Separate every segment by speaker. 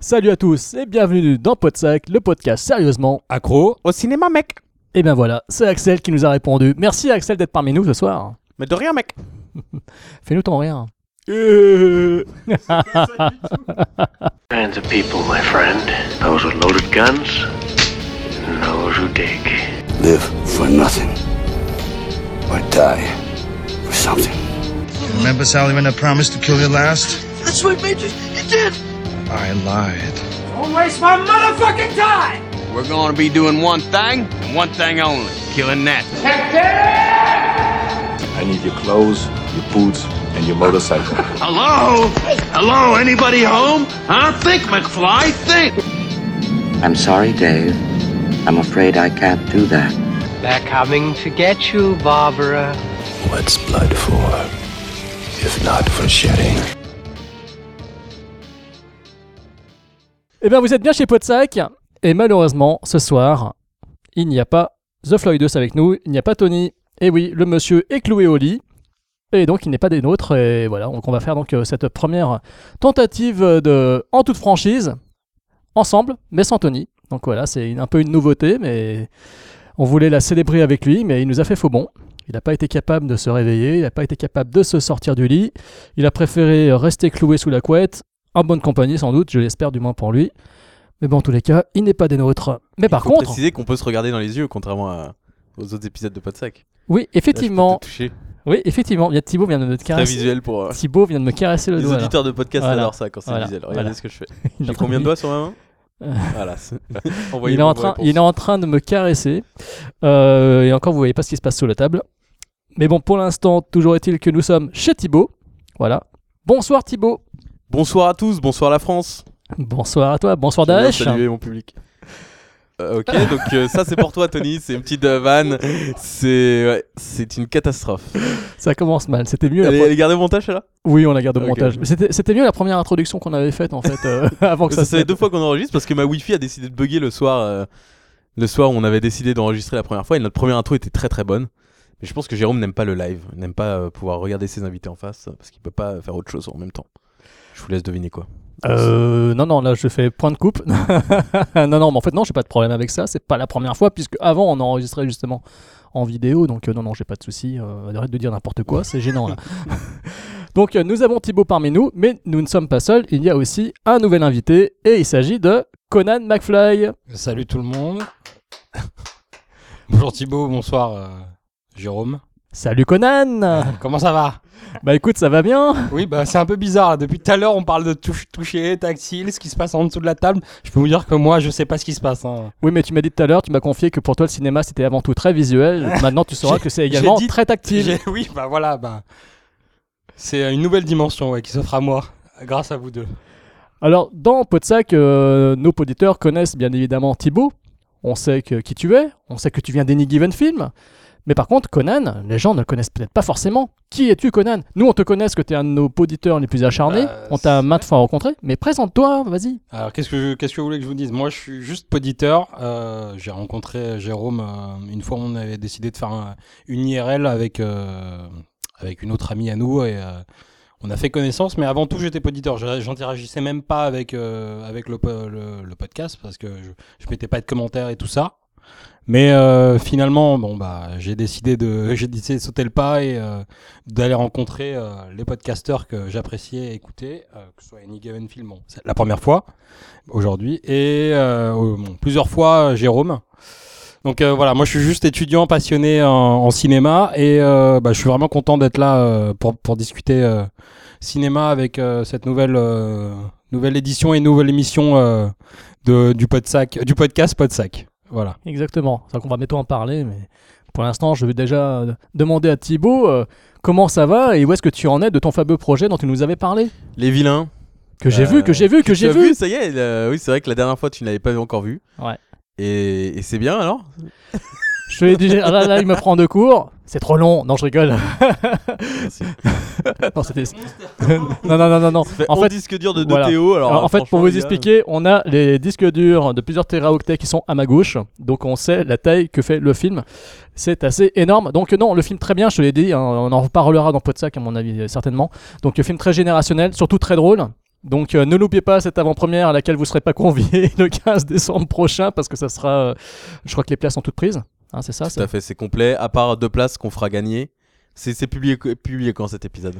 Speaker 1: Salut à tous et bienvenue dans Podsac, le podcast sérieusement.
Speaker 2: Accro au cinéma, mec.
Speaker 1: Et bien voilà, c'est Axel qui nous a répondu. Merci Axel d'être parmi nous ce soir.
Speaker 2: Mais de rien, mec.
Speaker 1: Fais-nous ton rire.
Speaker 3: kinds of people, my friend. Those with loaded guns, and those who dig.
Speaker 4: live for nothing or die for something.
Speaker 5: Remember, Sally, when I promised to kill you last? That's what made you. You did. I lied.
Speaker 6: We're going to be doing one thing and one thing only killing that.
Speaker 7: I need your clothes, your boots, and your motorcycle.
Speaker 6: Hello? Hello? Anybody home? Huh? Think, McFly, think.
Speaker 8: I'm sorry, Dave. I'm afraid I can't do that.
Speaker 9: They're coming to get you, Barbara.
Speaker 4: What's blood for, if not for shedding?
Speaker 1: Eh bien vous êtes bien chez Podsac et malheureusement ce soir, il n'y a pas The Floydus avec nous, il n'y a pas Tony. Et oui, le monsieur est cloué au lit. Et donc il n'est pas des nôtres et voilà, donc on va faire donc euh, cette première tentative de en toute franchise ensemble mais sans Tony. Donc voilà, c'est une- un peu une nouveauté mais on voulait la célébrer avec lui mais il nous a fait faux bon. Il n'a pas été capable de se réveiller, il n'a pas été capable de se sortir du lit. Il a préféré rester cloué sous la couette, en bonne compagnie sans doute, je l'espère du moins pour lui. Mais bon, en tous les cas, il n'est pas des nôtres. Mais par
Speaker 2: Faut
Speaker 1: contre,
Speaker 2: préciser qu'on peut se regarder dans les yeux, contrairement à- aux autres épisodes de Podsac.
Speaker 1: oui, effectivement,
Speaker 2: Là, je peux te toucher.
Speaker 1: oui, effectivement, il y a Thibaut vient de me
Speaker 2: Très
Speaker 1: caresser.
Speaker 2: visuel pour euh,
Speaker 1: Thibaut vient de me caresser le
Speaker 2: les
Speaker 1: doigt. là.
Speaker 2: auditeurs de podcast
Speaker 1: Voilà.
Speaker 2: adorent ça quand c'est
Speaker 1: Voilà.
Speaker 2: visuel. Regardez
Speaker 1: Voilà.
Speaker 2: ce que je fais.
Speaker 1: Il est
Speaker 2: J'ai
Speaker 1: en train
Speaker 2: combien de
Speaker 1: de-
Speaker 2: doigts sur ma main Voilà. c'est- Envoyez
Speaker 1: il est, en
Speaker 2: vos
Speaker 1: train,
Speaker 2: réponses.
Speaker 1: il est en train de me caresser. Euh, et encore, vous voyez pas ce qui se passe sous la table. Mais bon, pour l'instant, toujours est-il que nous sommes chez Thibaut. Voilà. Bonsoir Thibaut.
Speaker 2: Bonsoir à tous, bonsoir la France.
Speaker 1: Bonsoir à toi. Bonsoir
Speaker 2: Je viens
Speaker 1: Daesh.
Speaker 2: saluer mon public. Euh, ok, donc euh, ça c'est pour toi Tony, c'est une petite euh, vanne, c'est ouais, c'est une catastrophe.
Speaker 1: Ça commence mal. C'était mieux la
Speaker 2: Elle est,
Speaker 1: pro-
Speaker 2: elle est gardée au montage là
Speaker 1: Oui, on la garde au
Speaker 2: Ok.
Speaker 1: montage. Mais C'était c'était mieux la première introduction qu'on avait faite en fait euh, avant que
Speaker 2: Ça,
Speaker 1: ça,
Speaker 2: ça
Speaker 1: se
Speaker 2: fait deux fois qu'on enregistre parce que ma wifi a décidé de bugger le soir. euh, le soir où on avait décidé d'enregistrer la première fois et notre première intro était très très bonne. Mais je pense que Jérôme n'aime pas le live, il n'aime pas euh, pouvoir regarder ses invités en face euh, parce qu'il peut pas faire autre chose en même temps. Je vous laisse deviner quoi.
Speaker 1: Euh, non, non, là je fais point de coupe. non, non, mais en fait, non, j'ai pas de problème avec ça. C'est pas la première fois, puisque avant on enregistrait justement en vidéo. Donc, euh, non, non, j'ai pas de souci. euh, arrête de dire n'importe quoi, c'est gênant là. donc, euh, nous avons Thibaut parmi nous, mais nous ne sommes pas seuls. Il y a aussi un nouvel invité, et il s'agit de Conan McFly.
Speaker 10: Salut tout le monde. Bonjour Thibaut, bonsoir euh, Jérôme.
Speaker 1: Salut Conan
Speaker 10: Comment ça va
Speaker 1: Bah écoute, ça va bien
Speaker 10: Oui, bah c'est un peu bizarre. là. Depuis tout à l'heure, on parle de touche- toucher, tactile, ce qui se passe en dessous de la table. Je peux vous dire que moi, je sais pas ce qui se passe. hein.
Speaker 1: Oui, mais tu m'as dit tout à l'heure, tu m'as confié que pour toi le cinéma c'était avant tout très visuel. Maintenant, tu sauras
Speaker 10: J'ai-
Speaker 1: que c'est également
Speaker 10: j'ai dit-
Speaker 1: très tactile.
Speaker 10: J'ai- Oui, bah voilà, bah c'est une nouvelle dimension ouais, qui s'offre à moi grâce à vous deux.
Speaker 1: Alors, dans Podsac, euh, nos auditeurs connaissent bien évidemment Thibaut. On sait que, qui tu es, on sait que tu viens d'Any Given Film. Mais par contre, Conan, les gens ne le connaissent peut-être pas forcément. Qui es-tu, Conan Nous, on te connaît parce que tu es un de nos auditeurs les plus acharnés.
Speaker 10: Euh,
Speaker 1: on t'a
Speaker 10: c'est
Speaker 1: maintes fois rencontré. Mais présente-toi, vas-y.
Speaker 10: Alors qu'est-ce que qu'est-ce que vous voulez que je vous dise Moi, je suis juste poditeur. Euh, J'ai rencontré Jérôme euh, une fois. On avait décidé de faire un- une IRL avec euh, avec une autre amie à nous et euh, on a fait connaissance. Mais avant tout, j'étais poditeur. Je- J'interagissais même pas avec euh, avec le, po- le, le podcast parce que je, je mettais pas de commentaires et tout ça. Mais euh, finalement, bon bah, j'ai décidé de j'ai décidé de sauter le pas et euh, d'aller rencontrer euh, les podcasteurs que j'appréciais écouter, euh, que ce soit Any Given Film, bon, c'est la première fois aujourd'hui et euh, euh, bon, plusieurs fois euh, Jérôme. Donc euh, voilà, moi je suis juste étudiant passionné en, en cinéma et euh, bah, je suis vraiment content d'être là euh, pour, pour discuter euh, cinéma avec euh, cette nouvelle, euh, nouvelle édition et nouvelle émission euh, de, du, podsac, du podcast Podsac. Voilà.
Speaker 1: Exactement. C'est qu'on va bientôt en parler. Mais pour l'instant, je vais déjà euh, demander à Thibaut euh, comment ça va et où est-ce que tu en es de ton fameux projet dont tu nous avais parlé.
Speaker 2: Les vilains.
Speaker 1: Que j'ai
Speaker 2: Euh,
Speaker 1: vu, que j'ai vu, que
Speaker 2: Tu
Speaker 1: j'ai
Speaker 2: as
Speaker 1: vu.
Speaker 2: Ça y est, euh, oui c'est vrai que la dernière fois tu n'avais pas encore vu.
Speaker 1: Ouais.
Speaker 2: Et, et c'est bien alors
Speaker 1: Je te l'ai dit, ah là, là, il me prend de court. C'est trop long. Non, je rigole.
Speaker 2: Merci.
Speaker 1: non, c'était. non, non, non, non, non.
Speaker 2: En
Speaker 1: En
Speaker 2: fait,
Speaker 1: fait,
Speaker 2: disque dur de, de
Speaker 1: voilà.
Speaker 2: Théo. Alors,
Speaker 1: Alors, en fait,
Speaker 2: franchement,
Speaker 1: pour vous
Speaker 2: les gars,
Speaker 1: expliquer, on a les disques durs de plusieurs téraoctets qui sont à ma gauche, donc on sait la taille que fait le film. C'est assez énorme. Donc non, le film très bien, je te l'ai dit, hein, on en reparlera dans Podsac à mon avis euh, certainement. Donc le film très générationnel, surtout très drôle. Donc euh, ne loupez pas cette avant-première à laquelle vous serez pas conviés le 15 décembre prochain parce que ça sera, euh, je crois que les places sont toutes prises. Hein, c'est ça.
Speaker 2: Tout à
Speaker 1: c'est-
Speaker 2: fait, c'est complet, à part deux places qu'on fera gagner. C'est c'est publié, publié quand cet épisode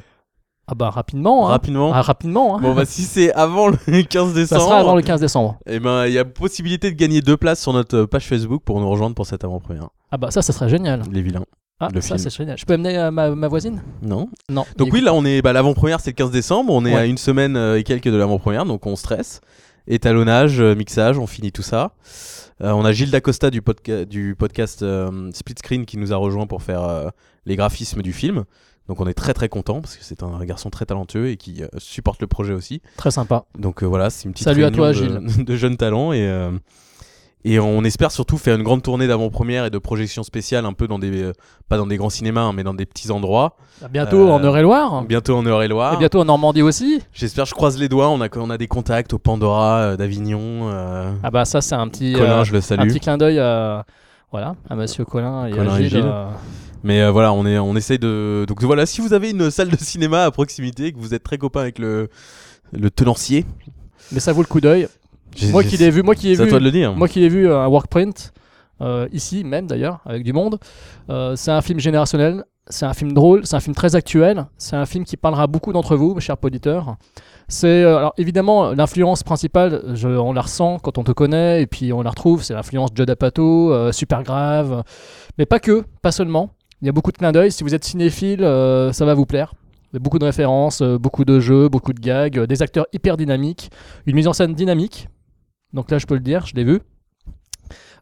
Speaker 1: Ah bah rapidement. hein.
Speaker 2: Rapidement.
Speaker 1: Ah, rapidement. hein.
Speaker 2: Bon, bah, si c'est avant le 15
Speaker 1: ça
Speaker 2: décembre,
Speaker 1: sera avant le 15 décembre.
Speaker 2: eh ben, il y a possibilité de gagner deux places sur notre page Facebook pour nous rejoindre pour cette avant-première.
Speaker 1: Ah bah ça, ça serait génial.
Speaker 2: Les vilains.
Speaker 1: Ah,
Speaker 2: Le
Speaker 1: ça,
Speaker 2: film.
Speaker 1: c'est génial. Je peux amener euh, ma, ma voisine
Speaker 2: Non
Speaker 1: Non.
Speaker 2: Donc,
Speaker 1: Il-
Speaker 2: oui, là, on est. Bah, l'avant-première, c'est le 15 décembre. On est
Speaker 1: Ouais.
Speaker 2: à une semaine euh, et quelques de l'avant-première, donc on stresse. Étalonnage, euh, mixage, on finit tout ça. Euh, on a Gilles Dacosta du, podca- du podcast euh, Split Screen qui nous a rejoint pour faire euh, les graphismes du film. Donc on est très très content parce que c'est un garçon très talentueux et qui euh, supporte le projet aussi.
Speaker 1: Très sympa.
Speaker 2: Donc euh, voilà, c'est une petite
Speaker 1: Salut à
Speaker 2: réunion
Speaker 1: toi,
Speaker 2: de,
Speaker 1: Gilles.
Speaker 2: de jeunes talents et euh, et on espère surtout faire une grande tournée d'avant-première et de projection spéciale un peu dans des euh, pas dans des grands cinémas hein, mais dans des petits endroits.
Speaker 1: À Bientôt
Speaker 2: Euh,
Speaker 1: en Eure-et-Loire.
Speaker 2: Bientôt en Eure-et-Loire.
Speaker 1: Ah. Et bientôt en Normandie aussi.
Speaker 2: J'espère, je croise les doigts. On a on a des contacts au Pandora euh, d'Avignon. euh,
Speaker 1: Ah bah ça c'est un petit,
Speaker 2: Colin,
Speaker 1: euh,
Speaker 2: je le
Speaker 1: un
Speaker 2: salue.
Speaker 1: petit clin d'œil à, voilà, à Monsieur Colin et
Speaker 2: Colin
Speaker 1: à
Speaker 2: et
Speaker 1: Gilles.
Speaker 2: Gilles.
Speaker 1: euh,
Speaker 2: Mais euh, voilà, on, est, on essaye de. Donc voilà, si vous avez une salle de cinéma à proximité et que vous êtes très copain avec le, le tenancier.
Speaker 1: mais ça vaut le coup d'œil.
Speaker 2: j'ai-
Speaker 1: Moi qui l'ai vu, moi qui l'ai
Speaker 2: C'est à
Speaker 1: vu,
Speaker 2: toi de le dire.
Speaker 1: moi qui l'ai vu euh, à Workprint euh, ici même d'ailleurs avec du monde. euh, c'est un film générationnel. C'est un film drôle, c'est un film très actuel, c'est un film qui parlera à beaucoup d'entre vous, chers auditeurs. C'est euh, alors évidemment l'influence principale, je- on la ressent quand on te connaît et puis on la retrouve, c'est l'influence Judd Apatow, euh, super grave, mais pas que, pas seulement. Il y a beaucoup de clins d'œil. Si vous êtes cinéphile, euh, ça va vous plaire. Il y a beaucoup de références, euh, beaucoup de jeux, beaucoup de gags, euh, des acteurs hyper dynamiques, une mise en scène dynamique. Donc là, je peux le dire, je l'ai vu.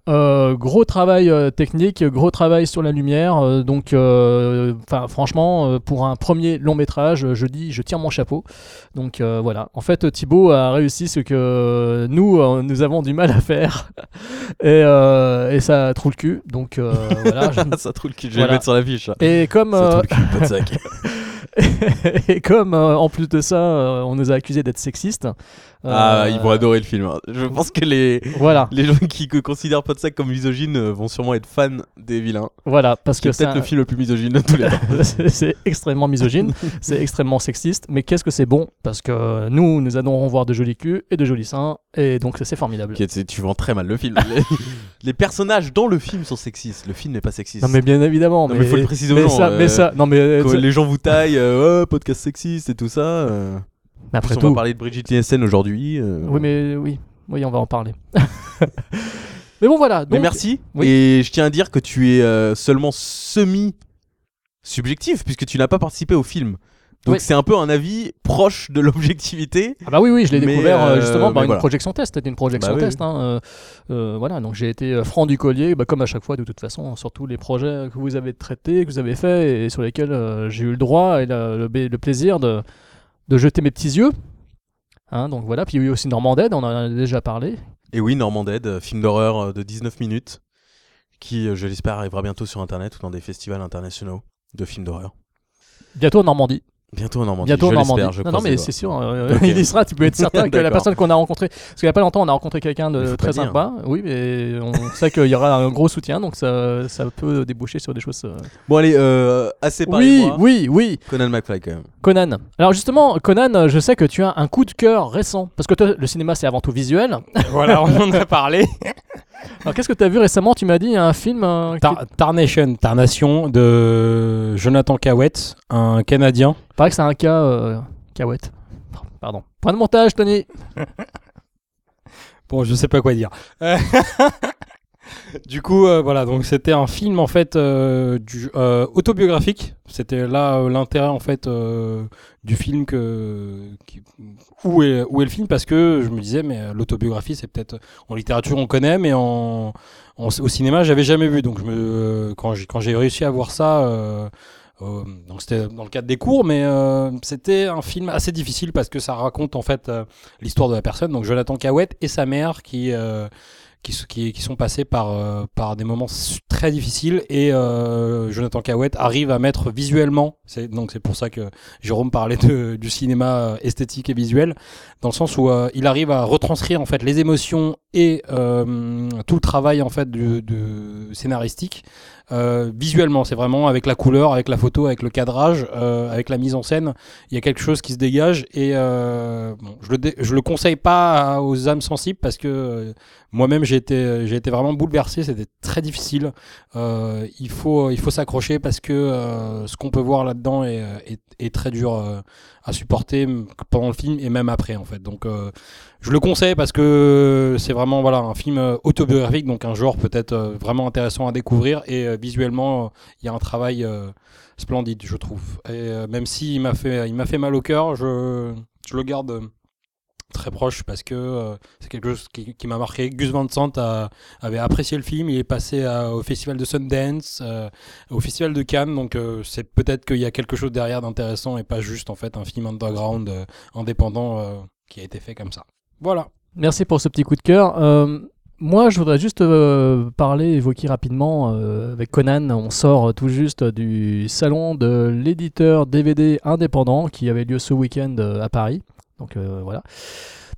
Speaker 1: Euh, gros travail euh, technique, gros travail sur la lumière. euh, donc, euh, enfin, franchement, euh, pour un premier long métrage, euh, je dis, je tire mon chapeau. Donc euh, voilà, en fait Thibaut a réussi ce que nous, euh, nous avons du mal à faire. et, euh, et ça trouve le cul. Donc euh, voilà. je-
Speaker 2: ça trouve le cul, je vais
Speaker 1: Voilà.
Speaker 2: le mettre sur l'affiche. ça.
Speaker 1: Et comme,
Speaker 2: Ça
Speaker 1: euh,
Speaker 2: trouve le cul, pas de sac.
Speaker 1: et comme euh, en plus de ça, euh, on nous a accusé d'être sexistes. euh,
Speaker 2: Ah, ils vont adorer le film. hein. Je pense que les,
Speaker 1: Voilà,
Speaker 2: les gens qui co- considèrent pas de sac comme misogyne euh, vont sûrement être fans des vilains.
Speaker 1: voilà, parce que c'est
Speaker 2: C'est peut-être
Speaker 1: un-
Speaker 2: le film le plus misogyne de tous les temps.
Speaker 1: c'est c'est extrêmement misogyne, c'est extrêmement sexiste, mais qu'est-ce que c'est bon Parce que nous, nous allons voir de jolis culs et de jolis seins, et donc c'est formidable.
Speaker 2: Ok, tu- tu vends très mal le film. les, les personnages dans le film sont sexistes. Le film n'est pas sexiste.
Speaker 1: Non mais bien évidemment,
Speaker 2: Non,
Speaker 1: mais,
Speaker 2: mais faut le préciser aux
Speaker 1: mais
Speaker 2: gens,
Speaker 1: ça,
Speaker 2: euh,
Speaker 1: mais ça, non mais, euh,
Speaker 2: Quand
Speaker 1: ça-
Speaker 2: les gens vous taillent, euh, Oh, podcast sexiste et tout ça. euh.
Speaker 1: mais après
Speaker 2: En plus, on
Speaker 1: tout,
Speaker 2: va parler de Brigitte Nielsen aujourd'hui. euh,
Speaker 1: oui mais oui, oui on va en parler. mais bon voilà, donc,
Speaker 2: Mais merci.
Speaker 1: oui.
Speaker 2: Et je tiens à dire que tu es euh, seulement semi subjectif puisque tu n'as pas participé au film. Donc
Speaker 1: Oui.
Speaker 2: c'est un peu un avis proche de l'objectivité.
Speaker 1: Ah bah oui, oui, je l'ai
Speaker 2: Mais,
Speaker 1: découvert euh,
Speaker 2: euh,
Speaker 1: justement par
Speaker 2: mais
Speaker 1: une
Speaker 2: voilà.
Speaker 1: projection test. C'était une projection
Speaker 2: Bah oui,
Speaker 1: test. hein, euh, euh, voilà, donc j'ai été euh, franc du collier, bah, comme à chaque fois de toute façon, sur tous les projets que vous avez traités, que vous avez faits et sur lesquels euh, j'ai eu le droit et la- le, ba- le plaisir de, de jeter mes petits yeux. Hein, donc voilà, puis il y a eu aussi Normandais, on en a déjà parlé.
Speaker 2: Et oui, Normand Dead, euh, film d'horreur euh, de 19 minutes qui, euh, je l'espère, arrivera bientôt sur internet ou dans des festivals internationaux de films d'horreur.
Speaker 1: Bientôt en Normandie.
Speaker 2: Bientôt en Normandie.
Speaker 1: Bientôt en
Speaker 2: je l'espère,
Speaker 1: Normandie.
Speaker 2: je
Speaker 1: non, non,
Speaker 2: croise les
Speaker 1: mais
Speaker 2: doigts.
Speaker 1: c'est sûr, euh,
Speaker 2: Ok.
Speaker 1: il y sera, tu peux être certain que la
Speaker 2: D'accord.
Speaker 1: personne qu'on a rencontrée, parce qu'il n'y a pas longtemps, on a rencontré quelqu'un
Speaker 2: Mais
Speaker 1: de
Speaker 2: faut
Speaker 1: très
Speaker 2: pas dire.
Speaker 1: sympa, oui, mais on sait qu'il y aura un gros soutien, donc ça, ça peut déboucher sur des choses. euh,
Speaker 2: Bon allez, euh, assez parlé.
Speaker 1: Oui,
Speaker 2: moi.
Speaker 1: oui, oui,
Speaker 2: Conan McFly quand même.
Speaker 1: Conan. Alors justement, Conan, euh, je sais que tu as un coup de cœur récent, parce que toi, le cinéma c'est avant tout visuel.
Speaker 10: voilà, on en a parlé.
Speaker 1: Alors qu'est-ce que tu as vu récemment Tu m'as dit un film... euh,
Speaker 10: Tar- Tarnation, Tarnation de Jonathan Cahouette, un Canadien.
Speaker 1: qui- Paraît que c'est un cas... euh, Cahouette. Pardon. Point de montage, Tony.
Speaker 10: Bon, je sais pas quoi dire. Euh, du coup, euh, voilà, donc c'était un film en fait euh, du, euh, autobiographique. C'était là euh, l'intérêt en fait euh, du film que qui- où est où est le film parce que je me disais mais euh, l'autobiographie c'est peut-être en littérature on connaît mais en, en- au cinéma j'avais jamais vu donc je me euh, quand j'ai quand j'ai réussi à voir ça euh, euh, donc c'était dans le cadre des cours, mais euh, c'était un film assez difficile parce que ça raconte en fait euh, l'histoire de la personne, donc Jonathan Cahouette et sa mère qui, euh, qui, s- qui, qui sont passés par, euh, par des moments s- très difficiles et euh, Jonathan Cahouette arrive à mettre visuellement, c'est, donc c'est pour ça que Jérôme parlait de- du cinéma euh, esthétique et visuel, dans le sens où euh, il arrive à retranscrire en fait les émotions et euh, tout le travail en fait du, du scénaristique euh, visuellement. C'est vraiment avec la couleur, avec la photo, avec le cadrage, euh, avec la mise en scène. Il y a quelque chose qui se dégage et euh, bon, je le dé- je le conseille pas à- aux âmes sensibles parce que euh, moi-même j'ai été j'ai été vraiment bouleversé. C'était très difficile. Euh, il faut il faut s'accrocher parce que euh, ce qu'on peut voir là-dedans est, est, est très dur euh, à supporter m- pendant le film et même après en fait. Donc euh, je le conseille parce que c'est vraiment voilà un film euh, autobiographique donc un genre peut-être euh, vraiment intéressant à découvrir et euh, visuellement euh, il y a un travail euh, splendide je trouve. Et euh, même si il m'a fait il m'a fait mal au cœur, je je le garde euh, très proche parce que euh, c'est quelque chose qui, qui m'a marqué. Gus Van Sant a- avait apprécié le film, il est passé à- au festival de Sundance, euh, au festival de Cannes, donc euh, c'est peut-être qu'il y a quelque chose derrière d'intéressant et pas juste en fait un film underground euh, indépendant euh, qui a été fait comme ça. Voilà.
Speaker 1: Merci pour ce petit coup de cœur. Euh, moi, je voudrais juste euh, parler, évoquer rapidement euh, avec Conan. On sort euh, tout juste du salon de l'éditeur DVD indépendant qui avait lieu ce week-end euh, à Paris. Donc euh, voilà,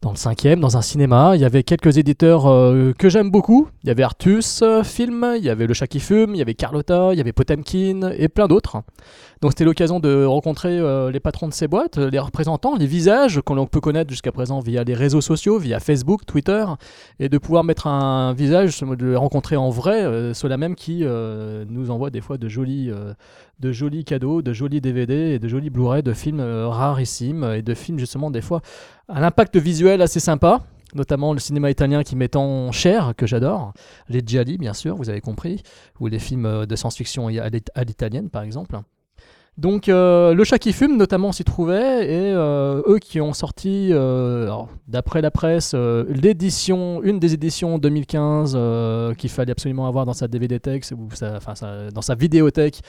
Speaker 1: dans le cinquième, dans un cinéma, il y avait quelques éditeurs euh, que j'aime beaucoup. Il y avait Artus euh, Film, il y avait Le Chat qui fume, il y avait Carlotta, il y avait Potemkin et plein d'autres. Donc c'était l'occasion de rencontrer euh, les patrons de ces boîtes, euh, les représentants, les visages qu'on l'on peut connaître jusqu'à présent via les réseaux sociaux, via Facebook, Twitter, et de pouvoir mettre un visage, de les rencontrer en vrai, euh, ceux-là même qui euh, nous envoient des fois de jolis, euh, de jolis cadeaux, de jolis DVD et de jolis Blu-ray de films euh, rarissimes et de films justement des fois à l'impact visuel assez sympa. Notamment le cinéma italien qui m'est en chair, que j'adore. Les Gialli, bien sûr, vous avez compris. Ou les films euh, de science-fiction à l'it- à l'italienne, par exemple. Donc euh, le chat qui fume notamment s'y trouvait et euh, eux qui ont sorti euh, alors, d'après la presse euh, l'édition une des éditions 2015 euh, qu'il fallait absolument avoir dans sa DVD tech ou sa- enfin, sa- dans sa vidéothèque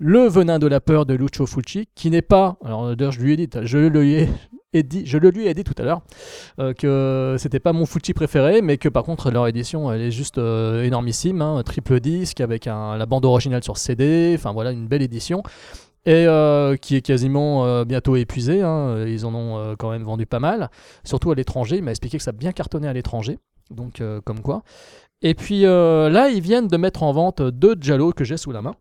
Speaker 1: le venin de la peur de Lucio Fulci qui n'est pas alors d'ailleurs je lui ai dit je le lui ai- ai dit- je le lui ai dit tout à l'heure euh, que c'était pas mon Fulci préféré mais que par contre leur édition elle est juste euh, énormissime hein, triple disque avec un- la bande originale sur CD enfin voilà une belle édition et euh, qui est quasiment euh, bientôt épuisé. hein. Ils en ont euh, quand même vendu pas mal, surtout à l'étranger. Il m'a expliqué que ça a bien cartonné à l'étranger, donc euh, comme quoi. Et puis euh, là, ils viennent de mettre en vente deux Giallo que j'ai sous la main.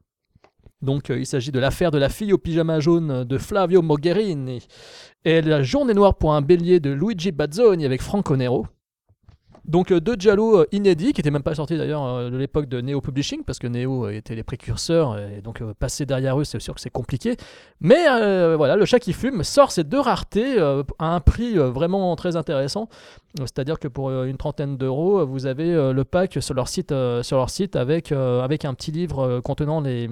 Speaker 1: Donc euh, il s'agit de l'affaire de la fille au pyjama jaune de Flavio Mogherini et la journée noire pour un bélier de Luigi Bazzoni avec Franco Nero. Donc euh, deux Giallo euh, inédits, qui n'étaient même pas sortis d'ailleurs euh, de l'époque de Neo Publishing, parce que Neo euh, était les précurseurs, et donc euh, passer derrière eux, c'est sûr que c'est compliqué. Mais euh, voilà, le chat qui fume sort ces deux raretés euh, à un prix euh, vraiment très intéressant. Euh, C'est-à-dire que pour euh, une trentaine d'euros, euh, vous avez euh, le pack sur leur site, euh, sur leur site avec, euh, avec un petit livre euh, contenant les,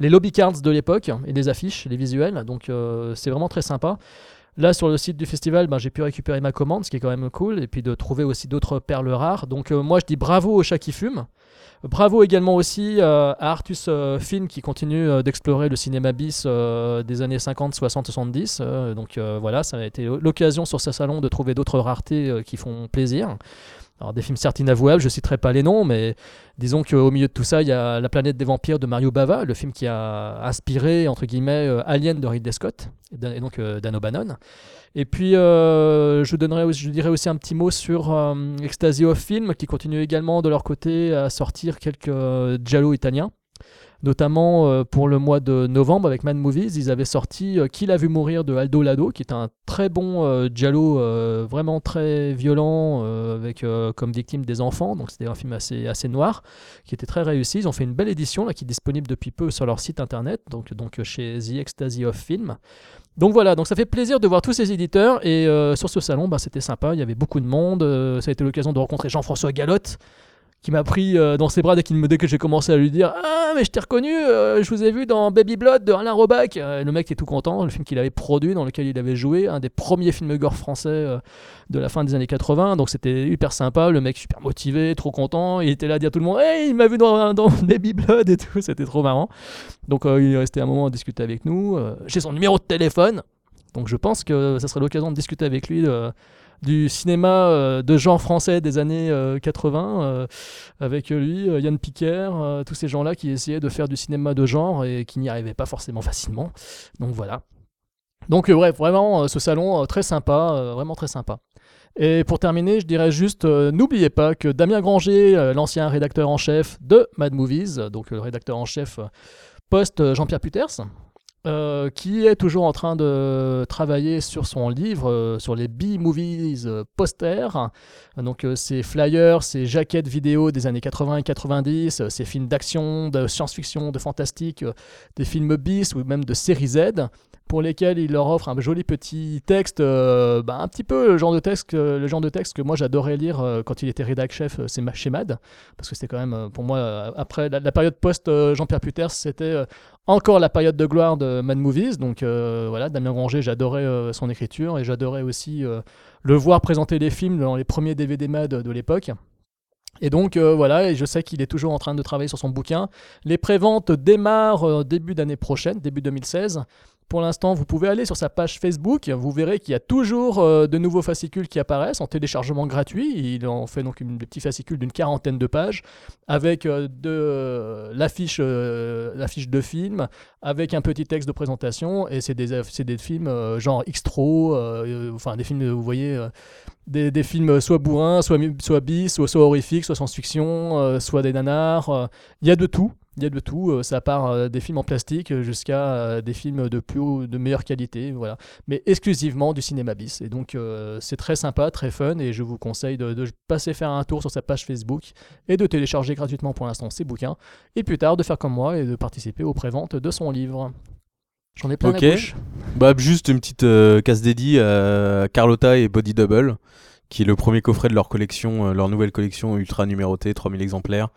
Speaker 1: les lobby cards de l'époque et les affiches, les visuels. Donc euh, c'est vraiment très sympa. Là, sur le site du festival, ben, j'ai pu récupérer ma commande, ce qui est quand même cool, et puis de trouver aussi d'autres perles rares. Donc, euh, moi, je dis bravo au chat qui fume. Bravo également aussi euh, à Artus euh, Film qui continue euh, d'explorer le cinéma bis euh, des années 50, 60, 70. euh, donc euh, voilà, ça a été l'occasion sur ce salon de trouver d'autres raretés euh, qui font plaisir. Alors des films certes inavouables, je citerai pas les noms, mais disons qu'au milieu de tout ça, il y a La planète des vampires de Mario Bava, le film qui a inspiré, entre guillemets, euh, Alien de Ridley Scott, et d'un- et donc euh, Dan O'Bannon. Et puis, euh, je, donnerai, aussi- je dirais aussi un petit mot sur euh, Ecstasy of Film, qui continue également de leur côté à sortir quelques euh, giallo italiens. Notamment euh, pour le mois de novembre avec Mad Movies, ils avaient sorti euh, Qui l'a vu mourir de Aldo Lado, qui est un très bon euh, giallo, euh, vraiment très violent, euh, avec euh, comme victime des enfants. Donc c'était un film assez, assez noir, qui était très réussi. Ils ont fait une belle édition là, qui est disponible depuis peu sur leur site internet, donc, donc chez The Ecstasy of Film. Donc voilà, donc ça fait plaisir de voir tous ces éditeurs et euh, sur ce salon, bah, c'était sympa, il y avait beaucoup de monde, euh, ça a été l'occasion de rencontrer Jean-François Galotte qui m'a pris euh, dans ses bras dès, qu'il me- dès que j'ai commencé à lui dire Ah mais je t'ai reconnu, euh, je vous ai vu dans Baby Blood de Alain Robac. Euh, le mec est tout content, le film qu'il avait produit, dans lequel il avait joué, un des premiers films gore français euh, de la fin des années 80, donc c'était hyper sympa, le mec super motivé, trop content, il était là à dire à tout le monde Hey il m'a vu dans, dans Baby Blood et tout, c'était trop marrant. Donc euh, il est resté un moment à discuter avec nous. Euh, J'ai son numéro de téléphone. Donc je pense que ça serait l'occasion de discuter avec lui euh, du cinéma euh, de genre français des années euh, 80, euh, avec lui, euh, Yann Piquer, euh, tous ces gens-là qui essayaient de faire du cinéma de genre et qui n'y arrivaient pas forcément facilement. Donc voilà. Donc euh, bref, vraiment, euh, ce salon euh, très sympa, euh, vraiment très sympa. Et pour terminer, je dirais juste, euh, n'oubliez pas que Damien Granger, euh, l'ancien rédacteur en chef de Mad Movies, euh, donc le rédacteur en chef euh, post euh, Jean-Pierre Puters, euh, qui est toujours en train de travailler sur son livre, euh, sur les B-movies euh, posters. Donc, euh, ses flyers, ses jaquettes vidéo des années 80 et 90, euh, ses films d'action, de science-fiction, de fantastique, euh, des films bis ou même de série Z, pour lesquels il leur offre un joli petit texte, euh, bah, un petit peu le genre de texte, que- le genre de texte que moi j'adorais lire euh, quand il était rédac chef euh, c'est ma- chez Mad, parce que c'était quand même, euh, pour moi, euh, après la, la période post euh, Jean-Pierre Puters, c'était euh, encore la période de gloire de Mad Movies. Donc euh, voilà, Damien Granger, j'adorais euh, son écriture et j'adorais aussi euh, le voir présenter les films dans les premiers DVD Mad de l'époque. Et donc euh, voilà, et je sais qu'il est toujours en train de travailler sur son bouquin. Les préventes démarrent euh, début d'année prochaine, début 2016. Pour l'instant, vous pouvez aller sur sa page Facebook, vous verrez qu'il y a toujours euh, de nouveaux fascicules qui apparaissent en téléchargement gratuit. Il en fait donc une, des petits fascicules d'une quarantaine de pages avec euh, de euh, l'affiche euh, l'affiche de film avec un petit texte de présentation et c'est des aff- c'est des films euh, genre Xtro euh, euh, enfin des films euh, vous voyez euh, des, des films soit bourrins soit mi- soit bis soit, soit horrifiques soit science-fiction euh, soit des nanars euh. il y a de tout il y a de tout, euh, ça part euh, des films en plastique euh, jusqu'à euh, des films de plus haut- de meilleure qualité, voilà, mais exclusivement du cinéma bis. Et donc euh, c'est très sympa, très fun, et je vous conseille de, de passer faire un tour sur sa page Facebook et de télécharger gratuitement pour l'instant ses bouquins, et plus tard de faire comme moi et de participer aux préventes de son livre. J'en ai plein
Speaker 2: Ok.
Speaker 1: la bouche.
Speaker 2: Bah, juste une petite euh, casse dédiée à Carlotta et Body Double, qui est le premier coffret de leur collection, euh, leur nouvelle collection ultra numérotée, 3000 exemplaires.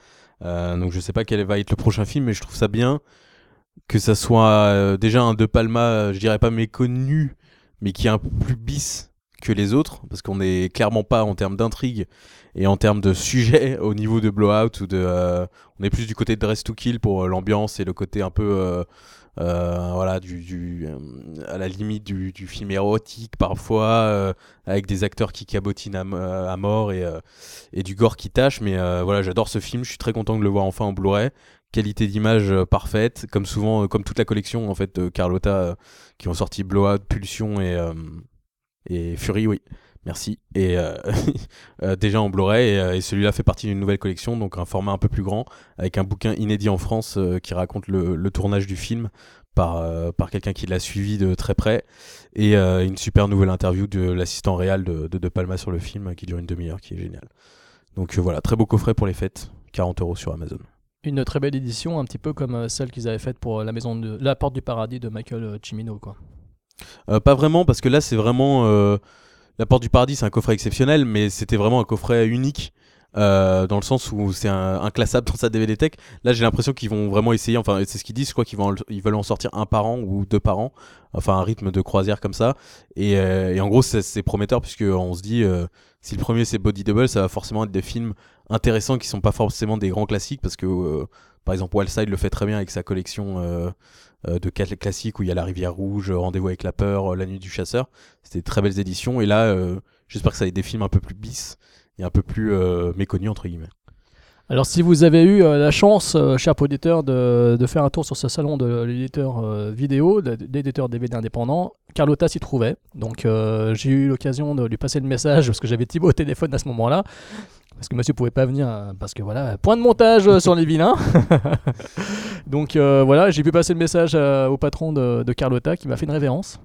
Speaker 2: Euh, donc je sais pas quel va être le prochain film, mais je trouve ça bien que ça soit euh, déjà un De Palma, euh, je dirais pas méconnu, mais qui est un peu plus bis que les autres, parce qu'on est clairement pas en termes d'intrigue et en termes de sujet au niveau de Blowout ou de. euh, on est plus du côté de Dress to Kill pour euh, l'ambiance et le côté un peu. euh, euh, voilà du, du euh, à la limite du, du film érotique parfois euh, avec des acteurs qui cabotinent à, m- euh, à mort et, euh, et du gore qui tâche mais euh, voilà j'adore ce film je suis très content de le voir enfin en Blu-ray qualité d'image euh, parfaite comme souvent euh, comme toute la collection en fait de Carlotta euh, qui ont sorti Blowout Pulsion et euh, et Fury oui merci et euh, euh, déjà en Blu-ray et, euh, et celui-là fait partie d'une nouvelle collection donc un format un peu plus grand avec un bouquin inédit en France euh, qui raconte le- le tournage du film par, euh, par quelqu'un qui l'a suivi de très près et euh, une super nouvelle interview de l'assistant réel de, de De Palma sur le film euh, qui dure une demi-heure qui est géniale donc euh, voilà très beau coffret pour les fêtes 40 euros sur Amazon
Speaker 1: Une très belle édition, un petit peu comme euh, celle qu'ils avaient faite pour euh, la maison de la porte du paradis de Michael euh, Cimino, quoi.
Speaker 2: Euh, pas vraiment parce que là c'est vraiment euh, la porte du paradis c'est un coffret exceptionnel mais c'était vraiment un coffret unique euh, dans le sens où c'est un, inclassable dans sa DVD tech là j'ai l'impression qu'ils vont vraiment essayer enfin c'est ce qu'ils disent je crois qu'ils vont en- ils veulent en sortir un par an ou deux par an enfin un rythme de croisière comme ça et, euh, et en gros c'est c'est prometteur puisque on se dit euh, si le premier c'est Body Double ça va forcément être des films intéressants qui sont pas forcément des grands classiques parce que euh, par exemple Wildside le fait très bien avec sa collection euh, euh, de quatre classiques où il y a La Rivière Rouge, euh, Rendez-vous avec la peur, euh, La Nuit du Chasseur. C'était des très belles éditions. Et là, euh, j'espère que ça va être des films un peu plus bis et un peu plus euh, méconnus, entre guillemets.
Speaker 1: Alors si vous avez eu euh, la chance, euh, cher auditeur, de, de faire un tour sur ce salon de l'éditeur euh, vidéo, de, de l'éditeur DVD indépendant, Carlotta s'y trouvait. Donc euh, j'ai eu l'occasion de lui passer le message parce que j'avais Thibaut au téléphone à ce moment-là. Parce que monsieur pouvait pas venir, euh, parce que voilà, point de montage euh, sur les vilains. Donc euh, voilà, j'ai pu passer le message euh, au patron de, de Carlotta qui m'a fait une révérence.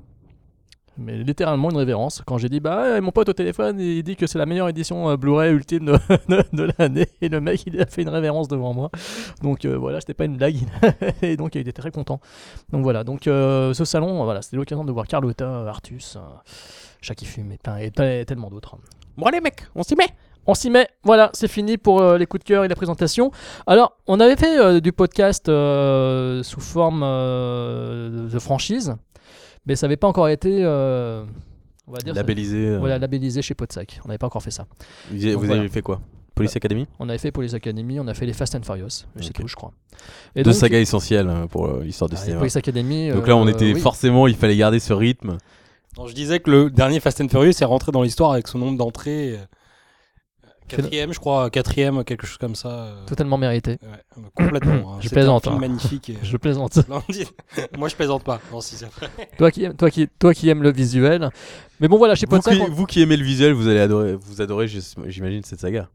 Speaker 1: Mais littéralement une révérence. Quand j'ai dit, bah, mon pote au téléphone, il dit que c'est la meilleure édition euh, Blu-ray ultime de, de, de l'année. Et le mec, il a fait une révérence devant moi. Donc euh, voilà, c'était pas une blague. et donc, il était très content. Donc voilà, donc euh, ce salon, euh, voilà, c'était l'occasion de voir Carlotta, euh, Artus, euh, Chat qui fume et, plein- et tel- tellement d'autres.
Speaker 2: Bon, allez, mec, on s'y met
Speaker 1: On s'y met, voilà, c'est fini pour euh, les coups de cœur et la présentation. Alors, on avait fait euh, du podcast euh, sous forme euh, de franchise, mais ça n'avait pas encore été, euh, on va dire,
Speaker 2: Labellisé. euh,
Speaker 1: voilà, labellisé chez Podsac. On n'avait pas encore fait ça.
Speaker 2: Vous, avez-
Speaker 1: Donc,
Speaker 2: vous avez
Speaker 1: voilà. Bah,
Speaker 2: fait quoi Police Academy
Speaker 1: On avait fait pour les académies, on a fait les Fast and Furious, mais c'est
Speaker 2: Ok.
Speaker 1: tout, je crois. Et
Speaker 2: Deux
Speaker 1: donc,
Speaker 2: sagas essentielles euh, pour euh, l'histoire du
Speaker 1: ah, et
Speaker 2: cinéma.
Speaker 1: Police Academy.
Speaker 2: Donc
Speaker 1: euh,
Speaker 2: là, on était
Speaker 1: oui.
Speaker 2: forcément, il fallait garder ce rythme.
Speaker 10: Non, je disais que le dernier Fast and Furious est rentré dans l'histoire avec son nombre d'entrées. euh, Quatrième, je crois, quatrième, quelque chose comme ça. euh,
Speaker 1: Totalement mérité.
Speaker 10: ouais, euh, complètement. hein.
Speaker 1: Je
Speaker 10: C'est
Speaker 1: plaisante,
Speaker 10: Un film
Speaker 1: hein.
Speaker 10: magnifique. et, euh,
Speaker 1: Je plaisante.
Speaker 10: splendide. Moi, je plaisante pas. Non, si, c'est vrai.
Speaker 1: toi, qui, aimes- toi, qui, toi qui aimes le visuel. Mais bon, voilà, chez
Speaker 2: Vous
Speaker 1: Podsac,
Speaker 2: qui, vous qui aimez le visuel, vous allez adorer, vous adorez, j'es- j'imagine, cette saga.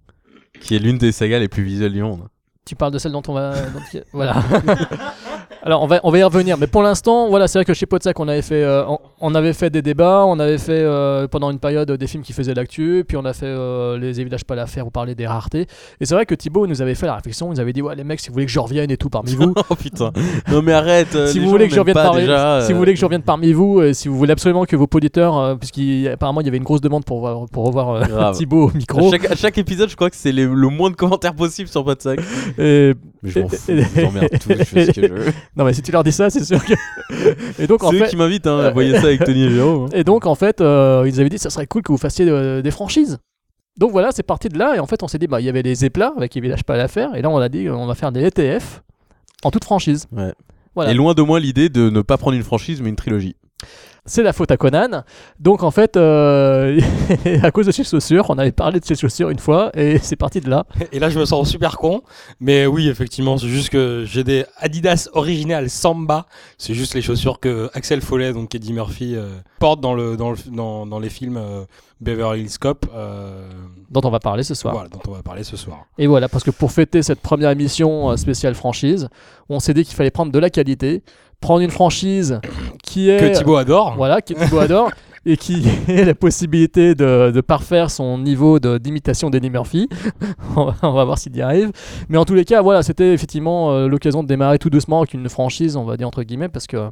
Speaker 2: Qui est l'une des sagas les plus visuelles du monde.
Speaker 1: Tu parles de celle dont on va. dont- voilà. Alors on va, on va y revenir, mais pour l'instant, voilà, c'est vrai que chez Podsac, on avait fait, euh, on, on avait fait des débats, on avait fait euh, pendant une période euh, des films qui faisaient l'actu, puis on a fait euh, les villages pas l'affaire, on parlait des raretés. Et c'est vrai que Thibaut nous avait fait la réflexion, il nous avait dit ouais les mecs, si vous voulez que je revienne et tout parmi vous,
Speaker 2: oh putain. Non mais arrête. euh,
Speaker 1: si
Speaker 2: les
Speaker 1: vous
Speaker 2: gens
Speaker 1: voulez que je
Speaker 2: n'aiment
Speaker 1: revienne
Speaker 2: pas
Speaker 1: parmi,
Speaker 2: déjà,
Speaker 1: si
Speaker 2: euh,
Speaker 1: vous voulez que je revienne parmi vous, euh, si vous voulez absolument que vos auditeurs, euh, puisqu'il apparemment il y avait une grosse demande pour voir- pour revoir euh,
Speaker 2: Grave.
Speaker 1: Thibaut au
Speaker 2: Ah, bah. À
Speaker 1: micro.
Speaker 2: chaque, à chaque épisode, je crois que c'est les- le moins de commentaires possible sur Podsac.
Speaker 1: Et-
Speaker 2: Mais je m'en fous, je vous emmerde tous, je fais ce que je veux.
Speaker 1: non mais si tu leur dis ça, c'est sûr que. et donc en
Speaker 2: C'est eux
Speaker 1: fait.
Speaker 2: qui m'invitent, hein, voyez ça avec Tony et Jérôme. hein.
Speaker 1: Et donc, en fait, euh, ils avaient dit ça serait cool que vous fassiez euh, des franchises. Donc voilà, c'est parti de là. Et en fait, on s'est dit, bah, il y avait les éplats avec les villages pas à la faire. Et là, on a dit, euh, on va faire des ETF en toute franchise.
Speaker 2: Ouais.
Speaker 1: Voilà.
Speaker 2: Et loin de moi l'idée de ne pas prendre une franchise mais une trilogie.
Speaker 1: C'est la faute à Conan. Donc en fait, euh, à cause de ses chaussures, on avait parlé de ses chaussures une fois. Et c'est parti de là.
Speaker 10: Et là, je me sens super con. Mais oui, effectivement, c'est juste que j'ai des Adidas originales Samba. C'est juste les chaussures que Axel Follet, donc Eddie Murphy, euh, porte dans, le, dans, le, dans, dans les films euh, Beverly Hills Cop. euh,
Speaker 1: Dont on va parler ce soir.
Speaker 10: voilà, dont on va parler ce soir.
Speaker 1: Et voilà, parce que pour fêter cette première émission euh, spéciale franchise, on s'est dit qu'il fallait prendre de la qualité. Prendre une franchise qui est.
Speaker 10: Que Thibaut adore.
Speaker 1: Voilà, qui est Thibaut adore et qui a la possibilité de, de parfaire son niveau de- d'imitation d'Eddie Murphy. on, va, on va voir s'il y arrive. Mais en tous les cas, voilà, c'était effectivement euh, l'occasion de démarrer tout doucement avec une franchise, on va dire entre guillemets, parce que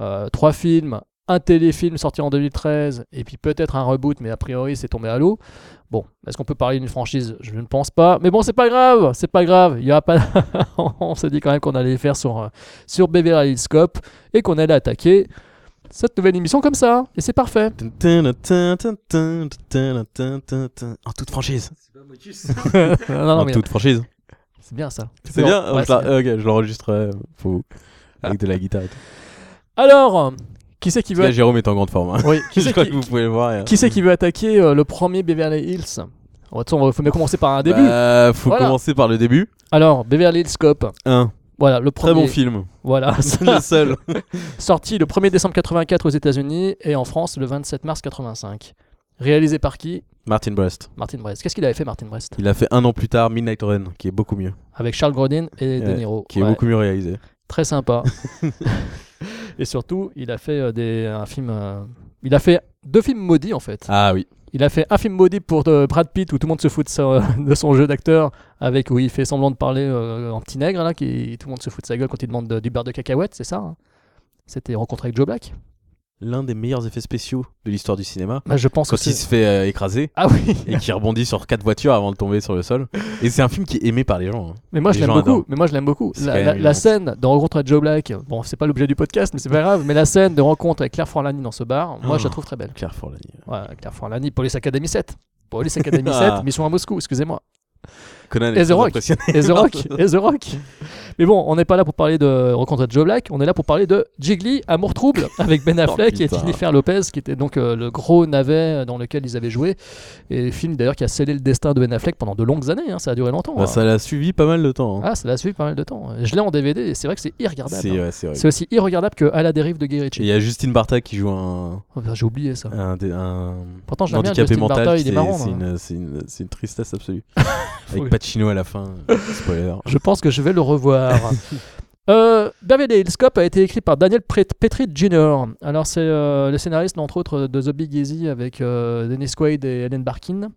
Speaker 1: euh, trois films, un téléfilm sorti en 2013 et puis peut-être un reboot, mais a priori c'est tombé à l'eau. Bon, est-ce qu'on peut parler d'une franchise Je ne pense pas. Mais bon, c'est pas grave, c'est pas grave. Il y aura pas. on s'est dit quand même qu'on allait faire sur euh, sur Beverly Hills Cop et qu'on allait attaquer cette nouvelle émission comme ça. Et c'est parfait.
Speaker 2: En toute franchise.
Speaker 1: Non, non,
Speaker 2: en
Speaker 1: mais
Speaker 2: toute franchise.
Speaker 1: c'est bien ça.
Speaker 2: C'est
Speaker 1: Non,
Speaker 2: bien,
Speaker 1: ouais,
Speaker 2: je
Speaker 1: c'est Ah.
Speaker 2: la-
Speaker 1: bien.
Speaker 2: euh, ok, je l'enregistre euh, pour vous. Avec de la guitare et tout.
Speaker 1: Alors, qui c'est qui veut
Speaker 2: Là, Jérôme est en grande forme. hein.
Speaker 1: Oui, qui
Speaker 2: je
Speaker 1: c'est
Speaker 2: crois
Speaker 1: qui-
Speaker 2: que vous pouvez le voir. et, euh,
Speaker 1: qui c'est qui veut attaquer euh, le premier Beverly Hills On va- on va- faut mieux commencer par un début.
Speaker 2: bah, faut
Speaker 1: Voilà.
Speaker 2: commencer par le début.
Speaker 1: Alors, Beverly Hills Cop.
Speaker 2: Un
Speaker 1: Voilà, le
Speaker 2: très
Speaker 1: premier.
Speaker 2: bon film.
Speaker 1: Voilà,
Speaker 2: le seul.
Speaker 1: sorti le 1er décembre 84 aux États-Unis et en France le 27 mars 85. Réalisé par qui
Speaker 2: Martin Brest.
Speaker 1: Martin Brest. Qu'est-ce qu'il avait fait Martin Brest
Speaker 2: Il a fait un an plus tard Midnight Run, qui est beaucoup mieux.
Speaker 1: Avec Charles Grodin et De
Speaker 2: Ouais,
Speaker 1: Niro.
Speaker 2: Qui est
Speaker 1: Ouais.
Speaker 2: beaucoup mieux réalisé.
Speaker 1: très sympa. et surtout, il a fait euh, des, un film. euh, il a fait deux films maudits en fait.
Speaker 2: Ah oui.
Speaker 1: Il a fait un film maudit pour euh, Brad Pitt où tout le monde se fout de, sa- de son jeu d'acteur avec où il fait semblant de parler euh, en petit nègre là, qui tout le monde se fout de sa gueule quand il demande de- du beurre de cacahuète, c'est ça hein C'était rencontré avec Joe Black.
Speaker 2: L'un des meilleurs effets spéciaux de l'histoire du cinéma.
Speaker 1: Bah, je pense que
Speaker 2: Quand il
Speaker 1: c'est-
Speaker 2: se fait euh, écraser
Speaker 1: Ah oui.
Speaker 2: et qui rebondit sur quatre voitures avant de tomber sur le sol. Et c'est un film qui est aimé par les gens. hein.
Speaker 1: Mais moi, je
Speaker 2: Les
Speaker 1: l'aime
Speaker 2: gens
Speaker 1: beaucoup.
Speaker 2: adorent.
Speaker 1: Mais moi, je l'aime beaucoup.
Speaker 2: C'est quand
Speaker 1: La,
Speaker 2: même
Speaker 1: la-
Speaker 2: une
Speaker 1: la
Speaker 2: honte.
Speaker 1: scène de rencontre avec Joe Black. Bon, c'est pas l'objet du podcast, mais c'est pas grave. Mais la scène de rencontre avec Claire Forlani dans ce bar, moi, je la
Speaker 2: Oh.
Speaker 1: trouve très belle.
Speaker 2: Claire Forlani.
Speaker 1: Ouais, Claire Forlani, Police Academy 7. Police Academy
Speaker 2: Ah.
Speaker 1: 7, Mission à Moscou, excusez-moi.
Speaker 2: Conan
Speaker 1: Et
Speaker 2: est
Speaker 1: The
Speaker 2: très
Speaker 1: Rock.
Speaker 2: impressionné.
Speaker 1: Et The Rock, et The Rock. Mais bon, on n'est pas là pour parler de rencontre avec Joe Black, on est là pour parler de Jiggly, Amour Trouble, avec Ben Affleck et
Speaker 2: Oh, putain.
Speaker 1: Jennifer Lopez, qui était donc euh, le gros navet dans lequel ils avaient joué. Et film d'ailleurs qui a scellé le destin de Ben Affleck pendant de longues années, hein, ça a duré longtemps.
Speaker 2: Bah,
Speaker 1: hein.
Speaker 2: ça l'a suivi pas mal de temps. hein.
Speaker 1: Ah, ça l'a suivi pas mal de temps. Je l'ai en DVD et c'est vrai que c'est irregardable.
Speaker 2: c'est
Speaker 1: hein.
Speaker 2: ouais, c'est vrai.
Speaker 1: C'est aussi irregardable que À la dérive de Guy
Speaker 2: Et il
Speaker 1: Ritchie.
Speaker 2: y a Justine Barta qui joue un,
Speaker 1: Oh, putain, J'ai oublié ça.
Speaker 2: un, dé- un
Speaker 1: Pourtant, je l'aime bien,
Speaker 2: handicapé
Speaker 1: Justin
Speaker 2: mental.
Speaker 1: Bartha, il
Speaker 2: c'est
Speaker 1: est marrant.
Speaker 2: c'est
Speaker 1: hein.
Speaker 2: une, c'est une- c'est une tristesse absolue.
Speaker 1: Oui.
Speaker 2: Avec Pacino à la fin. euh, Spoiler.
Speaker 1: Je pense que je vais le revoir. Euh, Beverly Hills Cop a été écrit par Daniel Pret- Petrit Jr. Alors c'est euh, le scénariste entre autres de The Big Easy avec euh, Dennis Quaid et Helen Barkin,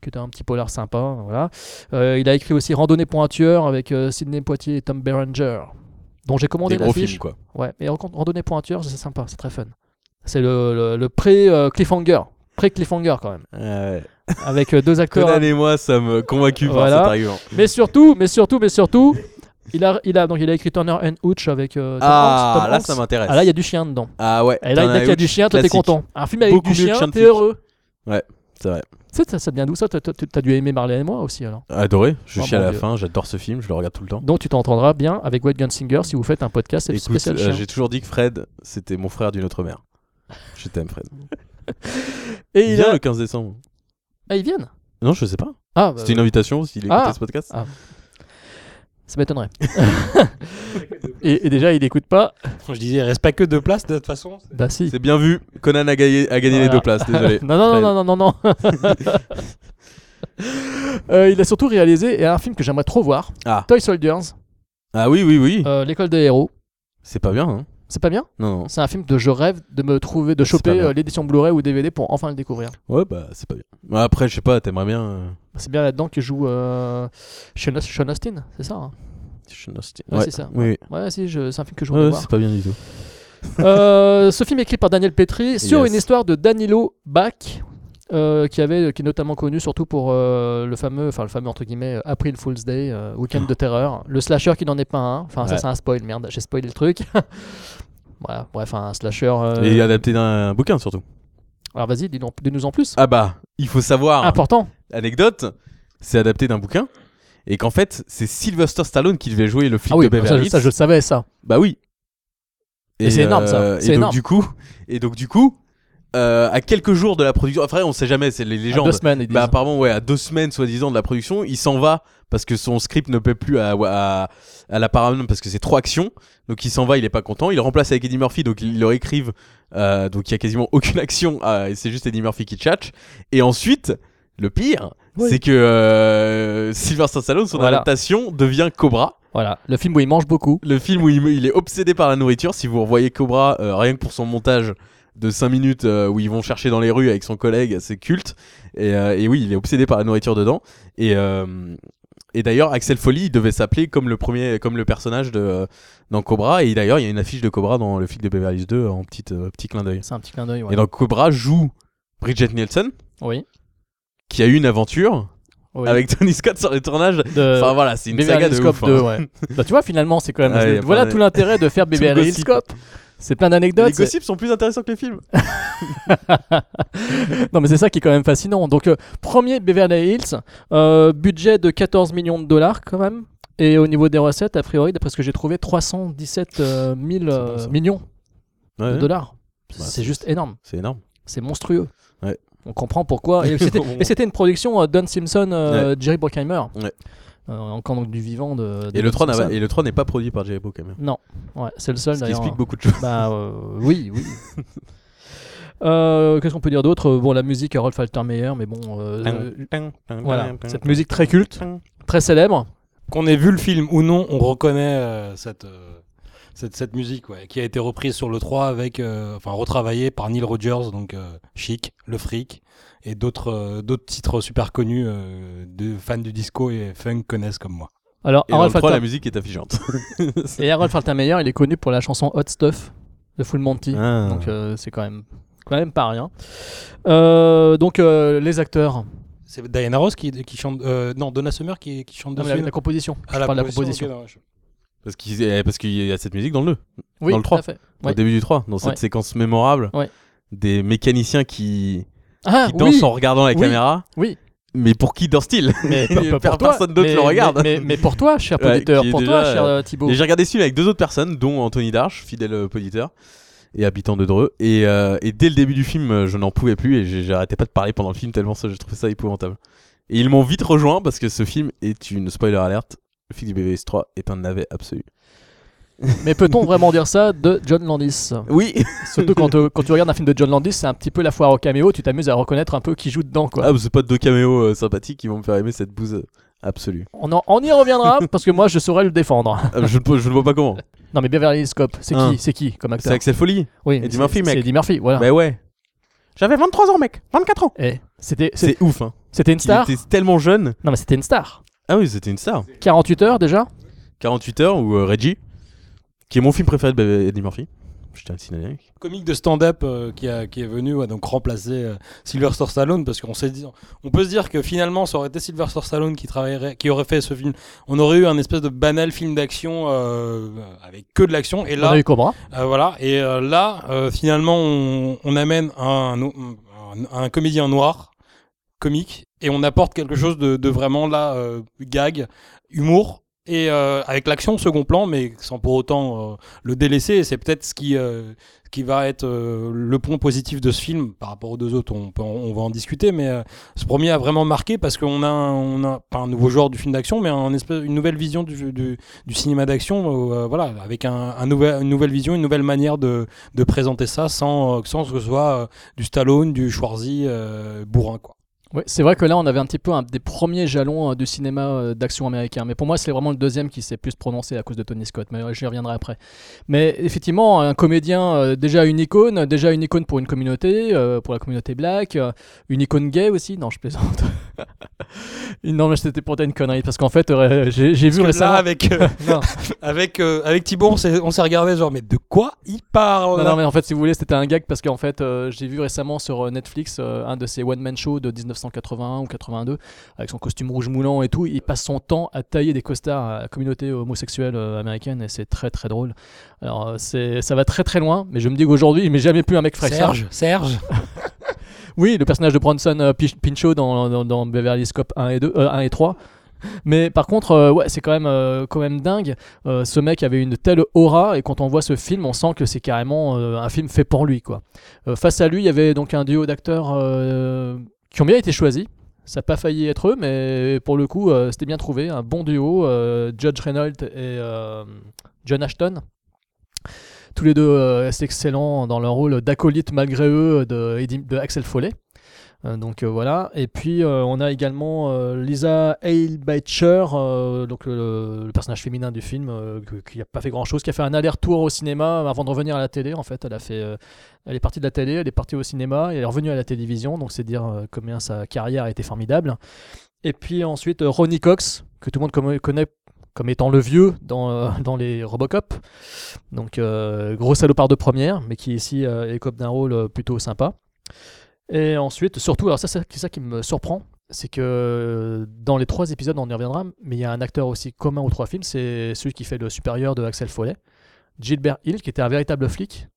Speaker 1: qui était un petit polar sympa. Voilà. Euh, il a écrit aussi Randonnée pour un tueur avec euh, Sidney Poitier et Tom Berenger, dont j'ai commandé
Speaker 2: Des gros
Speaker 1: l'affiche.
Speaker 2: films quoi.
Speaker 1: Ouais, mais rencontre- Randonnée pour un tueur, c'est sympa, c'est très fun. C'est le, le, le pré euh, cliffhanger, pré cliffhanger quand même,
Speaker 2: Ouais.
Speaker 1: avec euh, deux acteurs.
Speaker 2: Conan et moi sommes convaincus
Speaker 1: Voilà.
Speaker 2: par cet argument.
Speaker 1: Mais surtout, mais surtout, mais surtout, il a, il a, donc il a écrit Turner and Hooch avec euh, Tom
Speaker 2: Ah,
Speaker 1: Hanks. Tom
Speaker 2: là
Speaker 1: Hanks.
Speaker 2: ça m'intéresse.
Speaker 1: Ah là, il y a du chien dedans.
Speaker 2: Ah ouais.
Speaker 1: Et là,
Speaker 2: Turner
Speaker 1: dès qu'il y a
Speaker 2: Hooch,
Speaker 1: du chien, toi t'es
Speaker 2: classique.
Speaker 1: content. Un film avec
Speaker 2: Beaucoup
Speaker 1: du
Speaker 2: mieux que
Speaker 1: chien,
Speaker 2: Chien de
Speaker 1: t'es
Speaker 2: flic.
Speaker 1: heureux.
Speaker 2: Ouais, c'est vrai.
Speaker 1: Tu sais, ça, ça devient d'où ça Toi, toi, toi, T'as dû aimer Marley et moi aussi alors.
Speaker 2: Adoré. Je
Speaker 1: Oh
Speaker 2: suis à
Speaker 1: mon
Speaker 2: la
Speaker 1: Dieu.
Speaker 2: fin. J'adore ce film. Je le regarde tout le temps.
Speaker 1: Donc tu t'entendras bien avec Wade Gunsinger si vous faites un podcast
Speaker 2: Écoute,
Speaker 1: spécial
Speaker 2: euh,
Speaker 1: chien.
Speaker 2: j'ai toujours dit que Fred, c'était mon frère d'une autre mère. Je t'aime, Fred.
Speaker 1: Et
Speaker 2: Il
Speaker 1: il
Speaker 2: vient
Speaker 1: a...
Speaker 2: le 15 décembre.
Speaker 1: Ah, ils viennent
Speaker 2: Non, je sais pas.
Speaker 1: Ah, bah,
Speaker 2: C'était une invitation s'il écoutait
Speaker 1: Ah.
Speaker 2: ce podcast.
Speaker 1: Ah. ça m'étonnerait. et, et déjà, il n'écoute pas.
Speaker 10: Je disais, il reste pas que deux places de toute façon.
Speaker 1: Bah si.
Speaker 2: C'est bien vu. Conan a gagné, a gagné les
Speaker 1: Voilà.
Speaker 2: deux places, désolé.
Speaker 1: Non, non, non, non, non, non, non. Euh, il a surtout réalisé et un film que j'aimerais trop voir
Speaker 2: Ah.
Speaker 1: Toy Soldiers,
Speaker 2: Ah oui, oui, oui.
Speaker 1: euh, l'école des héros.
Speaker 2: C'est pas bien, hein
Speaker 1: C'est pas bien
Speaker 2: Non, non.
Speaker 1: C'est un film de je rêve de me trouver, de
Speaker 2: C'est pas
Speaker 1: choper
Speaker 2: bien.
Speaker 1: euh, l'édition Blu-ray ou DVD pour enfin le découvrir.
Speaker 2: Ouais, bah, c'est pas bien. Bah, Après, je sais pas, t'aimerais bien. euh,
Speaker 1: C'est bien là-dedans qu'il joue euh, Sean, Sean Austin, c'est ça hein
Speaker 2: Sean Austin.
Speaker 1: Ouais, c'est ça.
Speaker 2: Oui, oui.
Speaker 1: Ouais, si, je- c'est un film que je
Speaker 2: Ouais,
Speaker 1: voudrais
Speaker 2: ouais,
Speaker 1: voir.
Speaker 2: c'est pas bien du tout.
Speaker 1: Euh, ce film écrit par Daniel Petri sur
Speaker 2: Yes.
Speaker 1: une histoire de Danilo Bach. euh, qui, avait, qui est notamment connu surtout pour euh, le fameux, enfin le fameux entre guillemets, euh, April Fool's Day, euh, Weekend de terreur, le slasher qui n'en est pas un, enfin ça
Speaker 2: Ouais.
Speaker 1: c'est un spoil, merde, j'ai spoilé le truc. voilà, bref, un slasher. euh,
Speaker 2: Et adapté d'un bouquin surtout.
Speaker 1: Alors vas-y, dis-nous dis -nous en plus.
Speaker 2: Ah bah, il faut savoir.
Speaker 1: Important.
Speaker 2: Anecdote, c'est adapté d'un bouquin. Et qu'en fait, c'est Sylvester Stallone qui devait jouer le flic
Speaker 1: Ah oui,
Speaker 2: de
Speaker 1: ça,
Speaker 2: Beverly
Speaker 1: je- ça, je le savais ça.
Speaker 2: Bah oui.
Speaker 1: Et c'est énorme, ça.
Speaker 2: euh,
Speaker 1: C'est
Speaker 2: et donc,
Speaker 1: énorme.
Speaker 2: du coup, et donc du coup, euh, à quelques jours de la production, enfin on sait jamais, c'est les
Speaker 1: En
Speaker 2: légendes.
Speaker 1: deux semaines, ils
Speaker 2: bah
Speaker 1: disent.
Speaker 2: apparemment ouais, à deux semaines soi-disant de la production, il s'en va parce que son script ne paie plus à, à, à la Paramount parce que c'est trois actions. Donc il s'en va, il est pas content. Il le remplace avec Eddie Murphy, donc ils leur écrivent. euh, donc il y a quasiment aucune action. euh, et c'est juste Eddie Murphy qui tchatche. Et ensuite, le pire,
Speaker 1: Oui.
Speaker 2: c'est que euh, Sylvester Stallone, son
Speaker 1: Voilà.
Speaker 2: adaptation devient Cobra.
Speaker 1: Voilà, le film où il mange beaucoup.
Speaker 2: Le film où il, il est obsédé par la nourriture, si vous revoyez Cobra, euh, rien que pour son montage de 5 minutes euh, où ils vont chercher dans les rues avec son collègue, c'est culte. Et, euh, et oui, il est obsédé par la nourriture dedans. Et, euh, et d'ailleurs, Axel Foley il devait s'appeler comme le premier, comme le personnage de, euh, dans Cobra. Et d'ailleurs, il y a une affiche de Cobra dans le flic de Beverly Hills 2 en petite, euh, petit clin d'œil.
Speaker 1: C'est un petit clin d'œil. ouais.
Speaker 2: Et dans Cobra joue Bridget Nielsen,
Speaker 1: Oui.
Speaker 2: qui a eu une aventure
Speaker 1: oui.
Speaker 2: avec Tony Scott sur les tournages.
Speaker 1: De-
Speaker 2: Enfin voilà, c'est une
Speaker 1: Euh, Beverly
Speaker 2: saga
Speaker 1: Hills
Speaker 2: de
Speaker 1: Cop
Speaker 2: ouf, hein.
Speaker 1: 2, ouais. Bah, tu vois, finalement, c'est quand même.
Speaker 2: Ouais, y a
Speaker 1: voilà
Speaker 2: plein
Speaker 1: tout l'intérêt de faire
Speaker 2: Tout le
Speaker 1: Beverly Hills
Speaker 2: gossip.
Speaker 1: Cop. C'est plein
Speaker 2: Les
Speaker 1: d'anecdotes.
Speaker 2: gossips sont plus intéressants que les films.
Speaker 1: non, mais c'est ça qui est quand même fascinant. Donc, euh, premier Beverly Hills, euh, budget de 14 millions de dollars quand même. Et au niveau des recettes, a priori, d'après ce que j'ai trouvé, 317 euh, 000 euh,
Speaker 2: C'est pas ça.
Speaker 1: millions
Speaker 2: Ouais,
Speaker 1: de dollars.
Speaker 2: Bah,
Speaker 1: c'est
Speaker 2: c'est-
Speaker 1: juste énorme.
Speaker 2: c'est énorme.
Speaker 1: C'est monstrueux.
Speaker 2: Ouais.
Speaker 1: On comprend pourquoi. Et c'était, et c'était une production euh, Don Simpson, euh, Jerry Bruckheimer.
Speaker 2: Ouais.
Speaker 1: Euh, encore donc du vivant de. de
Speaker 2: Et le,
Speaker 1: Don
Speaker 2: 3 n'a-
Speaker 1: Simpson.
Speaker 2: et le 3 n'est pas produit par Jerry quand même.
Speaker 1: Ouais, c'est le seul
Speaker 2: Ce qui
Speaker 1: d'ailleurs.
Speaker 2: explique beaucoup de choses.
Speaker 1: Bah euh, oui, oui. Euh, Qu'est-ce qu'on peut dire d'autre Bon, la musique à Rolf Altermeyer, mais bon, euh, euh, voilà, cette musique très culte, très célèbre.
Speaker 10: Qu'on ait vu le film ou non, on reconnaît euh, cette, euh, cette, cette musique ouais, qui a été reprise sur le 3 avec, euh, enfin retravaillée par Neil Rogers, donc euh, Chic, Le Fric et d'autres euh, d'autres titres super connus euh, de fans du disco et funk connaissent comme moi.
Speaker 1: Alors,
Speaker 2: Et dans le
Speaker 1: Harold
Speaker 2: 3, la
Speaker 1: Falter...
Speaker 2: musique est affichante.
Speaker 1: et Harold Faltermeyer, il est connu pour la chanson Hot Stuff de Full Monty.
Speaker 2: Ah.
Speaker 1: Donc, euh, c'est quand même, quand même pas rien. Euh, donc, euh, les acteurs,
Speaker 10: C'est Diana Ross qui, qui chante, euh, non Donna Summer qui, qui chante
Speaker 1: Non, mais
Speaker 10: dessus.
Speaker 1: la, la composition.
Speaker 10: Ah,
Speaker 1: Je parle de la composition.
Speaker 10: ok, non, je-
Speaker 2: Parce qu'il eh, parce qu'il y a cette musique dans le 2,
Speaker 1: Oui,
Speaker 2: Dans le
Speaker 1: tout
Speaker 2: 3.
Speaker 1: à fait. Ouais.
Speaker 2: au début du 3, dans cette
Speaker 1: Ouais.
Speaker 2: séquence mémorable
Speaker 1: Ouais.
Speaker 2: des mécaniciens qui,
Speaker 1: Ah,
Speaker 2: qui dansent
Speaker 1: oui,
Speaker 2: en regardant la
Speaker 1: Oui.
Speaker 2: caméra.
Speaker 1: Oui.
Speaker 2: Mais pour qui dansent-ils
Speaker 1: mais pas- pas pour toi.
Speaker 2: Personne d'autre
Speaker 1: Mais-
Speaker 2: le regarde.
Speaker 1: Mais, mais- mais pour toi, cher
Speaker 2: Ouais,
Speaker 1: auditeur,
Speaker 2: qui est
Speaker 1: pour
Speaker 2: déjà,
Speaker 1: toi, cher
Speaker 2: euh,
Speaker 1: euh, Thibaut.
Speaker 2: Et j'ai regardé ce film avec deux autres personnes, dont Anthony Darche, fidèle euh, auditeur et habitant de Dreux. Et, euh, et dès le début du film, euh, je n'en pouvais plus et j'ai- j'arrêtais pas de parler pendant le film tellement ça, j'ai trouvé ça épouvantable. Et ils m'ont vite rejoint parce que ce film est une spoiler alerte. Le film du BVS 3 est un navet absolu.
Speaker 1: Mais peut-on vraiment dire ça de John Landis
Speaker 2: Oui,
Speaker 1: Surtout quand, euh, quand tu regardes un film de John Landis, c'est un petit peu la foire au caméo, tu t'amuses à reconnaître un peu qui joue dedans. Quoi.
Speaker 2: ah, bah, c'est pas deux caméos euh, sympathiques qui vont me faire aimer cette bouse euh, absolue.
Speaker 1: On, en- on y reviendra parce que moi je saurais le défendre.
Speaker 2: Ah, bah, je, ne peux- je ne vois pas comment.
Speaker 1: Non mais Beverly Hills Cop, c'est
Speaker 2: Hein.
Speaker 1: qui C'est qui comme
Speaker 2: C'est
Speaker 1: acteur
Speaker 2: Axel Foley.
Speaker 1: Oui,
Speaker 2: Eddie
Speaker 1: c'est-
Speaker 2: Murphy,
Speaker 1: c'est
Speaker 2: mec.
Speaker 1: Eddie Murphy, voilà.
Speaker 2: Bah ouais. J'avais 23 ans, mec. 24 ans.
Speaker 1: Eh, c'était c'est-
Speaker 2: C'est ouf, hein.
Speaker 1: c'était une star
Speaker 2: Il était tellement jeune.
Speaker 1: Non mais c'était une star.
Speaker 2: Ah oui, c'était une star.
Speaker 1: 48 heures déjà
Speaker 2: 48 heures ou euh, Reggie, qui est mon film préféré de Bebe- Eddie Murphy. Je tiens à le signaler.
Speaker 10: comique de stand-up euh, qui, a- qui est venu ouais, donc remplacer euh, Sylvester Stallone parce qu'on s'est dit on peut se dire que finalement ça aurait été Sylvester Stallone qui travaillerait qui aurait fait ce film on aurait eu un espèce de banal film d'action euh, avec que de l'action et
Speaker 1: On a
Speaker 10: là
Speaker 1: eu Cobra.
Speaker 10: euh, voilà et euh, là euh, finalement on, on amène un, un, un comédien noir comique et on apporte quelque chose de, de vraiment là euh, gag humour et euh, avec l'action au second plan, mais sans pour autant euh, le délaisser. Et c'est peut-être ce qui, euh, ce qui va être euh, le point positif de ce film par rapport aux deux autres. On, peut en- on va en discuter, mais euh, ce premier a vraiment marqué parce qu'on a, un- on a pas un nouveau genre du film d'action, mais un espèce, une nouvelle vision du, du, du cinéma d'action. euh, voilà, avec un, un nouvel, une nouvelle vision, une nouvelle manière de, de présenter ça sans, euh, sans que ce soit euh, du Stallone, du Schwarzy, euh, bourrin quoi.
Speaker 1: Ouais, c'est vrai que là, on avait un petit peu un des premiers jalons euh, du cinéma euh, d'action américain. Mais pour moi, c'est vraiment le deuxième qui s'est plus prononcé à cause de Tony Scott. Mais euh, j'y reviendrai après. Mais effectivement, un comédien, euh, déjà une icône, déjà une icône pour une communauté, euh, pour la communauté black, euh, une icône gay aussi. Non, je plaisante. non, mais c'était pour dire une connerie. Parce qu'en fait, euh, j'ai j'ai vu
Speaker 10: Parce que là,
Speaker 1: récemment.
Speaker 10: avec, euh,
Speaker 1: Non.
Speaker 10: avec, euh, avec Thibaut, on s'est on s'est regardé genre, mais de quoi il parle
Speaker 1: Non, non, mais en fait, si vous voulez, c'était un gag parce qu'en fait, euh, j'ai vu récemment sur euh, Netflix euh, un de ces one-man shows de 1981 ou 82, avec son costume rouge moulant et tout. Il passe son temps à tailler des costards à la communauté homosexuelle euh, américaine et c'est très très drôle. Alors, euh, c'est, ça va très très loin, mais je me dis qu'aujourd'hui, je n'ai jamais plus un mec frais que ça.
Speaker 10: Serge, Serge.
Speaker 1: Oui, le personnage de Bronson euh, Pinch- Pinchot dans, dans, dans Beverly Hills Cop 1 et, 2, euh, 1 et 3. Mais par contre, euh, ouais, c'est quand même, euh, quand même dingue. Euh, ce mec avait une telle aura, et quand on voit ce film, on sent que c'est carrément euh, un film fait pour lui. Quoi. Euh, face à lui, il y avait donc un duo d'acteurs euh, qui ont bien été choisis. Ça n'a pas failli être eux, mais pour le coup, euh, c'était bien trouvé. Un bon duo, euh, Judge Reynolds et euh, John Ashton. Tous les deux euh, assez excellents dans leur rôle d'acolyte malgré eux de, Eddie- de Axel Foley. Euh, donc euh, voilà. Et puis euh, on a également euh, Lisa Eilbeicher, euh, donc le, le personnage féminin du film, euh, que- qui n'a pas fait grand chose, qui a fait un aller-retour au cinéma avant de revenir à la télé. En fait, elle a fait, euh, elle est partie de la télé, elle est partie au cinéma, et elle est revenue à la télévision. Donc c'est dire euh, combien sa carrière a été formidable. Et puis ensuite euh, Ronnie Cox, que tout le monde comme- connaît comme étant le vieux dans, euh, dans les Robocop. Donc euh, gros salopard de première, mais qui ici euh, écope d'un rôle euh, plutôt sympa. Et ensuite, surtout, alors ça, ça- c'est ça qui me surprend, c'est que euh, dans les trois épisodes, on y reviendra, mais il y a un acteur aussi commun aux trois films, c'est celui qui fait le supérieur de Axel Follet, Gilbert Hill, qui était un véritable flic.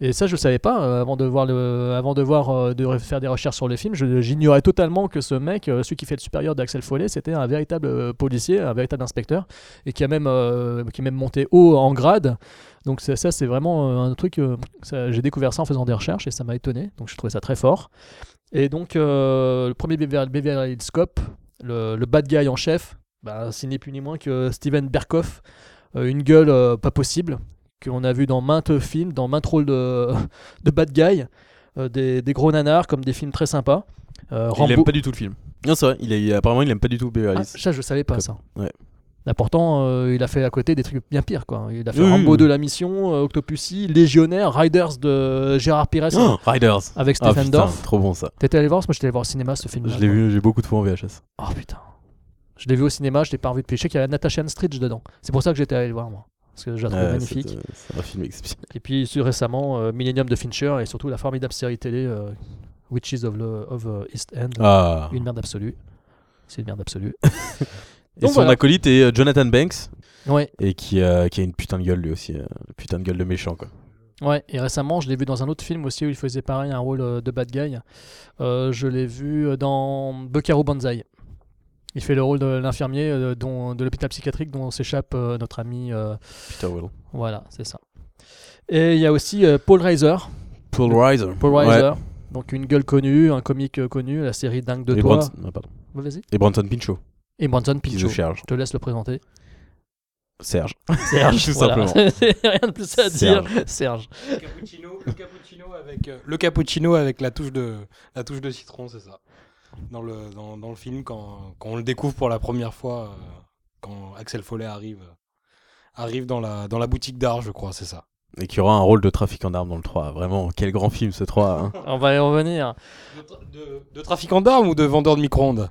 Speaker 1: Et ça, je ne savais pas euh, avant de voir, le, avant de, voir euh, de re- faire des recherches sur les films. je- J'ignorais totalement que ce mec, euh, celui qui fait le supérieur d'Axel Follet, c'était un véritable euh, policier, un véritable inspecteur, et qui a même, euh, qui est même monté haut en grade. Donc ça, ça, c'est vraiment euh, un truc. euh, ça- J'ai découvert ça en faisant des recherches et ça m'a étonné. Donc je trouvais ça très fort. Et donc, euh, le premier Beverly Beverly Hills Cop, le, le bad guy en chef, bah, c'est ni plus ni moins que Steven Berkoff, euh, une gueule euh, pas possible, qu'on a vu dans maintes films, dans maintes rôles de, de bad guy, euh, des, des gros nanars comme des films très sympas. Euh,
Speaker 2: Il
Speaker 1: Rambo-
Speaker 2: aime pas du tout le film. Non, c'est vrai, il a- il- apparemment il aime pas du tout Beverly
Speaker 1: Ah,
Speaker 2: Hills.
Speaker 1: ça, je savais pas
Speaker 2: Cop.
Speaker 1: ça.
Speaker 2: Ouais.
Speaker 1: Là, pourtant, euh, il a fait à côté des trucs bien pires. Quoi. Il a fait
Speaker 2: Oui,
Speaker 1: Rambo
Speaker 2: oui, oui.
Speaker 1: de la Mission, euh, Octopussy, Légionnaire, Riders de Gérard Pires
Speaker 2: Oh, Riders.
Speaker 1: avec
Speaker 2: Ah,
Speaker 1: Stephen
Speaker 2: putain,
Speaker 1: Dorff.
Speaker 2: trop bon ça.
Speaker 1: T'étais allé voir Moi, j'étais allé voir au cinéma ce film.
Speaker 2: Je l'ai vu, j'ai beaucoup de fois en VHS.
Speaker 1: Oh putain. Je l'ai vu au cinéma, je l'ai pas revu depuis. Je sais qu'il y a Natasha Stridge dedans. C'est pour ça que j'étais allé le voir, moi. Parce que je la trouve
Speaker 2: Ouais,
Speaker 1: magnifique.
Speaker 2: c'est, euh, C'est un film exceptionnel.
Speaker 1: Et puis sur- récemment, euh, Millennium de Fincher et surtout la formidable série télé euh, Witches of, the- of euh, East End.
Speaker 2: Ah.
Speaker 1: Une merde absolue. C'est une merde absolue.
Speaker 2: Et
Speaker 1: Donc
Speaker 2: son
Speaker 1: voilà.
Speaker 2: acolyte est euh, Jonathan Banks
Speaker 1: ouais.
Speaker 2: et qui, euh, qui a une putain de gueule lui aussi, euh, putain de gueule de méchant quoi.
Speaker 1: Ouais, et récemment, je l'ai vu dans un autre film aussi où il faisait pareil un rôle euh, de bad guy. Euh, je l'ai vu dans Buckaroo Banzai. Il fait le rôle de l'infirmier euh, dont- de l'hôpital psychiatrique dont s'échappe euh, notre ami. euh,
Speaker 2: Peter Will.
Speaker 1: voilà, c'est ça. Et il y a aussi euh, Paul Reiser.
Speaker 2: Paul Reiser.
Speaker 1: Paul
Speaker 2: Ouais.
Speaker 1: Reiser, donc une gueule connue, un comique euh, connu, la série Dingue de
Speaker 2: Et,
Speaker 1: toi.
Speaker 2: Branson- ah, pardon.
Speaker 1: Ouais, Vas-y.
Speaker 2: et Branson Pinchot,
Speaker 1: Et Branson
Speaker 2: qui se
Speaker 1: Pinchot. Je
Speaker 2: charge.
Speaker 1: te laisse le présenter.
Speaker 2: Serge.
Speaker 1: Serge,
Speaker 2: Tout
Speaker 1: voilà.
Speaker 2: simplement.
Speaker 1: C'est Rien de plus à
Speaker 2: Serge.
Speaker 1: dire. Serge.
Speaker 10: Le cappuccino, le cappuccino avec euh, le cappuccino avec la touche de la touche de citron, c'est ça. Dans le dans, dans le film quand, quand on le découvre pour la première fois euh, quand Axel Follet arrive euh, arrive dans la dans la boutique d'art, je crois, c'est ça.
Speaker 2: Et qui aura un rôle de trafiquant d'armes dans le 3. Vraiment, quel grand film ce 3. hein.
Speaker 1: On va y revenir.
Speaker 10: De, tra- de- de trafiquant d'armes ou de vendeur de micro-ondes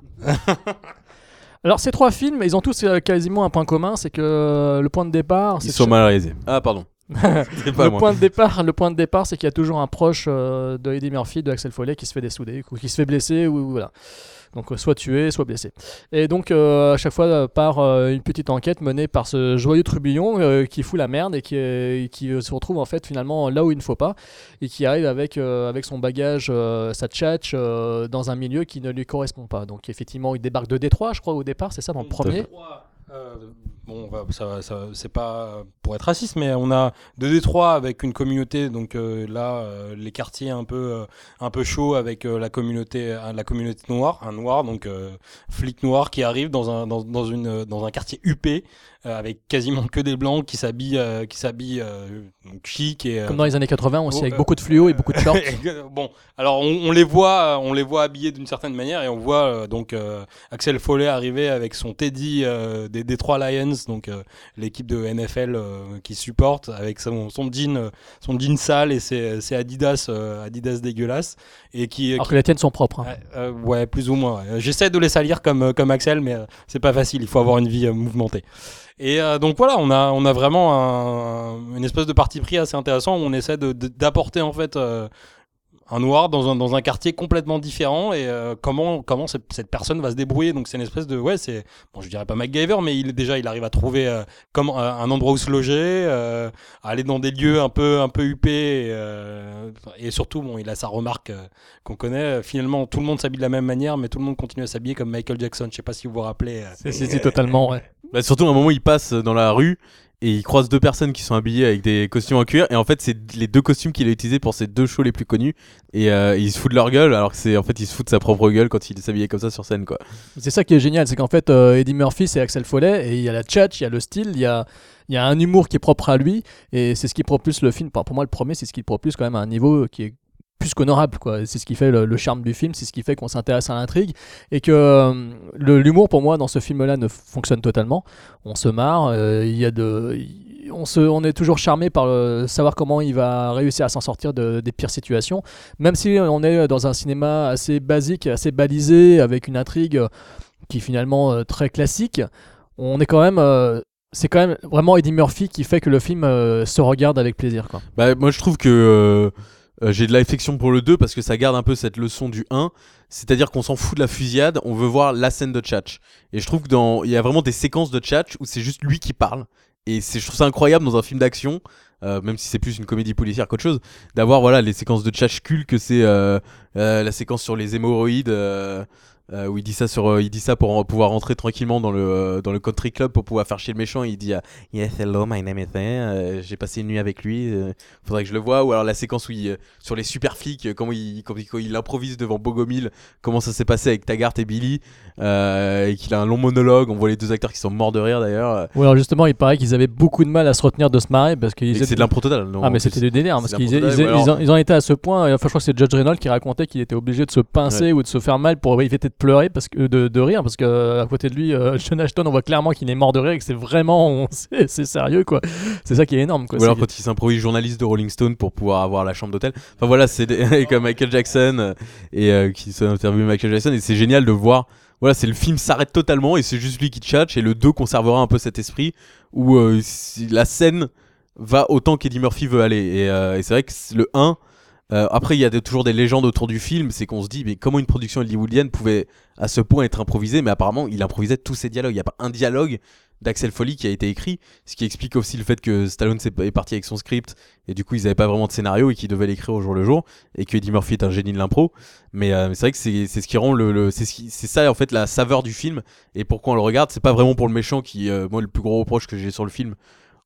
Speaker 1: Alors ces trois films, ils ont tous euh, quasiment un point commun, c'est que euh, le point de départ, c'est
Speaker 2: Ils sont mal réalisés. Ah pardon. C'est pas
Speaker 1: le
Speaker 2: moi.
Speaker 1: point de départ, le point de départ, c'est qu'il y a toujours un proche euh, de Eddie Murphy, de Axel Foley, qui se fait dessouder, ou qui se fait blesser, ou voilà. Donc euh, soit tué, soit blessé. Et donc euh, à chaque fois euh, par euh, une petite enquête menée par ce joyeux trubillon euh, qui fout la merde et qui, est- qui euh, se retrouve en fait finalement là où il ne faut pas et qui arrive avec, euh, avec son bagage, euh, sa tchatch, euh, dans un milieu qui ne lui correspond pas. Donc effectivement, il débarque de Détroit, je crois, au départ, c'est ça, dans le premier.
Speaker 10: Euh, bon, on va- ça, ça- c'est pas pour être raciste, mais on a de Détroit avec une communauté, donc euh, là, euh, les quartiers un peu, euh, un peu chauds avec euh, la communauté, euh, la communauté noire, un noir, donc euh, flic noir qui arrive dans un, dans, dans une, euh, dans un quartier huppé euh, avec quasiment que des blancs qui s'habillent, euh, qui s'habillent euh, donc chic et euh,
Speaker 1: Comme dans les années 80 aussi,
Speaker 10: Oh,
Speaker 1: avec
Speaker 10: euh,
Speaker 1: beaucoup de fluo et beaucoup de shorts.
Speaker 10: bon, alors on, on les voit, euh, on les voit habillés d'une certaine manière et on voit euh, donc euh, Axel Follet arriver avec son Teddy euh, des Detroit Lions, donc euh, l'équipe de NFL euh, qui supporte avec son, son jean, euh, son jean sale et ses, ses Adidas, euh, Adidas dégueulasses et qui,
Speaker 1: Alors que les tiennes sont propres. hein.
Speaker 10: Ouais, euh, ouais, plus ou moins. ouais. J'essaie de les salir comme, euh, comme Axel, mais euh, c'est pas facile. Il faut avoir une vie euh, mouvementée. Et euh, donc voilà, on a, on a vraiment un- une espèce de parti pris assez intéressant où on essaie de- de- d'apporter en fait euh, un noir dans un, dans un quartier complètement différent et euh, comment, comment cette, cette personne va se débrouiller. Donc c'est une espèce de. Ouais, c'est. Bon, je dirais pas MacGyver, mais il, déjà il arrive à trouver euh, comment, euh, un endroit où se loger, euh, à aller dans des lieux un peu, un peu huppés. Et, euh, et surtout, bon, il a sa remarque. euh, qu'on connaît. Euh, Finalement, tout le monde s'habille de la même manière, mais tout le monde continue à s'habiller comme Michael Jackson. Je sais pas si vous vous rappelez. euh,
Speaker 1: Si, si, si, totalement, ouais.
Speaker 2: Bah, surtout, à un moment, il passe dans la rue et il croise deux personnes qui sont habillées avec des costumes en cuir. Et en fait, c'est les deux costumes qu'il a utilisés pour ses deux shows les plus connus. Et euh, il se fout de leur gueule, alors que c'est en fait, il se fout de sa propre gueule quand il s'habillait comme ça sur scène, quoi.
Speaker 1: C'est ça qui est génial, c'est qu'en fait, euh, Eddie Murphy, c'est Axel Follet, et il y a la tchatch, il y a le style, il y a, il y a un humour qui est propre à lui, et c'est ce qui propulse le film. Enfin, pour moi, le premier, c'est ce qui propulse quand même à un niveau qui est plus qu'honorable, quoi. C'est ce qui fait le, le charme du film, c'est ce qui fait qu'on s'intéresse à l'intrigue, et que euh, le- l'humour, pour moi, dans ce film-là, ne fonctionne totalement. On se marre, euh, il y a de. il- On, se, on est toujours charmé par le- savoir comment il va réussir à s'en sortir de- des pires situations, même si on est dans un cinéma assez basique, assez balisé, avec une intrigue qui est finalement euh, très classique, on est quand même. euh, c'est quand même vraiment Eddie Murphy qui fait que le film euh, se regarde avec plaisir. Quoi.
Speaker 2: Bah, moi, je trouve que euh, euh, j'ai de l'affection pour le 2 parce que ça garde un peu cette leçon du 1. C'est-à-dire qu'on s'en fout de la fusillade, on veut voir la scène de Tchatch. Et je trouve que dans, il y a vraiment des séquences de Tchatch où c'est juste lui qui parle. Et c'est, je trouve ça incroyable dans un film d'action, euh, même si c'est plus une comédie policière qu'autre chose, d'avoir voilà les séquences de Tchatch cul que c'est euh, euh, la séquence sur les hémorroïdes. euh, euh, où il dit ça sur, euh, il dit ça pour en- pouvoir rentrer tranquillement dans le euh, dans le country club pour pouvoir faire chier le méchant. Il dit euh, Yes, hello, my name is euh, J'ai passé une nuit avec lui. euh, faudrait que je le voie. Ou alors la séquence où il, euh, sur les super flics, euh, comment il, quand il, quand il improvise devant Bogomil, comment ça s'est passé avec Taggart et Billy, euh, et qu'il a un long monologue. On voit les deux acteurs qui sont morts de rire d'ailleurs. euh,
Speaker 1: Ou alors justement, il paraît qu'ils avaient beaucoup de mal à se retenir de se marrer parce
Speaker 2: et
Speaker 1: qu'ils
Speaker 2: que C'est de l'impro totale. non,
Speaker 1: Ah mais
Speaker 2: en plus.
Speaker 1: c'était du délire parce
Speaker 2: c'est
Speaker 1: qu'ils
Speaker 2: n'importe
Speaker 1: ils-
Speaker 2: quoi,
Speaker 1: ils-
Speaker 2: ou alors-
Speaker 1: ils en, ils en étaient à ce point. euh, Enfin, je crois que c'est Judge Reynolds qui racontait qu'il était obligé de se pincer ou de se faire mal pour éviter de pleurer parce que de, de rire parce que euh, à côté de lui, euh, John Ashton, on voit clairement qu'il est mort de rire et que c'est vraiment on- c'est c'est sérieux quoi. C'est ça qui est énorme quoi.
Speaker 2: Ou alors
Speaker 1: C'est-
Speaker 2: quand il s'improvise journaliste de Rolling Stone pour pouvoir avoir la chambre d'hôtel. Enfin voilà, c'est des- comme Michael Jackson euh, et euh, qui s'interviewe Michael Jackson et c'est génial de voir. Voilà, c'est le film s'arrête totalement et c'est juste lui qui tchatche et le 2 conservera un peu cet esprit où euh, si- la scène va autant qu'Eddie Murphy veut aller. Et, euh, et c'est vrai que c'est- le 1, euh, après il y a des- toujours des légendes autour du film, c'est qu'on se dit mais comment une production hollywoodienne pouvait à ce point être improvisée, mais apparemment il improvisait tous ses dialogues. Il n'y a pas un dialogue d'Axel Foley qui a été écrit ce qui explique aussi le fait que Stallone s'est- est parti avec son script et du coup ils n'avaient pas vraiment de scénario et qu'ils devaient l'écrire au jour le jour et que Eddie Murphy est un génie de l'impro mais, euh, mais c'est vrai que c'est c'est ce qui rend le, le- c'est ce qui- c'est ça en fait la saveur du film et pourquoi on le regarde c'est pas vraiment pour le méchant qui euh, moi le plus gros reproche que j'ai sur le film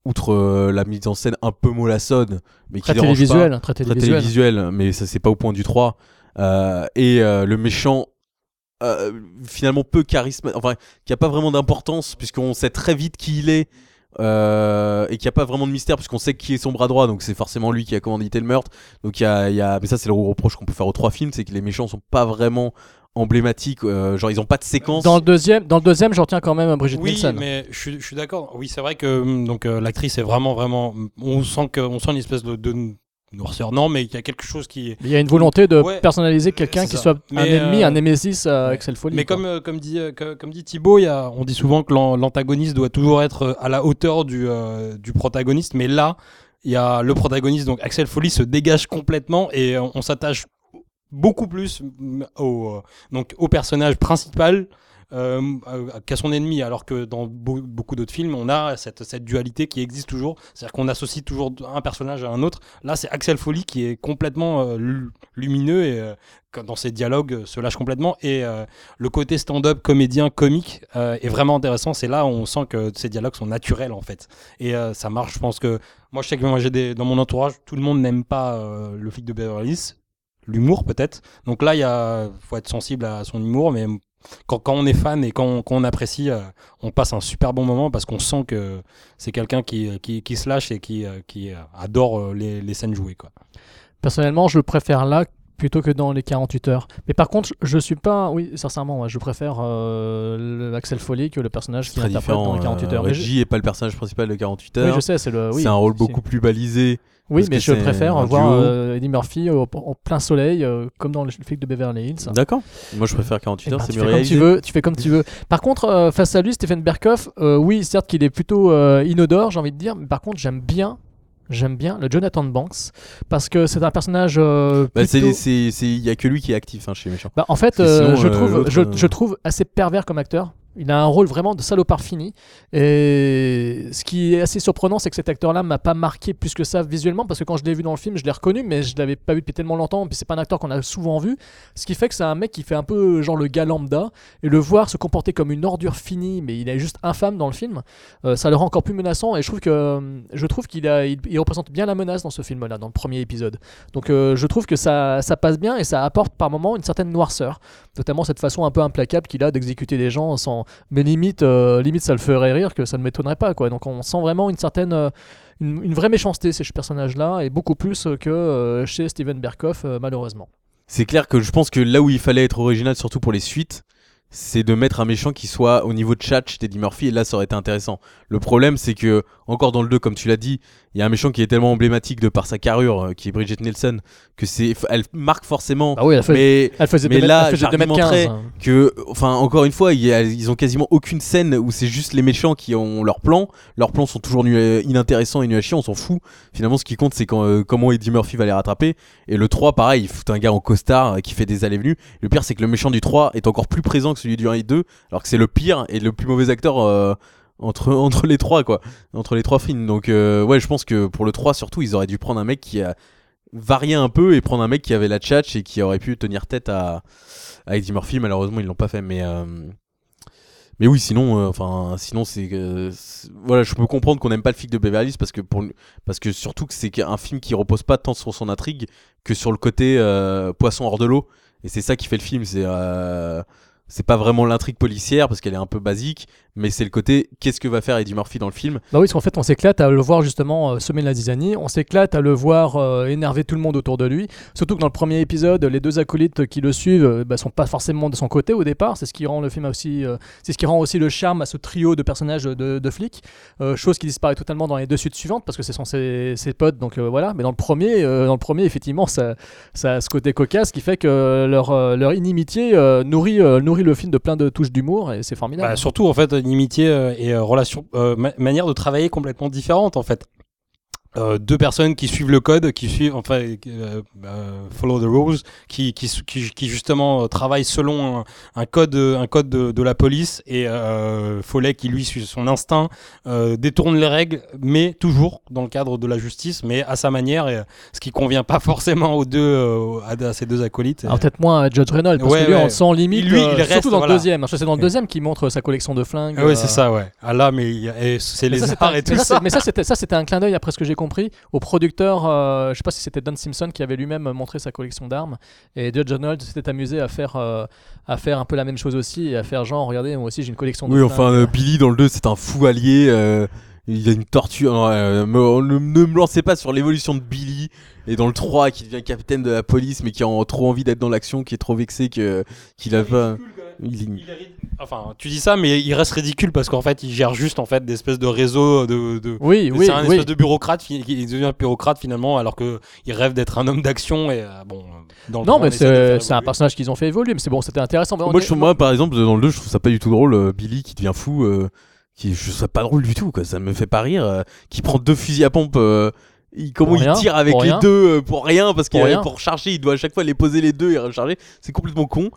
Speaker 2: outre euh, la mise en scène un peu mollassonne mais qui
Speaker 1: très
Speaker 2: dérange pas
Speaker 1: télévisuel, très
Speaker 2: très
Speaker 1: télévisuel.
Speaker 2: télévisuel, mais ça c'est pas au point du 3. Euh, et euh, le méchant, euh, finalement peu charismatique, enfin, qui a pas vraiment d'importance, puisqu'on sait très vite qui il est, euh, et qui a pas vraiment de mystère, puisqu'on sait qui est son bras droit, donc c'est forcément lui qui a commandité le meurtre. Donc il y a, il y a- mais ça c'est le gros reproche qu'on peut faire aux trois films, c'est que les méchants sont pas vraiment emblématiques, euh, genre ils ont pas de séquence.
Speaker 1: Dans le deuxième, dans le deuxième, j'en tiens quand même à Brigitte
Speaker 10: oui,
Speaker 1: Nielsen.
Speaker 10: mais je, suis- je suis d'accord. Oui, c'est vrai que hum, donc euh, l'actrice est vraiment, vraiment. hum, On sent que, on sent une espèce de, de noirceur. Non, mais il y a quelque chose qui.
Speaker 1: Il y a une volonté de
Speaker 10: Ouais,
Speaker 1: personnaliser quelqu'un
Speaker 10: c'est
Speaker 1: qui
Speaker 10: ça.
Speaker 1: soit un
Speaker 10: Mais,
Speaker 1: ennemi,
Speaker 10: euh,
Speaker 1: un némésis à
Speaker 10: ouais.
Speaker 1: Axel Foley.
Speaker 10: Mais
Speaker 1: quoi.
Speaker 10: comme, euh, comme dit, euh, que- comme dit Thibaut, il y a- on dit souvent que l'an- l'antagoniste doit toujours être euh, à la hauteur du, euh, du protagoniste, mais là, il y a le protagoniste, donc Axel Foley, se dégage complètement et euh, on s'attache beaucoup plus mm, au, euh, donc, au personnage principal euh, euh, qu'à son ennemi, alors que dans beau- beaucoup d'autres films, on a cette, cette dualité qui existe toujours, c'est-à-dire qu'on associe toujours un personnage à un autre. Là, c'est Axel Foley qui est complètement euh, lu- lumineux et euh, quand- dans ses dialogues euh, se lâche complètement. Et euh, le côté stand-up, comédien, comique euh, est vraiment intéressant. C'est là où on sent que ces dialogues sont naturels en fait. Et euh, ça marche, je pense que moi, je sais que moi, j'ai des, dans mon entourage, tout le monde n'aime pas euh, le flic de Beverly Hills. L'humour, peut-être. Donc là, il y a, faut être sensible à son humour, mais quand, quand on est fan et quand on, quand on apprécie, euh, on passe un super bon moment parce qu'on sent que c'est quelqu'un qui, qui, qui se lâche et qui, euh, qui euh, adore euh, les, les scènes jouées. Quoi.
Speaker 1: Personnellement, je le préfère là plutôt que dans les 48 heures. Mais par contre, je- je suis pas. Oui, sincèrement, ouais, je préfère euh, le- Axel Foley que le personnage qui
Speaker 2: très
Speaker 1: interprète dans
Speaker 2: différent.
Speaker 1: les 48
Speaker 2: euh,
Speaker 1: heures. Mais je-
Speaker 2: Reggie est pas le personnage principal de 48
Speaker 1: oui,
Speaker 2: heures.
Speaker 1: je sais, c'est le. Oui,
Speaker 2: c'est un rôle
Speaker 1: c'est-
Speaker 2: beaucoup plus balisé.
Speaker 1: Oui,
Speaker 2: parce
Speaker 1: mais
Speaker 2: que
Speaker 1: je
Speaker 2: c'est
Speaker 1: préfère
Speaker 2: un
Speaker 1: voir
Speaker 2: duo.
Speaker 1: euh, Eddie Murphy au- en plein soleil, euh, comme dans le flic de Beverly Hills.
Speaker 2: D'accord. Moi, je préfère 48
Speaker 1: Eh
Speaker 2: heures,
Speaker 1: ben,
Speaker 2: c'est
Speaker 1: tu
Speaker 2: mieux
Speaker 1: fais comme tu
Speaker 2: réalisé.
Speaker 1: veux, tu fais comme tu veux. Par contre, euh, face à lui, Stephen Berkoff, euh, oui, certes qu'il est plutôt euh, inodore, j'ai envie de dire, mais par contre, j'aime bien, j'aime bien le Jonathan Banks parce que c'est un personnage euh,
Speaker 2: Bah, c'est-
Speaker 1: plutôt-
Speaker 2: c'est- c'est- Il y a que lui qui est actif hein, chez les méchants.
Speaker 1: Bah, en fait,
Speaker 2: Parce que
Speaker 1: euh,
Speaker 2: sinon,
Speaker 1: je,
Speaker 2: euh,
Speaker 1: trouve,
Speaker 2: l'autre,
Speaker 1: je,
Speaker 2: euh,
Speaker 1: je trouve assez pervers comme acteur. Il a un rôle vraiment de salopard fini. Et ce qui est assez surprenant, c'est que cet acteur-là m'a pas marqué plus que ça visuellement, parce que quand je l'ai vu dans le film, je l'ai reconnu, mais je l'avais pas vu depuis tellement longtemps. Puis c'est pas un acteur qu'on a souvent vu. Ce qui fait que c'est un mec qui fait un peu genre le gars lambda. Et le voir se comporter comme une ordure finie, mais il est juste infâme dans le film, euh, ça le rend encore plus menaçant. Et je trouve que euh, je trouve qu'il a, il, il représente bien la menace dans ce film-là, dans le premier épisode. Donc euh, je trouve que ça, ça passe bien et ça apporte par moments une certaine noirceur notamment cette façon un peu implacable qu'il a d'exécuter les gens sans mais limite euh, limite ça le ferait rire que ça ne m'étonnerait pas quoi donc on sent vraiment une certaine euh, une, une vraie méchanceté chez ce personnage là et beaucoup plus euh, que euh, chez Steven Berkoff euh, malheureusement
Speaker 2: C'est clair que je pense que là où il fallait être original, surtout pour les suites, c'est de mettre un méchant qui soit au niveau de Chatch, Teddy Murphy, et là ça aurait été intéressant. Le problème, c'est que, encore dans le 2, comme tu l'as dit, il y a un méchant qui est tellement emblématique de par sa carrure, euh, qui est Bridget Nielsen, que c'est, elle marque forcément.
Speaker 1: bah oui elle, fait-
Speaker 2: mais
Speaker 1: elle faisait
Speaker 2: mais
Speaker 1: deux mètres-
Speaker 2: là,
Speaker 1: elle faisait deux mètres
Speaker 2: j'argumenterais
Speaker 1: 15, hein.
Speaker 2: que, enfin, encore une fois, il y a- ils ont quasiment aucune scène où c'est juste les méchants qui ont leur plan. Leurs plans sont toujours nu- inintéressants et nuls à chier, on s'en fout. Finalement, ce qui compte, c'est quand, euh, comment Eddie Murphy va les rattraper. Et le 3, pareil, il fout un gars en costard euh, qui fait des allées venues. Le pire, c'est que le méchant du 3 est encore plus présent que celui du 1 et 2, alors que c'est le pire et le plus mauvais acteur. euh, entre, entre les trois quoi entre les trois films donc euh, ouais je pense que pour le 3 surtout ils auraient dû prendre un mec qui a varié un peu et prendre un mec qui avait la tchatche et qui aurait pu tenir tête à, à Eddie Murphy malheureusement ils l'ont pas fait mais euh, mais oui sinon euh, enfin sinon c'est que- c'est- voilà je peux comprendre qu'on n'aime pas le film de Beverly Hills parce que pour parce que surtout que c'est un film qui repose pas tant sur son intrigue que sur le côté euh, poisson hors de l'eau et c'est ça qui fait le film c'est euh, c'est pas vraiment l'intrigue policière parce qu'elle est un peu basique mais c'est le côté qu'est-ce que va faire Eddie Murphy dans le film
Speaker 1: Bah oui, parce qu'en fait, on s'éclate à le voir justement euh, semer la zizanie, on s'éclate à le voir euh, énerver tout le monde autour de lui. Surtout que dans le premier épisode, les deux acolytes qui le suivent euh, bah, sont pas forcément de son côté au départ. C'est ce qui rend le film aussi, euh, c'est ce qui rend aussi le charme à ce trio de personnages de, de flics. Euh, chose qui disparaît totalement dans les deux suites suivantes parce que ce sont ses, ses potes, donc euh, voilà. Mais dans le premier, euh, dans le premier, effectivement, ça, ça a ce côté cocasse qui fait que leur, euh, leur inimitié euh, nourrit, euh, nourrit le film de plein de touches d'humour et c'est formidable.
Speaker 10: Bah, surtout en fait une amitié euh, et euh, relation euh, ma- manière de travailler complètement différente en fait Euh, deux personnes qui suivent le code qui suivent enfin euh, euh, follow the rules qui qui, su- qui, qui justement euh, travaillent selon un, un code euh, un code de, de la police et euh, Follet qui lui suit son instinct euh, détourne les règles mais toujours dans le cadre de la justice mais à sa manière et, euh, ce qui convient pas forcément aux deux euh, à, à ces deux acolytes
Speaker 1: Alors peut-être moins à Judge Reynolds, parce
Speaker 10: Ouais,
Speaker 1: que lui,
Speaker 10: ouais.
Speaker 1: on le sent limite,
Speaker 10: Et lui,
Speaker 1: euh,
Speaker 10: il reste,
Speaker 1: surtout dans
Speaker 10: voilà.
Speaker 1: le deuxième. Je crois que C'est dans le
Speaker 10: Et-
Speaker 1: deuxième qu'il montre sa collection de flingues.
Speaker 10: Ah ouais
Speaker 1: euh,
Speaker 10: c'est ça ouais ah là mais il y a- et c'est
Speaker 1: mais
Speaker 10: les
Speaker 1: ça, c'est
Speaker 10: arts
Speaker 1: pas-
Speaker 10: et tout
Speaker 1: mais ça,
Speaker 10: ça
Speaker 1: c'est- mais ça, c'était, ça, c'était un clin d'œil, après ce que j'ai compris, au producteur, euh, je sais pas si c'était Don Simpson qui avait lui-même montré sa collection d'armes, et Judge Reynolds s'était amusé à faire, euh, à faire un peu la même chose aussi, et à faire genre, regardez, moi aussi j'ai une collection de
Speaker 2: Oui,
Speaker 1: flingues.
Speaker 2: enfin, euh, Billy dans le 2, c'est un fou allié. euh, il a une tortue. non, euh, me- ne, ne me lancez pas sur l'évolution de Billy. Et dans le 3, qui devient capitaine de la police, mais qui a en- trop envie d'être dans l'action, qui est trop vexé que, qu'il a pas. Il-
Speaker 10: Enfin, tu dis ça, mais il reste ridicule parce qu'en fait, il gère juste en fait des espèces de réseaux euh, de. de...
Speaker 1: oui, oui,
Speaker 10: c'est un
Speaker 1: oui.
Speaker 10: espèce de bureaucrate, fi- qui- il devient bureaucrate finalement, alors que il rêve d'être un homme d'action et euh, bon. Dans le
Speaker 1: Non,
Speaker 10: temps, on
Speaker 1: mais
Speaker 10: essaie de le
Speaker 1: c'est,
Speaker 10: faire
Speaker 1: c'est un
Speaker 10: évoluer.
Speaker 1: personnage qu'ils ont fait évoluer, mais c'est bon, c'était intéressant.
Speaker 2: Moi, je trouve, moi, par exemple, dans le 2, je trouve ça pas du tout drôle. euh, Billy qui devient fou, euh, qui, je trouve ça pas drôle du tout, quoi. Ça me fait pas rire. euh, qui prend deux fusils à pompe. euh, il- comment
Speaker 1: Pour
Speaker 2: il
Speaker 1: rien,
Speaker 2: tire avec
Speaker 1: pour
Speaker 2: les
Speaker 1: rien.
Speaker 2: deux euh, pour rien parce qu'il
Speaker 1: Pour
Speaker 2: a-
Speaker 1: rien.
Speaker 2: pour recharger il doit à chaque fois les poser les deux et recharger c'est complètement con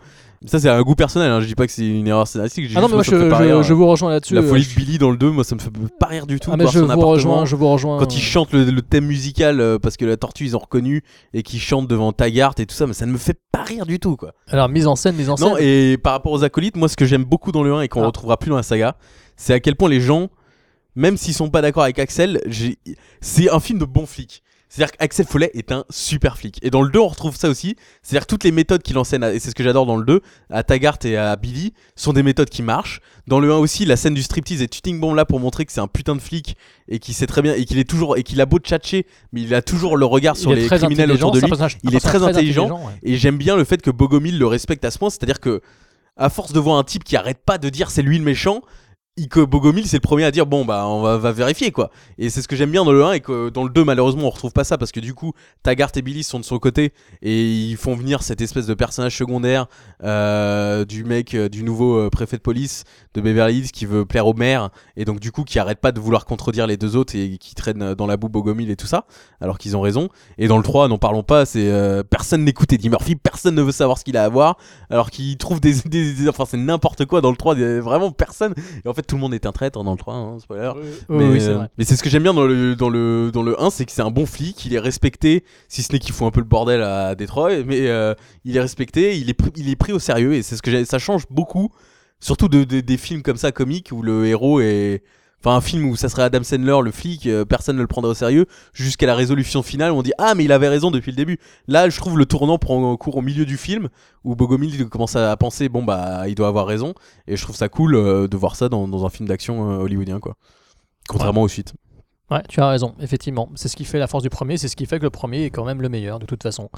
Speaker 2: Ça, c'est un goût personnel. hein, Je dis pas que c'est une erreur scénaristique. je dis
Speaker 1: Ah non,
Speaker 2: juste,
Speaker 1: mais moi,
Speaker 2: ça me fait
Speaker 1: je,
Speaker 2: pas
Speaker 1: je-
Speaker 10: hein.
Speaker 2: rire. hein.
Speaker 1: je vous rejoins là-dessus.
Speaker 2: La
Speaker 1: euh,
Speaker 2: folie
Speaker 1: je-
Speaker 2: de Billy dans le 2, moi, ça me fait pas rire du tout.
Speaker 1: Ah,
Speaker 2: de
Speaker 1: mais
Speaker 2: voir
Speaker 1: je
Speaker 2: son
Speaker 1: vous
Speaker 2: appartement.
Speaker 1: rejoins, je vous rejoins.
Speaker 2: Quand ils chantent le, le thème musical euh, parce que la tortue ils ont reconnu et qu'ils chantent devant Taggart et tout ça, mais ça ne me fait pas rire du tout quoi.
Speaker 1: Alors, mise en scène, mise en
Speaker 2: Non,
Speaker 1: scène.
Speaker 2: et par rapport aux acolytes, moi ce que j'aime beaucoup dans le 1 et qu'on
Speaker 1: Ah.
Speaker 2: retrouvera plus dans la saga, c'est à quel point les gens, même s'ils sont pas d'accord avec Axel, j'ai- c'est un film de bon flic. C'est-à-dire qu'Axel Follet est un super flic. Et dans le 2, on retrouve ça aussi. C'est-à-dire que toutes les méthodes qu'il enseigne, à- et c'est ce que j'adore dans le 2, à Taggart et à Billy, sont des méthodes qui marchent. Dans le 1 aussi, la scène du striptease est tuting bomb là pour montrer que c'est un putain de flic et qu'il sait très bien, et qu'il est toujours, et qu'il a beau tchatcher, mais il a toujours le regard sur
Speaker 1: Il est
Speaker 2: les
Speaker 1: très
Speaker 2: criminels
Speaker 1: intelligent,
Speaker 2: autour de
Speaker 1: c'est un
Speaker 2: lui.
Speaker 1: personnage-
Speaker 2: Il
Speaker 1: un
Speaker 2: est très
Speaker 1: personnage
Speaker 2: intelligent.
Speaker 1: ouais.
Speaker 2: Et j'aime bien le fait que Bogomil le respecte à ce point, c'est-à-dire que, à force de voir un type qui arrête pas de dire c'est lui le méchant, il- que Bogomil c'est le premier à dire bon bah on va, va vérifier quoi. Et c'est ce que j'aime bien dans le 1 et que dans le 2 malheureusement on retrouve pas ça parce que du coup Taggart et Billy sont de son côté et ils font venir cette espèce de personnage secondaire euh, du mec euh, du nouveau euh, préfet de police de Beverly Hills qui veut plaire au maire et donc du coup qui arrête pas de vouloir contredire les deux autres et qui traînent dans la boue Bogomil et tout ça alors qu'ils ont raison. Et dans le 3, n'en parlons pas, c'est euh, personne n'écoute Eddie Murphy, personne ne veut savoir ce qu'il a à voir, alors qu'il trouve des, des, des- Enfin, c'est n'importe quoi dans le 3, des- vraiment personne. Et en fait, tout le monde est un traître dans le 3, hein, spoiler.
Speaker 1: Oui,
Speaker 2: mais
Speaker 1: oui, c'est
Speaker 2: euh,
Speaker 1: vrai.
Speaker 2: mais c'est ce que j'aime bien dans le, dans, le, dans le 1, c'est que c'est un bon flic, il est respecté, si ce n'est qu'il fout un peu le bordel à Détroit, mais euh, il est respecté, il est, pr- il est pris au sérieux, et c'est ce que j'ai- ça change beaucoup, surtout de, de- des films comme ça, comiques, où le héros est. Enfin, un film où ça serait Adam Sandler, le flic, euh, personne ne le prendrait au sérieux, jusqu'à la résolution finale, où on dit Ah, mais il avait raison depuis le début. Là, je trouve le tournant prend cours au milieu du film, où Bogomil commence à penser Bon, bah, il doit avoir raison, et je trouve ça cool euh, de voir ça dans, dans un film d'action euh, hollywoodien, quoi. Contrairement aux suites.
Speaker 1: Ouais, tu as raison, effectivement. C'est ce qui fait la force du premier, c'est ce qui fait que le premier est quand même le meilleur, de toute façon.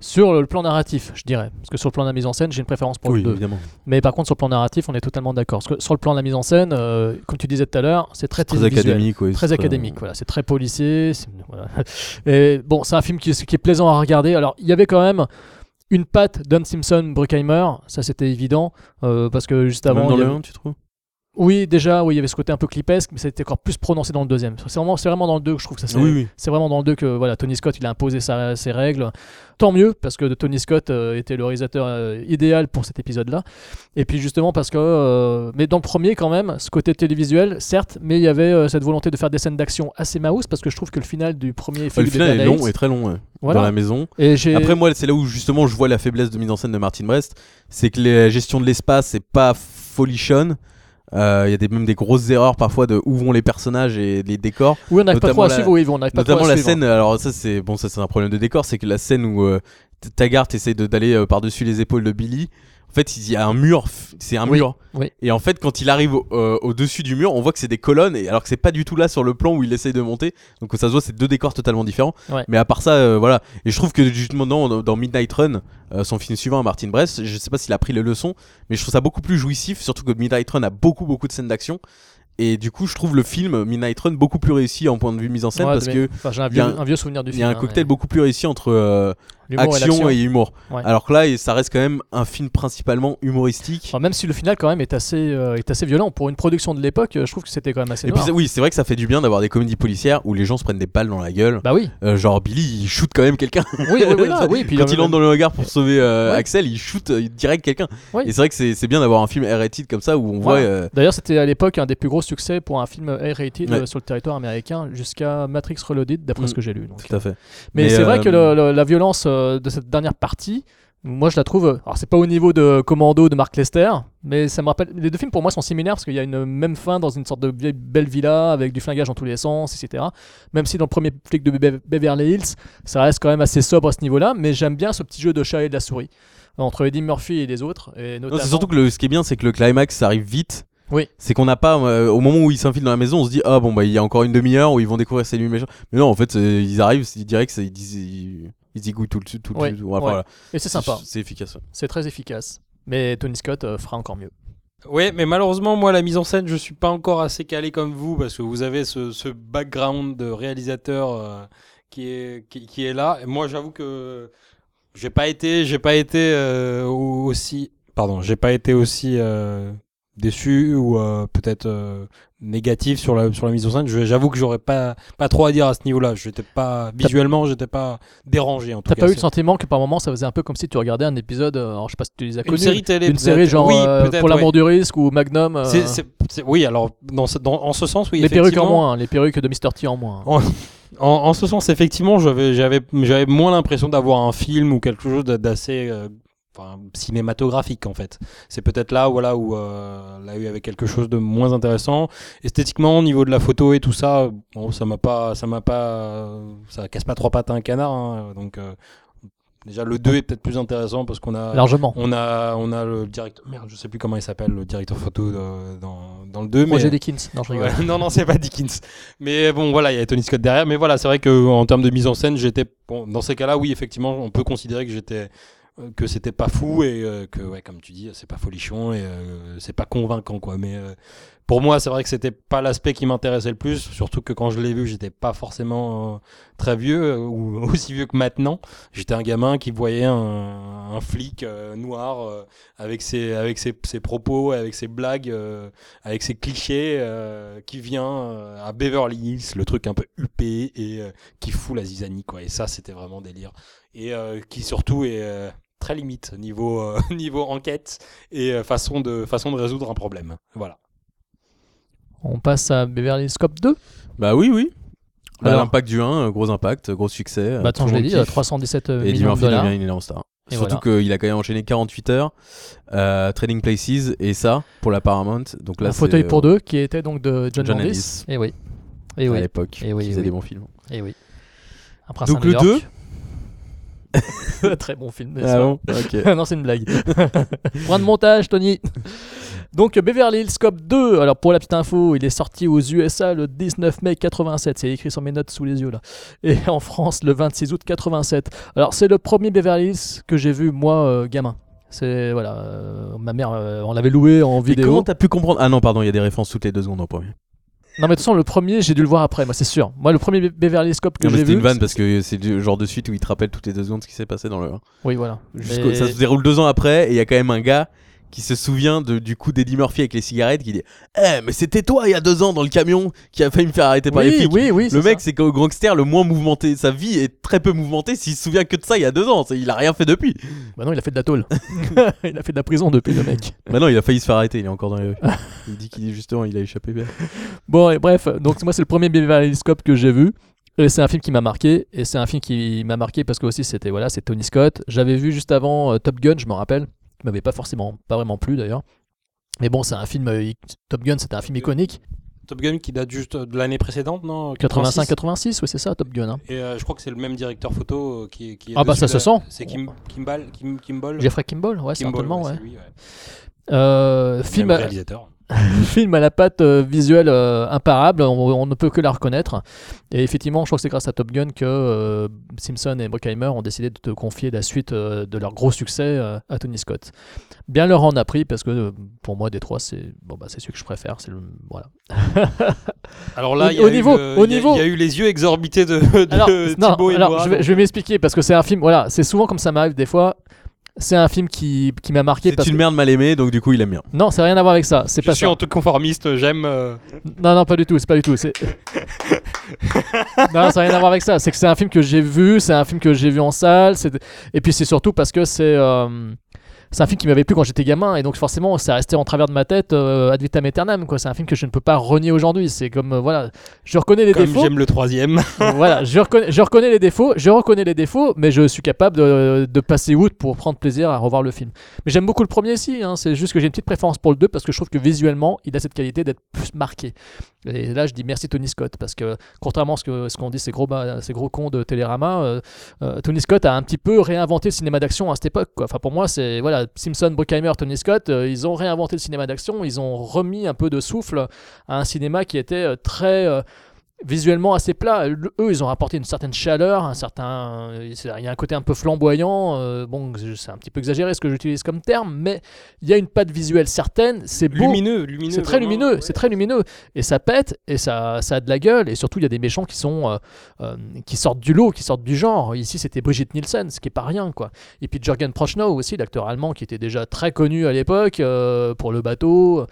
Speaker 1: Sur le plan narratif, je dirais. Parce que sur le plan de la mise en scène, j'ai une préférence pour le 2.
Speaker 2: évidemment.
Speaker 1: Mais par contre, sur le plan narratif, on est totalement d'accord. Parce que sur le plan de la mise en scène, euh, comme tu disais tout à l'heure, c'est très
Speaker 2: Très
Speaker 1: télévisuel.
Speaker 2: académique, ouais,
Speaker 1: Très
Speaker 2: c'est
Speaker 1: académique, voilà. C'est très policier. c'est- voilà. Et bon, c'est un film qui, est- qui est plaisant à regarder. Alors, il y avait quand même une patte Don Simpson, Bruckheimer, ça c'était évident, euh, parce que juste avant.
Speaker 2: Même dans
Speaker 1: il y
Speaker 2: le
Speaker 1: avait-
Speaker 2: 1, tu trouves
Speaker 1: Oui, déjà, oui, il y avait ce côté un peu clipesque, mais c'était encore plus prononcé dans le deuxième. C'est vraiment, c'est vraiment dans le 2 que je trouve que ça s'est
Speaker 2: Oui, oui.
Speaker 1: c'est vraiment dans le 2 que voilà, Tony Scott il a imposé sa- ses règles. Tant mieux, parce que Tony Scott euh, était le réalisateur euh, idéal pour cet épisode-là. Et puis justement parce que... euh, mais dans le premier quand même, ce côté télévisuel, certes, mais il y avait euh, cette volonté de faire des scènes d'action assez maus, parce que je trouve que le final du premier
Speaker 2: Enfin,
Speaker 1: film...
Speaker 2: Bah, le final est long et très long, ouais, dans la maison.
Speaker 1: Et j'ai...
Speaker 2: Après, moi, c'est là où justement je vois la faiblesse de mise en scène de Martin Brest. C'est que la gestion de l'espace, c'est pas folichonne. Euh, Il y a des, même des grosses erreurs parfois de où vont les personnages et les décors.
Speaker 1: oui, on n'arrive pas
Speaker 2: notamment
Speaker 1: trop à
Speaker 2: la-
Speaker 1: suivre, oui, on n'arrive pas trop à
Speaker 2: Notamment la
Speaker 1: suivre.
Speaker 2: scène, alors ça c'est bon, ça c'est un problème de décor, c'est que la scène où euh, T- Taggart essaie de- d'aller euh, par-dessus les épaules de Billy, en fait il y a un mur, f- c'est un
Speaker 1: Oui,
Speaker 2: mur.
Speaker 1: oui.
Speaker 2: Et en fait quand il arrive au- euh, au-dessus du mur, on voit que c'est des colonnes, et alors que c'est pas du tout là sur le plan où il essaye de monter, donc ça se voit c'est deux décors totalement différents.
Speaker 1: Ouais.
Speaker 2: Mais à part ça, euh, voilà. Et je trouve que justement dans, dans Midnight Run, euh, son film suivant, Martin Brest, je sais pas s'il a pris les leçons, mais je trouve ça beaucoup plus jouissif, surtout que Midnight Run a beaucoup beaucoup de scènes d'action. Et du coup, je trouve le film Midnight Run beaucoup plus réussi en point de vue mise en scène
Speaker 1: Ouais,
Speaker 2: parce
Speaker 1: mais-
Speaker 2: que
Speaker 1: enfin, j'ai un
Speaker 2: il y
Speaker 1: vieux,
Speaker 2: a un-
Speaker 1: un vieux souvenir du
Speaker 2: il
Speaker 1: film.
Speaker 2: y a un
Speaker 1: hein,
Speaker 2: cocktail
Speaker 1: mais
Speaker 2: beaucoup plus réussi entre euh,
Speaker 1: l'humour et
Speaker 2: action
Speaker 1: l'action.
Speaker 2: et, humour.
Speaker 1: Ouais.
Speaker 2: Alors que là, et ça reste quand même un film principalement humoristique.
Speaker 1: Enfin, même si le final quand même est assez, euh, est assez violent pour une production de l'époque, euh, je trouve que c'était quand même assez
Speaker 2: et puis
Speaker 1: noir.
Speaker 2: c'est- oui, c'est vrai que ça fait du bien d'avoir des comédies policières où les gens se prennent des balles dans la gueule.
Speaker 1: Bah oui,
Speaker 2: Euh, genre Billy, il shoot quand même quelqu'un.
Speaker 1: oui, oui, oui, là, oui, puis
Speaker 2: Quand il entre dans le hangar pour sauver euh,
Speaker 1: Ouais.
Speaker 2: Axel, il shoot euh, direct quelqu'un.
Speaker 1: Oui.
Speaker 2: Et c'est vrai que c'est c'est bien d'avoir un film R-rated comme ça où on
Speaker 1: Voilà.
Speaker 2: voit. euh,
Speaker 1: D'ailleurs, c'était à l'époque un des plus gros succès pour un film R-rated
Speaker 2: Ouais.
Speaker 1: euh, sur le territoire américain jusqu'à Matrix Reloaded, d'après
Speaker 2: Mm.
Speaker 1: ce que j'ai lu. donc.
Speaker 2: Tout à fait.
Speaker 1: Mais,
Speaker 2: Mais,
Speaker 1: c'est vrai
Speaker 2: euh,
Speaker 1: que le- le- la violence euh, de cette dernière partie, moi je la trouve. euh, Alors, c'est pas au niveau de Commando de Mark Lester, mais ça me rappelle. Les deux films pour moi sont similaires parce qu'il y a une euh, même fin dans une sorte de vieille- belle villa avec du flingage dans tous les sens, etc. Même si dans le premier flic de Be- Beverly Hills, ça reste quand même assez sobre à ce niveau-là, mais j'aime bien ce petit jeu de chat et de la souris entre Eddie Murphy et les autres. Et
Speaker 2: Non,
Speaker 1: notamment...
Speaker 2: c'est surtout que le, ce qui est bien, c'est que le climax ça arrive vite.
Speaker 1: Oui.
Speaker 2: C'est qu'on n'a pas, euh, au moment où ils s'infilent dans la maison, on se dit ah bon bah il y a encore une demi-heure où ils vont découvrir c'est lui méchant. Mais non, en fait c'est- ils arrivent, c'est- ils direct, c'est- ils disent ils, ils zigouillent tout le tout, le-
Speaker 1: Ouais,
Speaker 2: tout- enfin,
Speaker 1: ouais.
Speaker 2: voilà.
Speaker 1: Et c'est sympa.
Speaker 2: C'est efficace. ouais.
Speaker 1: C'est très efficace. Mais Tony Scott euh, fera encore mieux.
Speaker 10: Oui, mais malheureusement, moi, la mise en scène, je suis pas encore assez calé comme vous parce que vous avez ce, ce background de réalisateur euh, qui, est, qui, qui est là. Et moi, j'avoue que j'ai pas été, j'ai pas été euh, au- aussi, pardon, j'ai pas été aussi euh, déçu ou euh, peut-être euh, négative sur la, sur la mise en scène. Je- J'avoue que j'aurais pas, pas trop à dire à ce niveau-là. J'étais pas, visuellement, j'étais pas dérangé en tout
Speaker 1: T'as
Speaker 10: cas.
Speaker 1: pas eu le
Speaker 10: C'est-
Speaker 1: sentiment que par moment ça faisait un peu comme si tu regardais un épisode, euh, alors je sais pas si tu les as
Speaker 10: Une
Speaker 1: connus,
Speaker 10: série télé,
Speaker 1: une
Speaker 10: peut-être.
Speaker 1: série genre
Speaker 10: Oui,
Speaker 1: euh,
Speaker 10: peut-être,
Speaker 1: Pour l'amour
Speaker 10: ouais.
Speaker 1: du risque ou Magnum. euh,
Speaker 10: C'est- c'est- c'est- oui, alors, dans, ce- dans- en ce sens, oui.
Speaker 1: les perruques en
Speaker 10: effectivement.
Speaker 1: moins, hein, les perruques de Mr. T en moins.
Speaker 10: En, en- en ce sens, effectivement, j'avais, j'avais, j'avais moins l'impression d'avoir un film ou quelque chose d'a- d'assez euh, enfin, cinématographique en fait. C'est peut-être là, voilà, où euh, là où il y avait quelque chose de moins intéressant. Esthétiquement, au niveau de la photo et tout ça, bon, ça m'a pas, ça m'a pas, ça casse pas trois pattes à un canard. hein. donc euh, déjà le 2 est peut-être plus intéressant parce qu'on a
Speaker 1: Largement.
Speaker 10: on a, on a le directeur, merde, je sais plus comment il s'appelle, le directeur photo euh, dans, dans le 2. mais...
Speaker 1: Roger Dickens. Non, je rigole.
Speaker 10: Ouais, non, non, c'est pas Dickens. Mais bon, voilà, il y a Tony Scott derrière. Mais voilà, c'est vrai que euh, en termes de mise en scène, j'étais. bon, dans ces cas-là, oui, effectivement, on peut considérer que j'étais. euh, que c'était pas fou et euh, que, ouais, comme tu dis, c'est pas folichon et euh, c'est pas convaincant, quoi. Mais euh, pour moi, c'est vrai que c'était pas l'aspect qui m'intéressait le plus. Surtout que quand je l'ai vu, j'étais pas forcément euh, très vieux euh, ou aussi vieux que maintenant. J'étais un gamin qui voyait un, un flic euh, noir euh, avec, ses, avec ses, ses propos, avec ses blagues. euh, avec ses clichés euh, qui vient euh, à Beverly Hills, le truc un peu huppé et euh, qui fout la zizanie quoi. Et ça c'était vraiment délire et euh, qui surtout est euh, très limite niveau euh, niveau enquête et euh, façon de façon de résoudre un problème. Voilà.
Speaker 1: On passe à Beverly Hills Cop 2.
Speaker 2: Bah oui, oui. Bah,
Speaker 1: Alors.
Speaker 2: L'impact du 1, euh, gros impact, gros succès. euh,
Speaker 1: Bah, attends,
Speaker 2: tout
Speaker 1: je
Speaker 2: le
Speaker 1: l'ai
Speaker 2: monde
Speaker 1: dit, euh,
Speaker 2: kiffe.
Speaker 1: 317
Speaker 2: Et Eddie
Speaker 1: millions de
Speaker 2: Murphy
Speaker 1: dollars.
Speaker 2: devient une énorme star.
Speaker 1: Et
Speaker 2: Surtout qu'il a quand même enchaîné 48 heures, euh, Trading Places et ça pour la Paramount. Donc là,
Speaker 1: un
Speaker 2: c'est,
Speaker 1: fauteuil
Speaker 2: euh,
Speaker 1: pour deux qui était donc de John,
Speaker 2: John
Speaker 1: Landis.
Speaker 2: Landis.
Speaker 1: Et oui. Et
Speaker 2: à
Speaker 1: oui.
Speaker 2: l'époque.
Speaker 1: Eh oui,
Speaker 2: qui
Speaker 1: eh
Speaker 2: faisait
Speaker 1: oui.
Speaker 2: des bons films.
Speaker 1: Et oui. Un prince
Speaker 2: Donc
Speaker 1: à New
Speaker 2: le Ah
Speaker 1: York. Très Ah bon film. n'est-ce pas
Speaker 2: Ok.
Speaker 1: non, c'est une blague. Point de montage, Tony. Donc, Beverly Hills Cop 2. Alors, pour la petite info, il est sorti aux USA le 19 mai 87. C'est écrit sur mes notes sous les yeux, là. Et en France, le 26 août 87. Alors, c'est le premier Beverly Hills que j'ai vu, moi, euh, gamin. C'est, voilà, euh, ma mère, euh, on l'avait loué en
Speaker 2: Et comment
Speaker 1: vidéo.
Speaker 2: t'as pu comprendre Ah non, pardon, il y a des références toutes les deux secondes en premier.
Speaker 1: Non, mais de toute façon, le premier, j'ai dû le voir après, moi, c'est sûr. Moi, le premier Be- Beverly Hills Cop que
Speaker 2: Non, mais
Speaker 1: j'ai
Speaker 2: c'était
Speaker 1: vu.
Speaker 2: une vanne parce que c'est le genre de suite où il te rappelle toutes les deux secondes ce qui s'est passé dans le. hein.
Speaker 1: Oui, voilà.
Speaker 2: Jusqu'au-
Speaker 1: Mais-
Speaker 2: Ça se déroule deux ans après et il y a quand même un gars qui se souvient de- du coup d'Eddie Murphy avec les cigarettes qui dit Eh, mais c'était toi il y a deux ans dans le camion qui a failli me faire arrêter par les
Speaker 1: Oui,
Speaker 2: flics.
Speaker 1: oui, oui.
Speaker 2: Le
Speaker 1: c'est
Speaker 2: mec,
Speaker 1: ça.
Speaker 2: c'est qu'au gangster le moins mouvementé. Sa vie est très peu mouvementée s'il se souvient que de ça il y a deux ans. C'est- Il a rien fait depuis.
Speaker 1: Bah non, il a fait de la tôle. il a fait de la prison depuis, le mec.
Speaker 2: Maintenant, il a failli se faire arrêter. Il est encore dans les rues. il dit qu'il est justement, il a échappé.
Speaker 1: Bon, et bref, donc moi c'est le premier Beverly Hills Cop que j'ai vu. Et c'est un film qui m'a marqué. Et c'est un film qui m'a marqué parce que aussi c'était voilà, c'est Tony Scott. J'avais vu juste avant euh, Top Gun, je m'en rappelle, qui m'avait pas forcément, pas vraiment plu d'ailleurs. Mais bon, c'est un film. euh, i- Top Gun, c'était un film iconique.
Speaker 10: Top Gun qui date juste de l'année précédente, non 86.
Speaker 1: 85-86, oui, c'est ça, Top Gun. hein.
Speaker 10: Et euh, je crois que c'est le même directeur photo euh, qui, qui est
Speaker 1: Ah bah,
Speaker 10: dessus,
Speaker 1: ça se
Speaker 10: là.
Speaker 1: sent.
Speaker 10: C'est Kim, Kimball, Kim, Kimball
Speaker 1: Jeffrey Kimball, ouais,
Speaker 10: Kimball,
Speaker 1: certainement,
Speaker 10: ouais,
Speaker 1: ouais.
Speaker 10: c'est lui, ouais.
Speaker 1: Euh, film,
Speaker 10: Film
Speaker 1: à,
Speaker 10: réalisateur.
Speaker 1: film à la patte euh, visuelle euh, imparable, on, on ne peut que la reconnaître. Et effectivement, je crois que c'est grâce à Top Gun que euh, Simpson et Bruckheimer ont décidé de te confier la suite euh, de leur gros succès euh, à Tony Scott. Bien leur en a pris parce que euh, pour moi, des trois, c'est bon, bah, c'est celui que je préfère. C'est le voilà.
Speaker 10: Alors là,
Speaker 1: Au-
Speaker 10: il y a
Speaker 1: au
Speaker 10: eu
Speaker 1: niveau-
Speaker 10: le-
Speaker 1: au
Speaker 10: il y a-
Speaker 1: niveau-
Speaker 10: il y a eu les yeux exorbités de, de
Speaker 1: Alors, non,
Speaker 10: Thibaut et
Speaker 1: alors,
Speaker 10: moi.
Speaker 1: je vais, je vais m'expliquer parce que c'est un film. Voilà, c'est souvent comme ça m'arrive des fois. C'est un film qui, qui m'a marqué.
Speaker 2: C'est
Speaker 1: Parce
Speaker 2: une
Speaker 1: que...
Speaker 2: merde mal aimée, donc du coup, il aime bien.
Speaker 1: Non, ça n'a rien à voir avec ça. C'est
Speaker 10: Je
Speaker 1: pas
Speaker 10: suis
Speaker 1: ça.
Speaker 10: en tout conformiste, j'aime. euh,
Speaker 1: Non, non, pas du tout, c'est pas du tout. C'est... non, ça n'a rien à voir avec ça. C'est que c'est un film que j'ai vu, c'est un film que j'ai vu en salle. c'est- Et puis c'est surtout parce que c'est, euh, c'est un film qui m'avait plu quand j'étais gamin. Et donc forcément, ça restait en travers de ma tête euh, ad vitam aeternam. Quoi. C'est un film que je ne peux pas renier aujourd'hui. C'est comme, euh, voilà, je reconnais les
Speaker 10: Comme
Speaker 1: défauts.
Speaker 10: j'aime le troisième.
Speaker 1: voilà, je reconnais, je reconnais les défauts, je reconnais les défauts, mais je suis capable de, de passer outre pour prendre plaisir à revoir le film. Mais j'aime beaucoup le premier aussi, hein, c'est juste que j'ai une petite préférence pour le 2 parce que je trouve que visuellement, il a cette qualité d'être plus marqué. Et là, je dis merci Tony Scott parce que contrairement à ce que ce qu'on dit ces gros ba- ces gros cons de Télérama, euh, euh, Tony Scott a un petit peu réinventé le cinéma d'action à cette époque. quoi. Enfin, pour moi, c'est voilà, Simpson, Bruckheimer, Tony Scott, euh, ils ont réinventé le cinéma d'action, ils ont remis un peu de souffle à un cinéma qui était euh, très euh, visuellement assez plat. Le- eux, ils ont rapporté une certaine chaleur, un certain, euh, c'est- il y a un côté un peu flamboyant. euh, bon, c'est un petit peu exagéré ce que j'utilise comme terme, mais il y a une patte visuelle certaine. C'est beau.
Speaker 10: Lumineux, lumineux.
Speaker 1: C'est très
Speaker 10: vraiment,
Speaker 1: lumineux,
Speaker 10: ouais.
Speaker 1: c'est très lumineux. Et ça pète, et ça, ça a de la gueule, et surtout il y a des méchants qui sont euh, euh, qui sortent du lot, qui sortent du genre. Ici c'était Brigitte Nielsen, ce qui est pas rien quoi. Et puis Jürgen Prochnow aussi, l'acteur allemand qui était déjà très connu à l'époque euh, pour le bateau.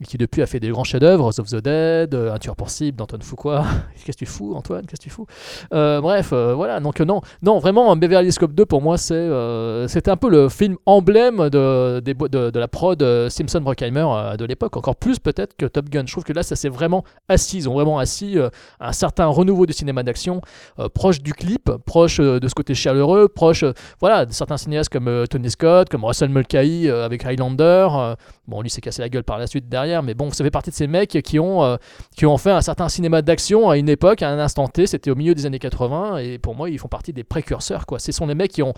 Speaker 1: et qui depuis a fait des grands chefs-d'œuvre, House of the Dead, euh, Un tueur pour cible d'Antoine Fuqua. Qu'est-ce que tu fous, Antoine Qu'est-ce que tu fous Euh, Bref, euh, voilà. Donc euh, non, non, vraiment, euh, Beverly Hills Cop 2 pour moi, c'est euh, c'était un peu le film emblème de, des bo- de, de la prod euh, Simpson Bruckheimer euh, de l'époque, encore plus peut-être que Top Gun. Je trouve que là, ça s'est vraiment assis. Ils ont vraiment assis euh, un certain renouveau du cinéma d'action, euh, proche du clip, proche euh, de ce côté chaleureux, proche, euh, voilà, de certains cinéastes comme euh, Tony Scott, comme Russell Mulcahy euh, avec Highlander. euh, bon, lui s'est cassé la gueule par la suite derrière, mais bon, ça fait partie de ces mecs qui ont, euh, qui ont fait un certain cinéma d'action à une époque, à un instant T. C'était au milieu des années 80, et pour moi, ils font partie des précurseurs, quoi. Ce sont les mecs qui ont,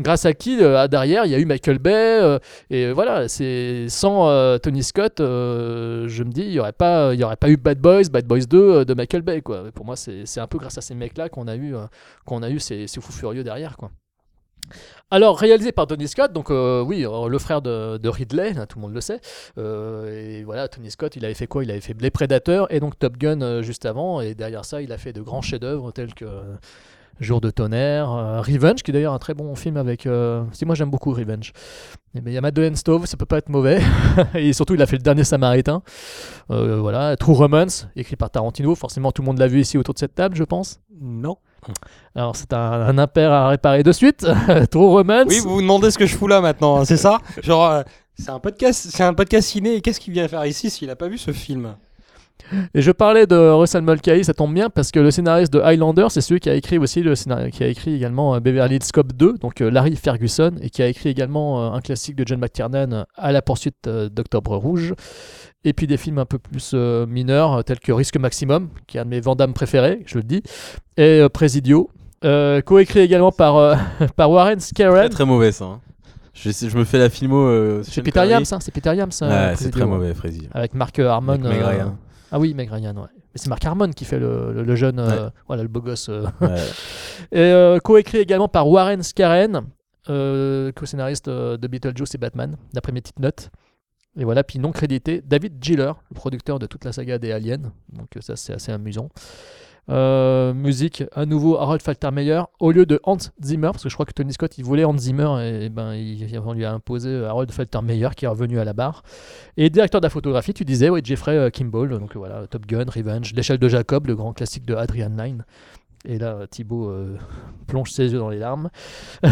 Speaker 1: grâce à qui, euh, à derrière, il y a eu Michael Bay, euh, et euh, voilà, c'est sans euh, Tony Scott, euh, je me dis, il n'y aurait, pas- il y aurait pas eu Bad Boys, Bad Boys 2 euh, de Michael Bay, quoi. Pour moi, c'est c'est un peu grâce à ces mecs-là qu'on a eu, euh, qu'on a eu ces, ces fous furieux derrière, quoi. Alors, réalisé par Tony Scott, donc euh, oui, euh, le frère de, de Ridley, hein, tout le monde le sait. Euh, et voilà, Tony Scott, il avait fait quoi Il avait fait Les Prédateurs et donc Top Gun euh, juste avant. Et derrière ça, il a fait de grands chefs-d'œuvre tels que euh, Jour de tonnerre, euh, Revenge, qui est d'ailleurs un très bon film avec. euh, si moi j'aime beaucoup Revenge. Eh ben, Il y a Madeleine Stove, ça peut pas être mauvais. et surtout, il a fait Le Dernier Samaritain. Euh, voilà, True Romance, écrit par Tarantino. Forcément, tout le monde l'a vu ici autour de cette table, je pense.
Speaker 10: Non.
Speaker 1: Alors, c'est un, un impair à réparer de suite. True Romance.
Speaker 10: Oui, vous vous demandez ce que je fous là maintenant, hein, c'est ça Genre, euh, c'est un podcast, c'est un podcast ciné. Et qu'est-ce qu'il vient faire ici s'il a pas vu ce film
Speaker 1: Et je parlais de Russell Mulcahy, ça tombe bien parce que le scénariste de Highlander, c'est celui qui a écrit aussi le scénar- qui a écrit également euh, Beverly Hills Cop 2, donc euh, Larry Ferguson, et qui a écrit également euh, un classique de John McTiernan, euh, À la poursuite euh, d'Octobre Rouge, et puis des films un peu plus euh, mineurs euh, tels que Risque Maximum, qui est un de mes Van Damme préférés, je le dis, et euh, Presidio, euh, co-écrit également par euh, par Warren
Speaker 2: Très
Speaker 1: Scarron.
Speaker 2: très mauvais ça. hein. Je, sais- je me fais la filmo. euh,
Speaker 1: Ah C'est
Speaker 2: Sean
Speaker 1: Peter
Speaker 2: Connery.
Speaker 1: Yams, hein, c'est Peter Yams. euh,
Speaker 2: Ouais, c'est
Speaker 1: Presidio,
Speaker 2: très
Speaker 1: hein.
Speaker 2: mauvais, Freddy.
Speaker 1: avec Mark Harmon.
Speaker 2: Avec hein. Meg
Speaker 1: euh,
Speaker 2: Ryan.
Speaker 1: Ah oui, Meg Ryan, ouais. Mais c'est Mark Harmon qui fait le, le- le jeune, euh, voilà, le beau gosse. euh.
Speaker 2: Ouais.
Speaker 1: Et euh, coécrit également par Warren Scarren, euh, co-scénariste euh, de Beetlejuice et Batman, d'après mes petites notes. Et voilà, puis non crédité, David Giller, le producteur de toute la saga des Aliens. Donc euh, ça, c'est assez amusant. Euh, musique, à nouveau Harold Faltermeyer au lieu de Hans Zimmer, parce que je crois que Tony Scott il voulait Hans Zimmer et, et ben il, on lui a imposé euh, Harold Faltermeyer qui est revenu à la barre. Et directeur de la photographie, tu disais, ouais, Jeffrey euh, Kimball, donc euh, voilà, Top Gun, Revenge, L'échelle de Jacob, le grand classique de Adrian Lyne. Et là, Thibaut euh, plonge ses yeux dans les larmes.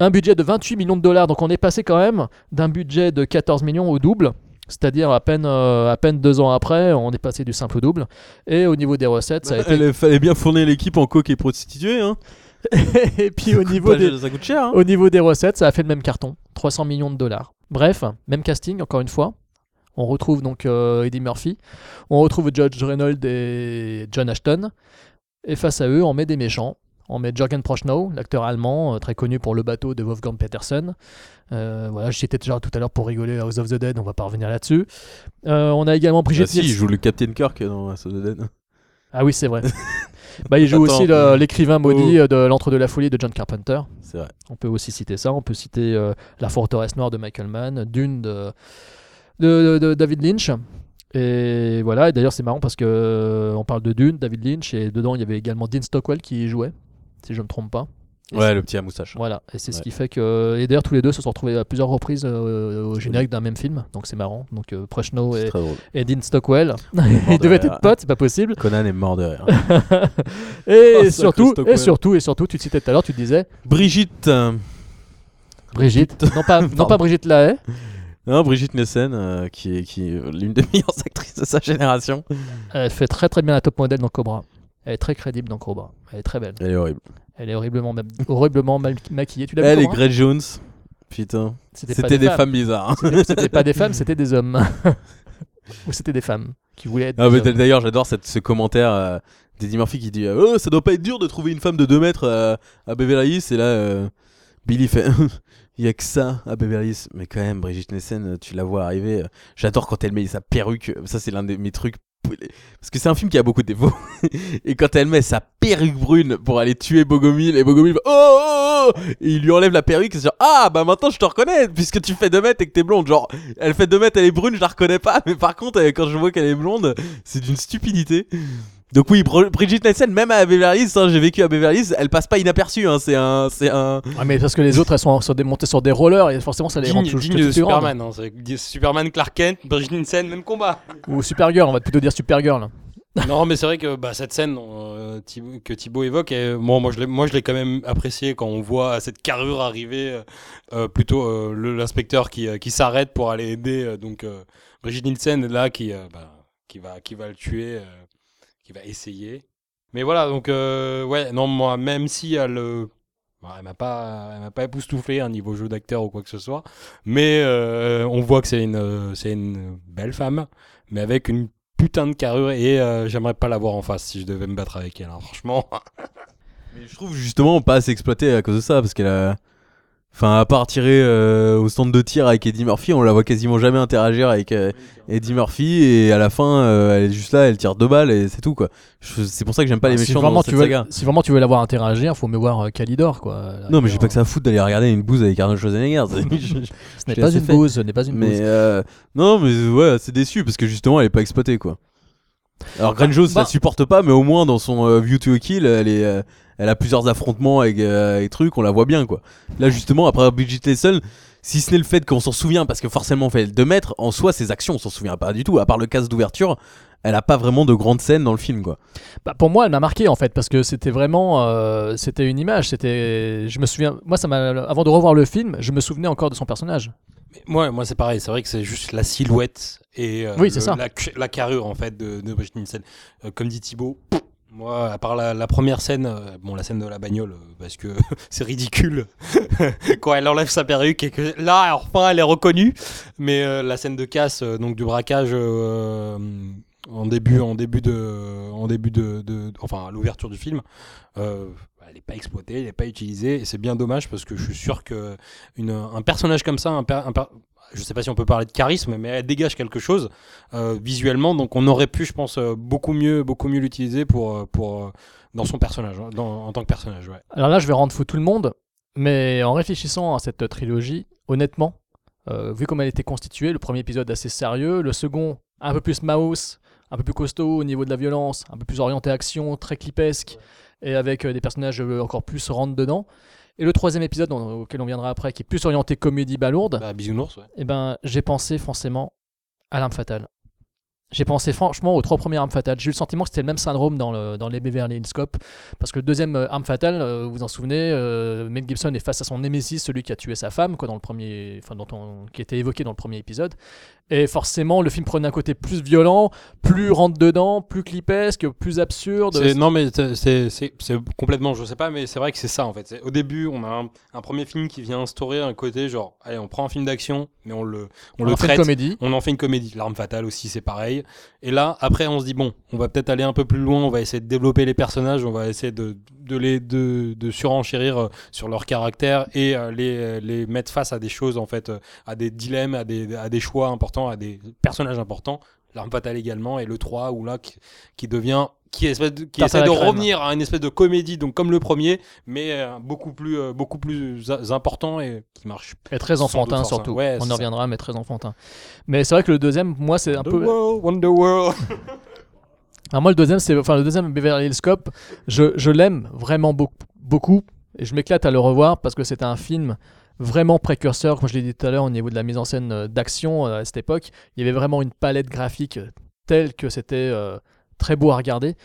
Speaker 1: un budget de 28 millions de dollars, donc on est passé quand même d'un budget de 14 millions au double. C'est-à-dire à peine, euh, à peine deux ans après, on est passé du simple au double. Et au niveau des recettes, ça a été...
Speaker 2: Il fallait bien fournir l'équipe en coque et prostituée. Hein.
Speaker 1: Et puis au niveau
Speaker 2: Pas-
Speaker 1: des...
Speaker 2: Ça coûte cher. hein.
Speaker 1: Au niveau des recettes, ça a fait le même carton, 300 millions de dollars. Bref, même casting, encore une fois. On retrouve donc euh, Eddie Murphy, on retrouve Judge Reynolds et John Ashton. Et face à eux, on met des méchants. On met Jürgen Prochnow, l'acteur allemand, euh, très connu pour le bateau de Wolfgang Petersen. Euh, voilà, je citais déjà tout à l'heure pour rigoler House of the Dead, on va pas revenir là-dessus. Euh, on a également
Speaker 2: Ah,
Speaker 1: Brigitte
Speaker 2: si, il
Speaker 1: Nielsen.
Speaker 2: joue le Captain Kirk dans House of the Dead.
Speaker 1: Ah oui, c'est vrai. bah, il joue
Speaker 2: Attends. Oh.
Speaker 1: aussi le- l'écrivain maudit euh, de L'Entre de la folie de John Carpenter.
Speaker 2: C'est vrai.
Speaker 1: On peut aussi citer ça. On peut citer euh, La forteresse noire de Michael Mann, Dune de, de- de- de David Lynch. Et voilà. Et d'ailleurs, c'est marrant parce que euh, on parle de Dune, David Lynch, et dedans il y avait également Dean Stockwell qui y jouait, si je ne me trompe pas. Et
Speaker 2: Ouais,
Speaker 1: c'est-
Speaker 2: le petit à moustache.
Speaker 1: Voilà. Et c'est ce
Speaker 2: Ouais.
Speaker 1: qui fait que. euh, Et d'ailleurs, tous les deux se sont retrouvés à plusieurs reprises euh, au générique d'un même film. Donc c'est marrant. Donc euh, Prochnow
Speaker 2: C'est
Speaker 1: et,
Speaker 2: très bah, drôle.
Speaker 1: et Dean Stockwell,
Speaker 2: mort
Speaker 1: ils
Speaker 2: de
Speaker 1: devaient
Speaker 2: rire.
Speaker 1: être potes, c'est pas possible.
Speaker 2: Conan est mort de rire.
Speaker 1: et
Speaker 2: Oh, sacré
Speaker 1: surtout, et
Speaker 2: Stockwell.
Speaker 1: surtout, et surtout, tu te citais tout à l'heure, tu te disais
Speaker 2: Brigitte. euh,
Speaker 1: Brigitte, non pas, non
Speaker 2: Pardon.
Speaker 1: pas Brigitte Lahaye.
Speaker 2: Non, Hein, Brigitte Nielsen, euh, qui est, qui est l'une des meilleures actrices de sa génération.
Speaker 1: Elle fait très très bien la top modèle dans Cobra. Elle est très crédible dans Cobra. Elle est très belle.
Speaker 2: Elle est horrible.
Speaker 1: Elle est horriblement, ma- horriblement mal maquillée. Tu l'as vu,
Speaker 2: Elle et
Speaker 1: Cobra
Speaker 2: Grey Jones. Putain.
Speaker 1: C'était pas
Speaker 2: C'était des, femmes.
Speaker 1: femmes.
Speaker 2: bizarres. hein.
Speaker 1: C'était- C'était pas des femmes, c'était des hommes. Ou c'était des femmes qui voulaient être.
Speaker 2: Ah,
Speaker 1: des
Speaker 2: mais
Speaker 1: hommes.
Speaker 2: D'ailleurs, j'adore cette- ce commentaire euh, d'Eddie Murphy qui dit euh, Oh, ça doit pas être dur de trouver une femme de 2 mètres euh, à Beverly Hills. Et là, euh, Billy fait Il y a que ça à Beverly Hills. Mais quand même, Brigitte Nielsen, euh, tu la vois arriver. euh, J'adore quand elle met sa perruque. Ça, c'est l'un de mes trucs. Parce que c'est un film qui a beaucoup de défauts. et quand elle met sa perruque brune pour aller tuer Bogomil, et Bogomil fait Oh, oh, oh Et il lui enlève la perruque. C'est genre Ah, bah maintenant je te reconnais, puisque tu fais 2 mètres et que t'es blonde. Genre, elle fait 2 mètres, elle est brune, je la reconnais pas. Mais par contre, euh, quand je vois qu'elle est blonde, c'est d'une stupidité. Donc oui, Bro- Bridget Nielsen, même à Beverly Hills, hein, j'ai vécu à Beverly Hills, elle passe pas inaperçue. hein, c'est un, c'est un.
Speaker 1: Ah, mais parce que les autres, elles sont sur des, montées sur des rollers et forcément ça les rend
Speaker 10: Digne,
Speaker 1: toujours
Speaker 10: digne de Superman. hein, c'est- Superman, Clark Kent, Brigitte Nielsen, même combat.
Speaker 1: Ou Supergirl, on va plutôt dire Supergirl.
Speaker 10: non, mais c'est vrai que bah, cette scène euh, Thib- que Thibaut évoque, et, moi, moi, je l'ai, moi je l'ai quand même appréciée quand on voit cette carrure arriver, euh, euh, plutôt euh, le- l'inspecteur qui, euh, qui s'arrête pour aller aider euh, donc euh, Brigitte Nielsen là qui, euh, bah, qui, va, qui va le tuer, euh, qui va essayer. Mais voilà, donc euh, ouais, non, moi même si elle, euh, bah, elle m'a pas, elle m'a pas époustouflé un niveau jeu d'acteur ou quoi que ce soit, mais euh, on voit que c'est une, euh, c'est une belle femme, mais avec une putain de carrure et euh, j'aimerais pas l'avoir en face si je devais me battre avec elle. hein, franchement,
Speaker 2: Mais je trouve justement pas assez exploité à cause de ça, parce qu'elle a. Enfin, à part tirer euh, au stand de tir avec Eddie Murphy, on la voit quasiment jamais interagir avec euh, Eddie Murphy, et à la fin, euh, elle est juste là, elle tire deux balles, et c'est tout, quoi. Je- C'est pour ça que j'aime pas les
Speaker 1: Ah, si,
Speaker 2: méchants
Speaker 1: vraiment
Speaker 2: dans
Speaker 1: tu
Speaker 2: cette
Speaker 1: veux,
Speaker 2: saga.
Speaker 1: si vraiment tu veux l'avoir interagir, faut mieux voir euh, Calidor quoi. À la
Speaker 2: Non, mais j'ai
Speaker 1: rigueur,
Speaker 2: pas que ça à foutre d'aller regarder une bouse avec Arnold Schwarzenegger.
Speaker 1: Ce n'est
Speaker 2: j'ai
Speaker 1: pas
Speaker 2: assez
Speaker 1: une
Speaker 2: fait.
Speaker 1: bouse, ce n'est pas une
Speaker 2: mais
Speaker 1: bouse.
Speaker 2: euh, non, mais ouais, c'est déçu parce que justement, elle est pas exploitée quoi. Alors Granjo, ça
Speaker 1: bah-
Speaker 2: supporte pas, mais au moins dans son euh, View to a Kill, elle est, euh, elle a plusieurs affrontements avec, euh, avec trucs, on la voit bien quoi. Là justement, après Bridget Lesson, si ce n'est le fait qu'on s'en souvient parce que forcément on fait le 2 mètres, en soi ses actions on s'en souvient pas du tout. À part le casse d'ouverture, elle a pas vraiment de grande scène dans le film quoi.
Speaker 1: Bah, pour moi, elle m'a marqué en fait parce que c'était vraiment, euh, c'était une image. C'était, je me souviens, moi ça m'a, avant de revoir le film, je me souvenais encore de son personnage.
Speaker 10: Mais moi, moi c'est pareil. C'est vrai que c'est juste la silhouette et euh,
Speaker 1: Oui, c'est
Speaker 10: le-
Speaker 1: ça.
Speaker 10: La, cu- la carrure en fait de, de Brigitte Nielsen. Euh, comme dit Thibaut. pff, Moi, à part la, la première scène, euh, bon, la scène de la bagnole, euh, parce que c'est ridicule quand elle enlève sa perruque et que là, enfin, elle est reconnue. Mais euh, la scène de casse, euh, donc du braquage euh, en début, en début de, en début de, de- enfin, à l'ouverture du film, euh, elle n'est pas exploitée, elle n'est pas utilisée, et c'est bien dommage parce que je suis sûr que une, un personnage comme ça, un, per- un per- je sais pas si on peut parler de charisme, mais elle dégage quelque chose euh, visuellement, donc on aurait pu, je pense, euh, beaucoup mieux, beaucoup mieux l'utiliser pour, euh, pour euh, dans son personnage, hein, dans- en tant que personnage, ouais.
Speaker 1: Alors là, je vais rendre fou tout le monde, mais en réfléchissant à cette trilogie, honnêtement, euh, vu comme elle était constituée, le premier épisode assez sérieux, le second un peu plus mouse, un peu plus costaud au niveau de la violence, un peu plus orienté action, très clipesque, et avec euh, des personnages euh, encore plus rentre dedans. Et le troisième épisode, on- auquel on viendra après, qui est plus orienté comédie balourde,
Speaker 10: Bah, bisounours, ouais.
Speaker 1: eh ben, j'ai pensé forcément à l'arme fatale. J'ai pensé franchement aux trois premières armes fatales. J'ai eu le sentiment que c'était le même syndrome dans, le, dans les Beverly Hills Cop. Parce que le deuxième euh, arme fatale, euh, vous vous en souvenez, euh, Mel Gibson est face à son némésis, celui qui a tué sa femme, quoi, dans le premier, enfin, dont on- qui était évoqué dans le premier épisode. Et forcément, le film prenait un côté plus violent, plus rentre dedans, plus clipesque, plus absurde.
Speaker 10: C'est- Non, mais c'est- c'est c'est- c'est complètement, je sais pas, mais c'est vrai que c'est ça en fait. C'est- Au début, on a un, un premier film qui vient instaurer un côté genre, allez, on prend un film d'action, mais on le, on le
Speaker 1: Enfin, une
Speaker 10: traite.
Speaker 1: comédie.
Speaker 10: On en fait une comédie. L'arme fatale aussi, c'est pareil. Et là, après, on se dit, bon, on va peut-être aller un peu plus loin, on va essayer de développer les personnages, on va essayer de, de les de, de surenchérir euh, sur leur caractère et euh, les, les mettre face à des choses, en fait, euh, à des dilemmes, à des, à des choix importants, à des personnages importants. L'arme fatale également, et le 3, où là, qui, qui devient. Qui, espèce de- qui
Speaker 1: Tarte à
Speaker 10: essaie
Speaker 1: la
Speaker 10: de
Speaker 1: crème.
Speaker 10: revenir à une espèce de comédie, donc comme le premier, mais euh, beaucoup plus, euh, beaucoup plus euh, important et qui marche.
Speaker 1: Et très
Speaker 10: Sans
Speaker 1: enfantin
Speaker 10: doute, forcément.
Speaker 1: surtout.
Speaker 10: Ouais,
Speaker 1: On
Speaker 10: c'est
Speaker 1: en
Speaker 10: ça.
Speaker 1: reviendra, mais très enfantin. Mais c'est vrai que le deuxième, moi, c'est un
Speaker 10: The
Speaker 1: peu.
Speaker 10: World, Wonder World.
Speaker 1: Alors moi le deuxième c'est enfin le deuxième Beverly Hills Cop, je, je l'aime vraiment beau- beaucoup et je m'éclate à le revoir parce que c'est un film vraiment précurseur comme je l'ai dit tout à l'heure au niveau de la mise en scène euh, d'action euh, à cette époque, il y avait vraiment une palette graphique euh, telle que c'était euh, très beau à regarder.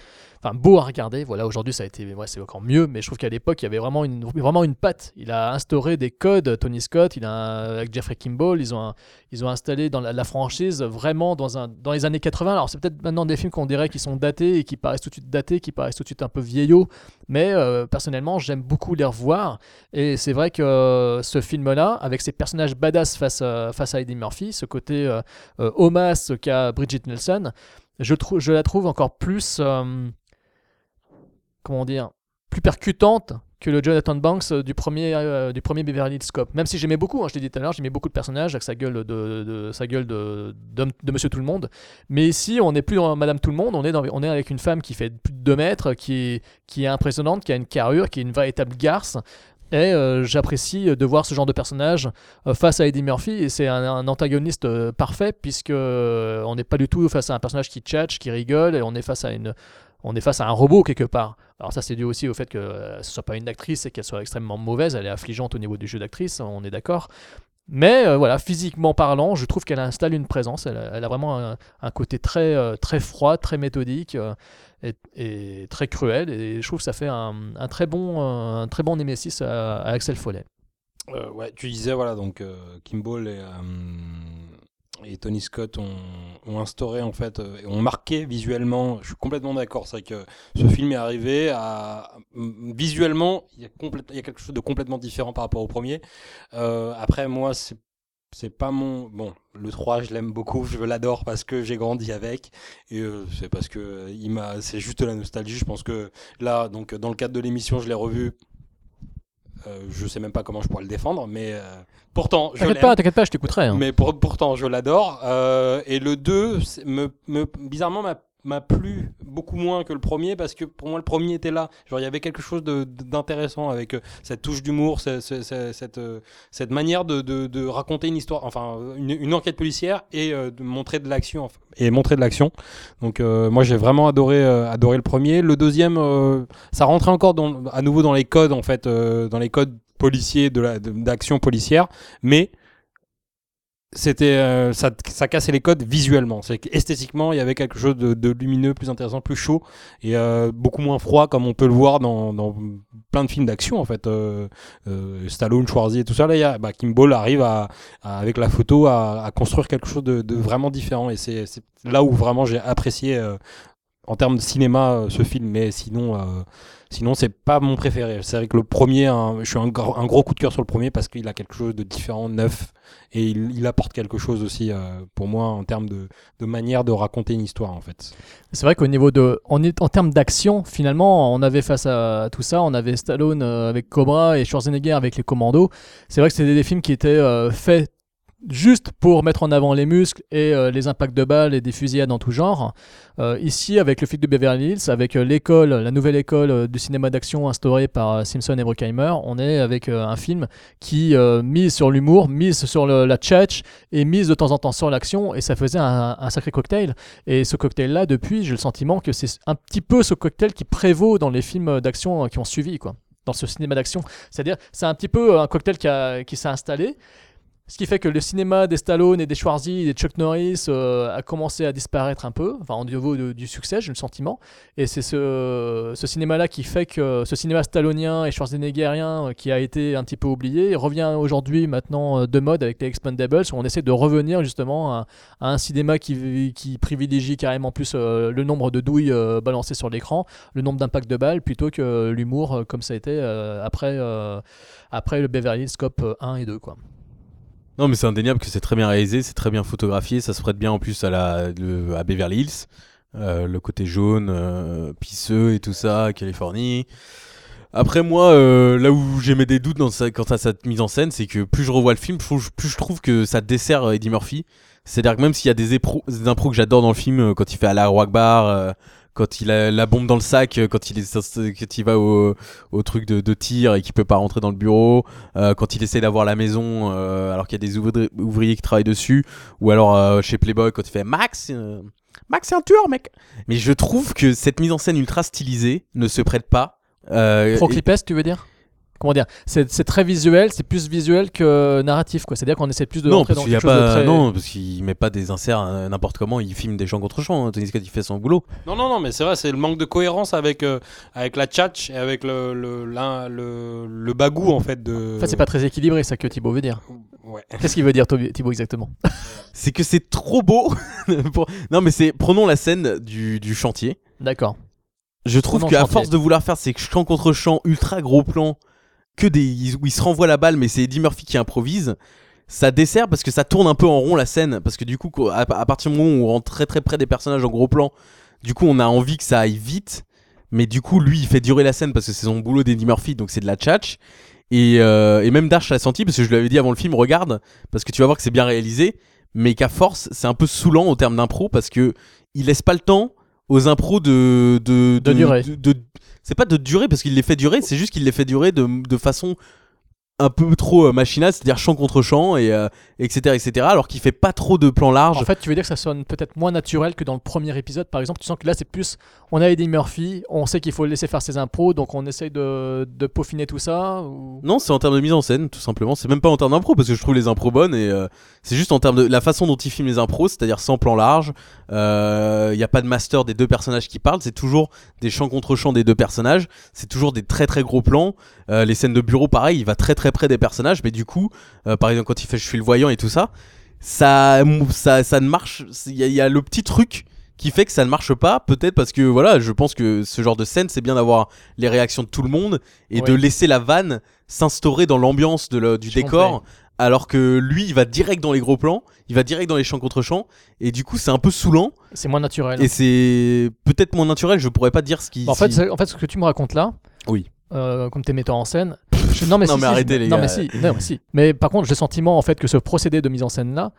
Speaker 1: Enfin beau à regarder, voilà aujourd'hui ça a été ouais, c'est encore mieux mais je trouve qu'à l'époque il y avait vraiment une vraiment une patte. Il a instauré des codes Tony Scott, il a avec Jeffrey Kimball, ils ont un- ils ont installé dans la, la franchise euh, vraiment dans, un, dans les années 80. Alors c'est peut-être maintenant des films qu'on dirait qui sont datés et qui paraissent tout de suite datés, qui paraissent tout de suite un peu vieillots, mais euh, personnellement j'aime beaucoup les revoir. Et c'est vrai que euh, ce film-là, avec ses personnages badass face, à- face à Eddie Murphy, ce côté euh, euh, homas qu'a Bridget Nelson, je, trou- je la trouve encore plus... euh, comment dire plus percutante que le Jonathan Banks euh, du premier, euh, du premier Beverly Hills Cop. Même si j'aimais beaucoup, hein, je l'ai dit tout à l'heure, j'aimais beaucoup le personnage avec sa gueule de, de- sa gueule de, d'homme- de Monsieur Tout le Monde. Mais ici, on n'est plus dans Madame Tout le Monde, on est, dans- on est avec une femme qui fait plus de 2 mètres, qui est, qui est impressionnante, qui a une carrure, qui est une véritable garce. Et euh, j'apprécie de voir ce genre de personnage euh, face à Eddie Murphy. Et c'est un, un antagoniste euh, parfait, puisque euh, on n'est pas du tout face à un personnage qui tchatche, qui rigole, et on est face à une, on est face à un robot quelque part. Alors ça, c'est dû aussi au fait que euh, ce soit pas une actrice et qu'elle soit extrêmement mauvaise. Elle est affligeante au niveau du jeu d'actrice, on est d'accord. Mais euh, voilà, physiquement parlant, je trouve qu'elle installe une présence. Elle, a- elle a vraiment un, un côté très, euh, très froid, très méthodique euh, et, et très cruel. Et je trouve que ça fait un, un très, bon, euh, un très bon Némésis à, à Axel Follet.
Speaker 10: Euh, ouais, tu disais, voilà, donc euh, Kimball et, euh, et Tony Scott ont, ont instauré, en fait, euh, et ont marqué visuellement, je suis complètement d'accord, c'est vrai que ce film est arrivé à. Visuellement, il y, a complète- il y a quelque chose de complètement différent par rapport au premier. Euh, après, moi, c'est. C'est pas mon. Bon, le 3, je l'aime beaucoup, je l'adore parce que j'ai grandi avec. Et euh, c'est parce que euh, il m'a. C'est juste la nostalgie. Je pense que là, donc, dans le cadre de l'émission, je l'ai revu. Euh, je sais même pas comment je pourrais le défendre, mais euh, pourtant, je
Speaker 1: T'inquiète
Speaker 10: l'aime.
Speaker 1: pas, t'inquiète pas, je t'écouterai. hein.
Speaker 10: Mais pour- pourtant, je l'adore. Euh, et le 2, c'est- me, me- bizarrement, m'a, m'a plu beaucoup moins que le premier parce que pour moi, le premier était là. Genre, il y avait quelque chose de- d'intéressant avec euh, cette touche d'humour, ce- ce- ce- cette, euh, cette manière de, de- de raconter une histoire, enfin, une, une enquête policière et euh, de montrer de l'action. enfin, et montrer de l'action. Donc, euh, moi, j'ai vraiment adoré, euh, adoré le premier. Le deuxième, euh, ça rentrait encore dans- à nouveau dans les codes, en fait, euh, dans les codes policiers, de la, de- d'action policière. Mais c'était euh, ça, ça cassait les codes visuellement. C'est qu'esthétiquement, il y avait quelque chose de, de lumineux, plus intéressant, plus chaud et euh, beaucoup moins froid, comme on peut le voir dans, dans plein de films d'action en fait. Euh, euh, Stallone, Schwarzy et tout ça. Là, il y a- bah, Kimball arrive à, à- avec la photo à, à construire quelque chose de, de vraiment différent et c'est c'est là où vraiment j'ai apprécié. euh, en termes de cinéma, euh, ce film, mais sinon, euh, sinon c'est pas mon préféré. C'est vrai que le premier, hein, je suis un, gros- un gros coup de cœur sur le premier parce qu'il a quelque chose de différent, neuf, et il, il apporte quelque chose aussi euh, pour moi en termes de, de manière de raconter une histoire en fait.
Speaker 1: C'est vrai qu'au niveau de. En, est- en termes d'action, finalement, on avait face à tout ça, on avait Stallone euh, avec Cobra et Schwarzenegger avec les commandos. C'est vrai que c'était des films qui étaient euh, faits juste pour mettre en avant les muscles et euh, les impacts de balles et des fusillades en tout genre. Euh, ici, avec le flic de Beverly Hills, avec euh, l'école, la nouvelle école euh, du cinéma d'action instaurée par euh, Simpson et Bruckheimer, on est avec euh, un film qui euh, mise sur l'humour, mise sur le- la tchatch et mise de temps en temps sur l'action et ça faisait un- un sacré cocktail. Et ce cocktail-là, depuis, j'ai le sentiment que c'est un petit peu ce cocktail qui prévaut dans les films d'action euh, qui ont suivi, quoi. Dans ce cinéma d'action. C'est-à-dire, c'est un petit peu euh, un cocktail qui, a- qui s'est installé. Ce qui fait que le cinéma des Stallone et des Schwarzy et des Chuck Norris euh, a commencé à disparaître un peu, enfin en niveau de- du succès, j'ai le sentiment. Et c'est ce, ce cinéma-là qui fait que ce cinéma stallonien et schwarzeneggerien euh, qui a été un petit peu oublié revient aujourd'hui maintenant euh, de mode avec les Expendables où on essaie de revenir justement à, à un cinéma qui, qui privilégie carrément plus euh, le nombre de douilles euh, balancées sur l'écran, le nombre d'impacts de balles, plutôt que euh, l'humour euh, comme ça a été euh, après, euh, après le Beverly Hills Cop euh, 1 et 2. Quoi.
Speaker 2: Non, mais c'est indéniable que c'est très bien réalisé, c'est très bien photographié, ça se prête bien en plus à, la, le- à Beverly Hills. Euh, le côté jaune, euh, pisseux et tout ça, Californie. Après, moi, euh, là où j'ai mes des doutes dans sa- quant à cette mise en scène, c'est que plus je revois le film, plus, je- plus je trouve que ça dessert euh, Eddie Murphy. C'est-à-dire que même s'il y a des, épro- des impros que j'adore dans le film, euh, quand il fait à la Akbar, euh, quand il a la bombe dans le sac, euh, quand il, est, quand il va au, au truc de, de tir et qu'il peut pas rentrer dans le bureau, euh, quand il essaie d'avoir la maison euh, alors qu'il y a des ouvri- ouvriers qui travaillent dessus, ou alors euh, chez Playboy quand il fait Max, euh, Max c'est un tueur mec. Mais je trouve que cette mise en scène ultra stylisée ne se prête pas. euh,
Speaker 1: Trop
Speaker 2: et-
Speaker 1: clipesque, tu veux dire Comment dire C'est c'est très visuel, c'est plus visuel que narratif. quoi. C'est-à-dire qu'on essaie plus de
Speaker 2: non,
Speaker 1: rentrer
Speaker 2: parce
Speaker 1: dans
Speaker 2: qu'il y a
Speaker 1: quelque chose de
Speaker 2: pas,
Speaker 1: très...
Speaker 2: non, parce qu'il met pas des inserts euh, n'importe comment, il filme des gens contre champs. hein. Tony Scott il fait son boulot.
Speaker 10: Non, non, non, mais c'est vrai, c'est le manque de cohérence avec, euh, avec la tchatch et avec le, le, l'un- le, le bagou en fait de.
Speaker 1: En fait, c'est pas très équilibré, ça que Thibaut veut dire.
Speaker 10: Ouais.
Speaker 1: Qu'est-ce qu'il veut dire, Tobi- Thibaut, exactement
Speaker 2: C'est que c'est trop beau. pour- Non, mais c'est prenons la scène du, du chantier.
Speaker 1: D'accord.
Speaker 2: Je trouve
Speaker 1: Prenons
Speaker 2: qu'à
Speaker 1: chantier.
Speaker 2: force de vouloir faire ces champ contre champ ultra gros plans, que des ils- où il se renvoie la balle, mais c'est Eddie Murphy qui improvise, ça dessert parce que ça tourne un peu en rond la scène. Parce que du coup, quoi, à, à partir du moment où on rentre très très près des personnages en gros plan, du coup, on a envie que ça aille vite. Mais du coup, lui, il fait durer la scène parce que c'est son boulot d'Eddie Murphy, donc c'est de la tchatch. Et, euh, et même Darsh l'a senti parce que je lui avais dit avant le film, regarde, parce que tu vas voir que c'est bien réalisé, mais qu'à force, c'est un peu saoulant en termes d'impro parce que il laisse pas le temps aux impros de de,
Speaker 1: De durer.
Speaker 2: de- de- c'est pas de durer parce qu'il les fait durer, c'est juste qu'il les fait durer de, de façon un peu trop euh, machinal, c'est-à-dire champ contre champ, et, euh, etc., etc., alors qu'il fait pas trop de plans larges.
Speaker 1: En fait, tu veux dire que ça sonne peut-être moins naturel que dans le premier épisode, par exemple. Tu sens que là, c'est plus. On a Eddie Murphy, on sait qu'il faut le laisser faire ses impros, donc on essaye de, de peaufiner tout ça. ou-
Speaker 2: Non, c'est en termes de mise en scène, tout simplement. C'est même pas en termes d'impro, parce que je trouve les impros bonnes, et euh, c'est juste en termes de la façon dont il filme les impros, c'est-à-dire sans plan large. Il n'y a pas de master des deux personnages qui parlent, c'est toujours des champs contre champs des deux personnages, c'est toujours des très très gros plans. Euh, les scènes de bureau, pareil, il va très très près des personnages, mais du coup, euh, par exemple, quand il fait Je suis le voyant et tout ça, ça, ça, ça ne marche. Il y, a- il y a le petit truc qui fait que ça ne marche pas, peut-être parce que voilà, je pense que ce genre de scène, c'est bien d'avoir les réactions de tout le monde et de
Speaker 1: Ouais.
Speaker 2: laisser la vanne s'instaurer dans l'ambiance de le- du
Speaker 1: Je
Speaker 2: décor.
Speaker 1: comprends.
Speaker 2: Alors que lui, il va direct dans les gros plans, il va direct dans les champs contre champs, et du coup, c'est un peu saoulant,
Speaker 1: C'est moins naturel.
Speaker 2: et c'est peut-être moins naturel, je pourrais pas dire ce qui.
Speaker 1: Bah, En fait,
Speaker 2: si-
Speaker 1: c'est- en fait, ce que tu me racontes là,
Speaker 2: Oui.
Speaker 1: euh, comme t'es metteur en scène, je- non mais,
Speaker 2: Non,
Speaker 1: si,
Speaker 2: mais
Speaker 1: si,
Speaker 2: arrêtez,
Speaker 1: je-
Speaker 2: les
Speaker 1: non,
Speaker 2: gars.
Speaker 1: mais si, non, mais si. Mais par contre, j'ai le sentiment en fait que ce procédé de mise en scène là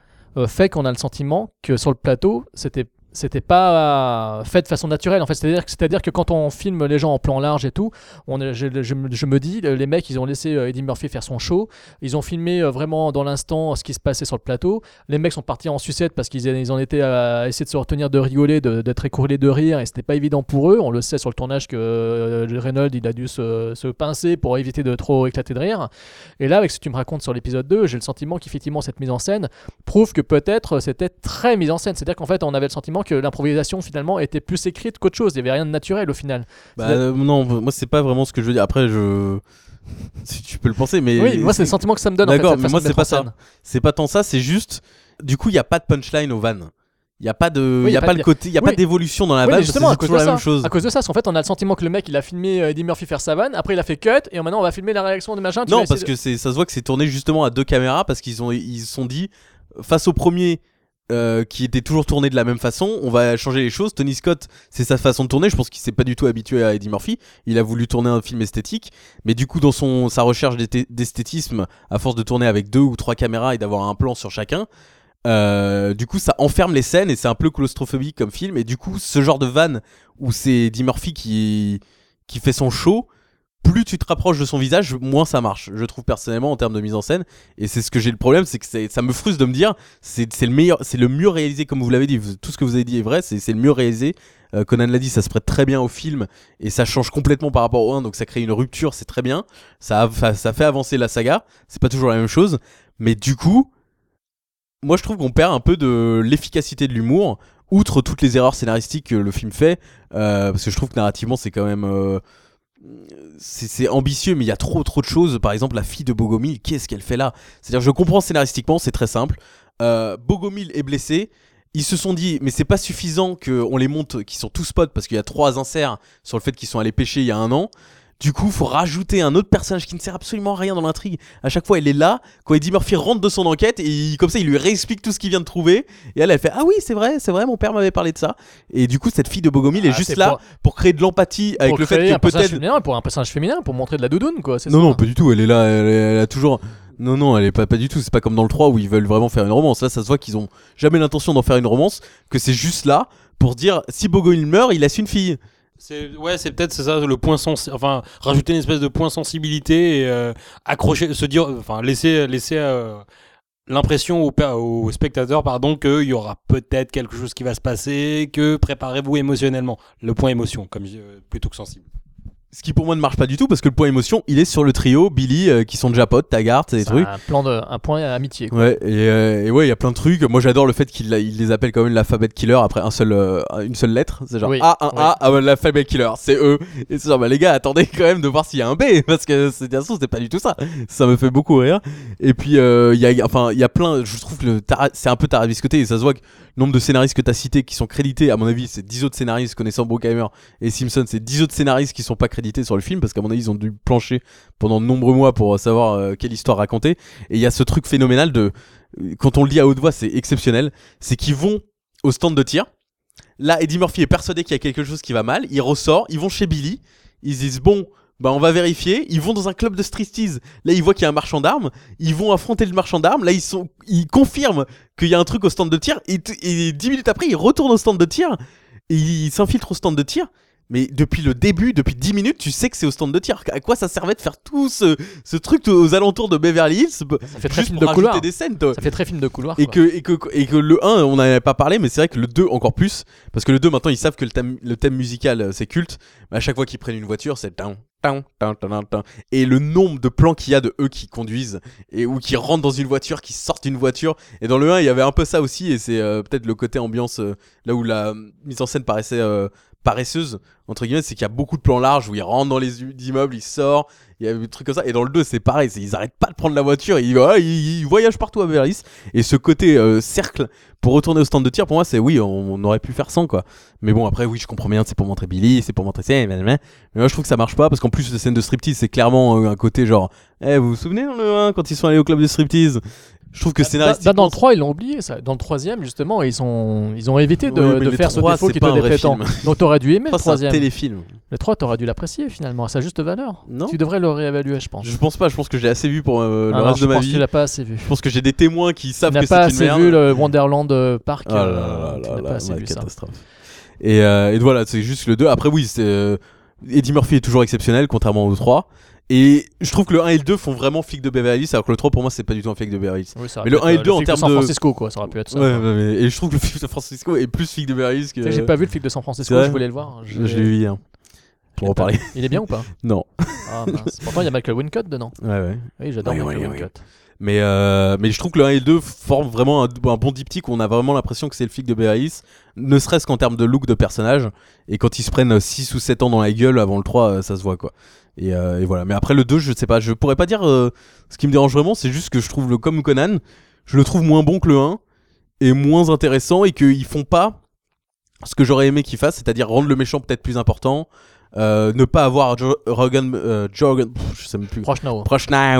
Speaker 1: fait qu'on a le sentiment que sur le plateau, c'était c'était pas fait de façon naturelle en fait c'est à dire c'est à dire que quand on filme les gens en plan large et tout on est- je, je me- je me dis les mecs ils ont laissé euh, Eddie Murphy faire son show ils ont filmé euh, vraiment dans l'instant ce qui se passait sur le plateau les mecs sont partis en sucette parce qu'ils ils en étaient à essayer de se retenir de rigoler, de- d'être écourlés de rire, et c'était pas évident pour eux. On le sait sur le tournage que euh, Reynolds il a dû se, se pincer pour éviter de trop éclater de rire. Et là, avec ce que tu me racontes sur l'épisode 2, j'ai le sentiment qu'effectivement cette mise en scène prouve que peut-être euh, c'était très mise en scène. C'est-à-dire qu'en fait, on avait le sentiment que l'improvisation finalement était plus écrite qu'autre chose. Il y avait rien de naturel au final.
Speaker 2: Bah, euh, non, moi, c'est pas vraiment ce que je veux dire. Après, je. Si tu peux le penser, mais.
Speaker 1: oui, moi c'est le sentiment que ça me donne. en fait,
Speaker 2: D'accord,
Speaker 1: cette
Speaker 2: mais
Speaker 1: façon
Speaker 2: moi,
Speaker 1: de
Speaker 2: c'est
Speaker 1: mettre
Speaker 2: pas
Speaker 1: en
Speaker 2: ça.
Speaker 1: scène.
Speaker 2: C'est pas tant ça, c'est juste. Du coup, il n'y a pas de punchline au van. Il n'y a pas de.
Speaker 1: Oui,
Speaker 2: Il y a pas
Speaker 1: de-
Speaker 2: le côté. Il n'y a
Speaker 1: Oui.
Speaker 2: pas d'évolution dans la
Speaker 1: Oui,
Speaker 2: vanne,
Speaker 1: mais
Speaker 2: parce que
Speaker 1: justement, à
Speaker 2: c'est
Speaker 1: cause,
Speaker 2: toujours
Speaker 1: de
Speaker 2: la
Speaker 1: ça,
Speaker 2: même chose.
Speaker 1: à cause de ça, parce qu'en fait, on a le sentiment que le mec, il a filmé euh, Eddie Murphy faire sa vanne, après il a fait cut, et maintenant on va filmer la réaction de machin. tu
Speaker 2: Non,
Speaker 1: vas
Speaker 2: parce
Speaker 1: essayer de-
Speaker 2: que c'est, ça se voit que c'est tourné justement à deux caméras parce qu'ils ont, ils se sont dit, face au premier euh, qui était toujours tourné de la même façon, on va changer les choses. Tony Scott, c'est sa façon de tourner. Je pense qu'il s'est pas du tout habitué à Eddie Murphy. Il a voulu tourner un film esthétique, mais du coup, dans son, sa recherche d'esthé- d'esthétisme, à force de tourner avec deux ou trois caméras et d'avoir un plan sur chacun. euh, du coup, ça enferme les scènes et c'est un peu claustrophobique comme film. Et du coup, ce genre de van où c'est Eddie Murphy qui, qui fait son show, plus tu te rapproches de son visage, moins ça marche. Je trouve personnellement en termes de mise en scène, et c'est ce que j'ai le problème, c'est que c'est- ça me frustre de me dire, c'est c'est le meilleur, c'est le mieux réalisé comme vous l'avez dit. Vous- Tout ce que vous avez dit est vrai, c'est c'est le mieux réalisé. Euh, Conan l'a dit, ça se prête très bien au film et ça change complètement par rapport au 1, donc ça crée une rupture, c'est très bien. Ça, av- ça, ça fait avancer la saga, c'est pas toujours la même chose, mais du coup, moi je trouve qu'on perd un peu de l'efficacité de l'humour. Outre toutes les erreurs scénaristiques que le film fait, euh, parce que je trouve que narrativement c'est quand même euh, c'est c'est ambitieux, mais il y a trop trop de choses. Par exemple, la fille de Bogomil, qu'est-ce qu'elle fait là C'est-à-dire, je comprends scénaristiquement, c'est très simple. Euh, Bogomil est blessé. Ils se sont dit, mais c'est pas suffisant qu'on les monte, qu'ils sont tous potes, parce qu'il y a trois inserts sur le fait qu'ils sont allés pêcher il y a un an. Du coup, faut rajouter un autre personnage qui ne sert absolument à rien dans l'intrigue. À chaque fois, elle est là quand Eddie Murphy rentre de son enquête et il- comme ça, il lui réexplique tout ce qu'il vient de trouver. Et elle, elle fait ah oui, c'est vrai, c'est vrai, mon père m'avait parlé de ça. Et du coup, cette fille de Bogomil
Speaker 1: Ah,
Speaker 2: est juste
Speaker 1: c'est
Speaker 2: là
Speaker 1: pour-
Speaker 2: pour créer de l'empathie avec
Speaker 1: pour
Speaker 2: le fait
Speaker 1: créer
Speaker 2: que
Speaker 1: un personnage
Speaker 2: peut-être
Speaker 1: féminin, pour un personnage féminin, pour montrer de la doudoune, quoi. c'est
Speaker 2: non,
Speaker 1: ça
Speaker 2: non, pas du tout. Elle est là, elle, est- elle a toujours. Non, non, elle est pas, pas du tout. C'est pas comme dans le 3 où ils veulent vraiment faire une romance. Là, ça se voit qu'ils ont jamais l'intention d'en faire une romance, que c'est juste là pour dire si Bogo il meurt, il laisse une fille.
Speaker 10: C'est- Ouais, c'est peut-être c'est ça le point sens enfin rajouter une espèce de point sensibilité et euh, accrocher se dire enfin laisser laisser euh, l'impression au, pa- au spectateur pardon qu'il y aura peut-être quelque chose qui va se passer, que préparez-vous émotionnellement, le point émotion comme je- euh, plutôt que sensible.
Speaker 2: Ce qui pour moi ne marche pas du tout parce que le point émotion, il est sur le trio Billy euh, qui sont déjà potes, Taggart et des
Speaker 1: C'est
Speaker 2: trucs.
Speaker 1: un, plan de, un point à amitié. quoi.
Speaker 2: Ouais, et, euh, et ouais, il y a plein de trucs. Moi, j'adore le fait qu'il il les appelle quand même l'alphabet killer après un seul, euh, une seule lettre. C'est genre
Speaker 1: Oui,
Speaker 2: A, 1
Speaker 1: oui.
Speaker 2: A, ah, ouais, l'alphabet killer, c'est eux. Et c'est genre, bah les gars, attendez quand même de voir s'il y a un B, parce que c'est bien sûr, c'était pas du tout ça. Ça me fait beaucoup rire. Et puis, euh, il y a- il y a, enfin, il y a plein, je trouve que le tara- c'est un peu tarabiscoté et ça se voit que le nombre de scénaristes que t'as cités qui sont crédités, à mon avis, c'est 10 autres scénaristes connaissant Brookheimer et Simpson, c'est 10 autres scénaristes qui sont pas crédités sur le film, parce qu'à mon avis, ils ont dû plancher pendant de nombreux mois pour savoir euh, quelle histoire raconter. Et il y a ce truc phénoménal de. euh, Quand on le lit à haute voix, c'est exceptionnel. C'est qu'ils vont au stand de tir. Là, Eddie Murphy est persuadé qu'il y a quelque chose qui va mal. Il ressort, ils vont chez Billy. Ils disent Bon, bah on va vérifier. Ils vont dans un club de striptease. Là, ils voient qu'il y a un marchand d'armes. Ils vont affronter le marchand d'armes. Là, ils, sont, ils confirment qu'il y a un truc au stand de tir. Et, t- et 10 minutes après, ils retournent au stand de tir. Et ils s'infiltrent au stand de tir. Mais depuis le début, depuis 10 minutes, tu sais que c'est au stand de tir. À quoi ça servait de faire tout ce, ce truc aux alentours de Beverly Hills
Speaker 1: Ça fait très
Speaker 2: juste
Speaker 1: film
Speaker 2: pour
Speaker 1: de
Speaker 2: rajouter
Speaker 1: couloir.
Speaker 2: des scènes toi.
Speaker 1: Ça fait très film de couloir.
Speaker 2: Et
Speaker 1: quoi.
Speaker 2: que, et, que, et que le 1, on n'en avait pas parlé, mais c'est vrai que le 2 encore plus, parce que le 2 maintenant ils savent que le thème, le thème musical euh, c'est culte, mais à chaque fois qu'ils prennent une voiture c'est... tan, tan, tan, tan, tan, tan. Et le nombre de plans qu'il y a de eux qui conduisent, et, ou qui rentrent dans une voiture, qui sortent d'une voiture, et dans le 1 il y avait un peu ça aussi, et c'est euh, peut-être le côté ambiance, euh, là où la euh, mise en scène paraissait euh, paresseuse, entre guillemets, c'est qu'il y a beaucoup de plans larges où ils rentrent dans les u- immeubles, ils sortent, il y a des trucs comme ça, et dans le 2 c'est pareil, c'est- ils arrêtent pas de prendre la voiture, ils, voilà, ils- ils voyagent partout à Beverly Hills. Et ce côté euh, cercle pour retourner au stand de tir, pour moi, c'est oui, on, on aurait pu faire sans quoi. Mais bon, après, oui, je comprends bien, c'est pour montrer Billy, c'est pour montrer ça, mais mais- mais moi je trouve que ça marche pas parce qu'en plus, la scène de striptease, c'est clairement euh, un côté genre, eh, vous vous souvenez dans le 1 quand ils sont allés au club de striptease Je trouve que
Speaker 1: Bah,
Speaker 2: scénaristiquement.
Speaker 1: bah, dans le 3, ils l'ont oublié. Ça. Dans le 3ème, justement, ils, sont... ils ont évité de,
Speaker 2: Oui, mais
Speaker 1: de
Speaker 2: le
Speaker 1: faire ce
Speaker 2: 3,
Speaker 1: défaut
Speaker 2: c'est
Speaker 1: qui
Speaker 2: pas un
Speaker 1: était
Speaker 2: vrai
Speaker 1: déplaisant.
Speaker 2: film.
Speaker 1: Donc t'aurais dû aimer
Speaker 2: ça,
Speaker 1: le
Speaker 2: c'est un
Speaker 1: 3ème.
Speaker 2: téléfilm.
Speaker 1: Le 3, t'aurais dû l'apprécier finalement, à sa juste valeur.
Speaker 2: Non
Speaker 1: Tu devrais le réévaluer, je pense.
Speaker 2: Je pense pas, je pense que j'ai assez vu pour euh, le
Speaker 1: Ah non,
Speaker 2: reste
Speaker 1: je
Speaker 2: de ma
Speaker 1: pense que
Speaker 2: vie.
Speaker 1: tu l'as pas assez vu.
Speaker 2: Je pense que j'ai des témoins qui
Speaker 1: Tu
Speaker 2: savent
Speaker 1: n'as
Speaker 2: que
Speaker 1: pas
Speaker 2: c'est une
Speaker 1: assez
Speaker 2: merde.
Speaker 1: vu le Wonderland euh, Park.
Speaker 2: Oh là
Speaker 1: euh,
Speaker 2: là
Speaker 1: Tu
Speaker 2: là
Speaker 1: n'as
Speaker 2: là
Speaker 1: pas
Speaker 2: là,
Speaker 1: assez
Speaker 2: la
Speaker 1: vu ça.
Speaker 2: catastrophe. Et, euh, et voilà, c'est juste le 2. Après, oui, c'est, euh, Eddie Murphy est toujours exceptionnel, contrairement au 3. Et je trouve que le 1 et le 2 font vraiment flic de Beverly Hills, alors que le 3, pour moi, c'est pas du tout un flic de Beverly Hills.
Speaker 1: Oui, ça aurait
Speaker 2: Mais le
Speaker 1: pu être,
Speaker 2: 1 et le
Speaker 1: euh,
Speaker 2: 2 en
Speaker 1: film
Speaker 2: termes
Speaker 1: San
Speaker 2: de-
Speaker 1: Francisco, quoi. Ça aurait pu être ça.
Speaker 2: Ouais, ouais, ouais. et je trouve que le film de San Francisco est plus flic de Beverly Hills
Speaker 1: Tu
Speaker 2: que.
Speaker 1: sais que J'ai pas vu le film de San
Speaker 2: C'est
Speaker 1: Francisco,
Speaker 2: vrai
Speaker 1: je voulais le voir.
Speaker 2: Je l'ai vu hier. Pour en parler.
Speaker 1: Il est bien ou pas
Speaker 2: Non.
Speaker 1: Ah mince. Pourtant, il y a Michael Wincott dedans.
Speaker 2: Ouais, ouais.
Speaker 1: Oui, j'adore
Speaker 2: Oui,
Speaker 1: Michael
Speaker 2: oui, oui.
Speaker 1: Wincott.
Speaker 2: Mais, euh, mais je trouve que le 1 et le 2 forment vraiment un, un bon diptyque. On a vraiment l'impression que c'est le flic de Beverly Hills, ne serait-ce qu'en termes de look de personnage. Et quand ils se prennent 6 ou 7 ans dans la gueule avant le 3, euh, ça se voit quoi. Et, euh, et voilà. Mais après le 2, je sais pas, je pourrais pas dire euh, ce qui me dérange vraiment, c'est juste que je trouve le comme Conan, je le trouve moins bon que le 1 et moins intéressant et qu'ils font pas ce que j'aurais aimé qu'ils fassent, c'est-à-dire rendre le méchant peut-être plus important, euh, ne pas avoir Jo- Rogan, euh, Jorgen, pff, je sais même plus.
Speaker 1: Prochnow.
Speaker 2: Prochna.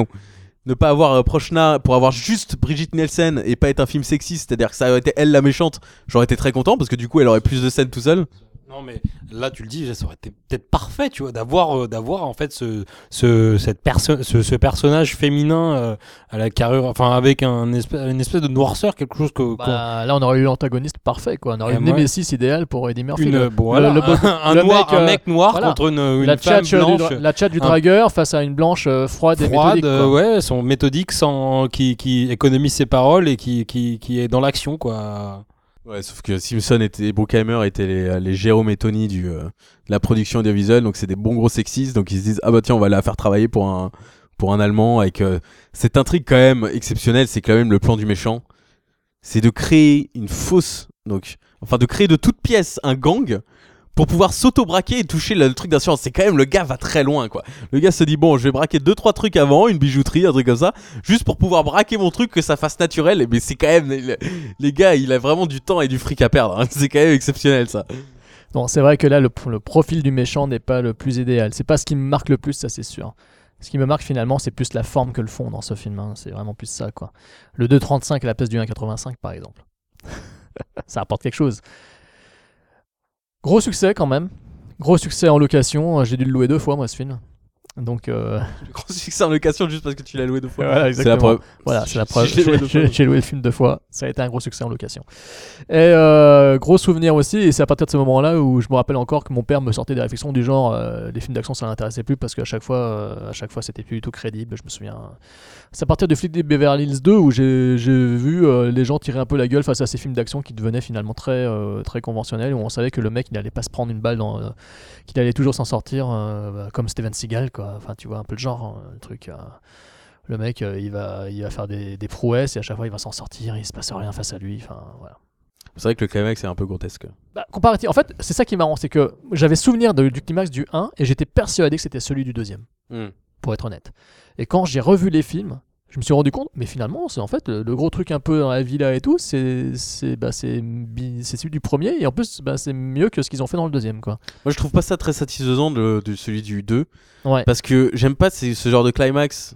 Speaker 2: Ne pas avoir euh, Prochna pour avoir juste Brigitte Nielsen et pas être un film sexiste, c'est-à-dire que ça aurait été elle la méchante, j'aurais été très content parce que du coup elle aurait plus de scènes tout seul.
Speaker 10: Non, mais là, tu le dis, ça aurait été peut-être parfait, tu vois, d'avoir, euh, d'avoir en fait ce, ce, cette perso- ce, ce personnage féminin euh, à la carrure, enfin, avec un espèce, une espèce de noirceur, quelque chose que. qu'on-
Speaker 1: Bah, là, on aurait eu l'antagoniste parfait, quoi. On aurait eu
Speaker 10: Et
Speaker 1: une
Speaker 10: moi-
Speaker 1: Nemesis idéale pour Eddie Murphy.
Speaker 10: une,
Speaker 1: Le-
Speaker 10: euh, bon, voilà,
Speaker 1: le- le-
Speaker 10: un, un
Speaker 1: le
Speaker 10: noir,
Speaker 1: mec,
Speaker 10: un
Speaker 1: euh,
Speaker 10: mec noir
Speaker 1: voilà.
Speaker 10: contre une, une
Speaker 1: la
Speaker 10: femme
Speaker 1: tchatche du,
Speaker 10: blanche.
Speaker 1: dra- la tchatche du
Speaker 10: Un-
Speaker 1: dragueur face à une blanche euh, froide et
Speaker 10: froide,
Speaker 1: méthodique. quoi.
Speaker 10: euh, ouais, sont méthodiques, sans, qui, qui économise ses paroles et qui, qui, qui est dans l'action, quoi.
Speaker 2: Ouais, sauf que Simpson était, et Bruckheimer étaient les, les Jérôme et Tony du, euh, de la production audiovisuelle, donc c'est des bons gros sexistes, donc ils se disent ah bah tiens on va la faire travailler pour un, pour un Allemand avec euh, cette intrigue quand même exceptionnelle, c'est quand même le plan du méchant, c'est de créer une fausse, donc enfin de créer de toutes pièces un gang pour pouvoir s'auto-braquer et toucher le, le truc d'assurance. C'est quand même le gars va très loin quoi. Le gars se dit bon je vais braquer deux trois trucs avant, une bijouterie, un truc comme ça, juste pour pouvoir braquer mon truc que ça fasse naturel, mais c'est quand même le- les gars, il a vraiment du temps et du fric à perdre. hein. C'est quand même exceptionnel ça.
Speaker 1: Bon, c'est vrai que là, le, le profil du méchant n'est pas le plus idéal. C'est pas ce qui me marque le plus, ça c'est sûr. Ce qui me marque finalement, c'est plus la forme que le fond dans ce film. hein. C'est vraiment plus ça, quoi. Le 2,35 à la place du 1,85, par exemple. ça apporte quelque chose. Gros succès quand même. Gros succès en location. J'ai dû le louer deux fois, moi, ce film. Donc, euh,
Speaker 2: Le gros succès en location juste parce que tu l'as loué deux fois.
Speaker 1: Voilà,
Speaker 2: c'est la
Speaker 1: exactement.
Speaker 2: preuve.
Speaker 1: Voilà,
Speaker 2: Si-
Speaker 1: c'est la
Speaker 2: si
Speaker 1: preuve.
Speaker 2: je l'ai loué deux
Speaker 1: J'ai
Speaker 2: fois.
Speaker 1: j'ai loué le film deux fois. Ça a été un gros succès en location. Et euh, gros souvenir aussi. Et c'est à partir de ce moment-là où je me rappelle encore que mon père me sortait des réflexions du genre euh, les films d'action, ça l'intéressait plus parce qu'à chaque fois, euh, à chaque fois, c'était plus du tout crédible. Je me souviens. C'est à partir de Flic des Beverly Hills 2 où j'ai j'ai vu euh, les gens tirer un peu la gueule face à ces films d'action qui devenaient finalement très euh, très conventionnels où on savait que le mec il n'allait pas se prendre une balle dans euh, qu'il allait toujours s'en sortir euh, bah, comme Steven Seagal quoi. Enfin, tu vois un peu le genre, hein, le truc. euh, le mec, euh, il, va, il va faire des, des prouesses et à chaque fois, il va s'en sortir, il se passe rien face à lui. Enfin, voilà.
Speaker 2: C'est vrai que le climax est un peu grotesque.
Speaker 1: Bah, comparatif. En fait, c'est ça qui est marrant, c'est que j'avais souvenir de- du climax du 1 et j'étais persuadé que c'était celui du deuxième, pour être honnête. Et quand j'ai revu les films, je me suis rendu compte, mais finalement, c'est en fait le, le gros truc un peu dans la villa et tout, c'est c'est bah, c'est bi- c'est celui du premier et en plus, bah, c'est mieux que ce qu'ils ont fait dans le deuxième, quoi.
Speaker 2: Moi je trouve pas ça très satisfaisant de, de celui du 2
Speaker 1: Ouais.
Speaker 2: parce que j'aime pas ces- ce genre de climax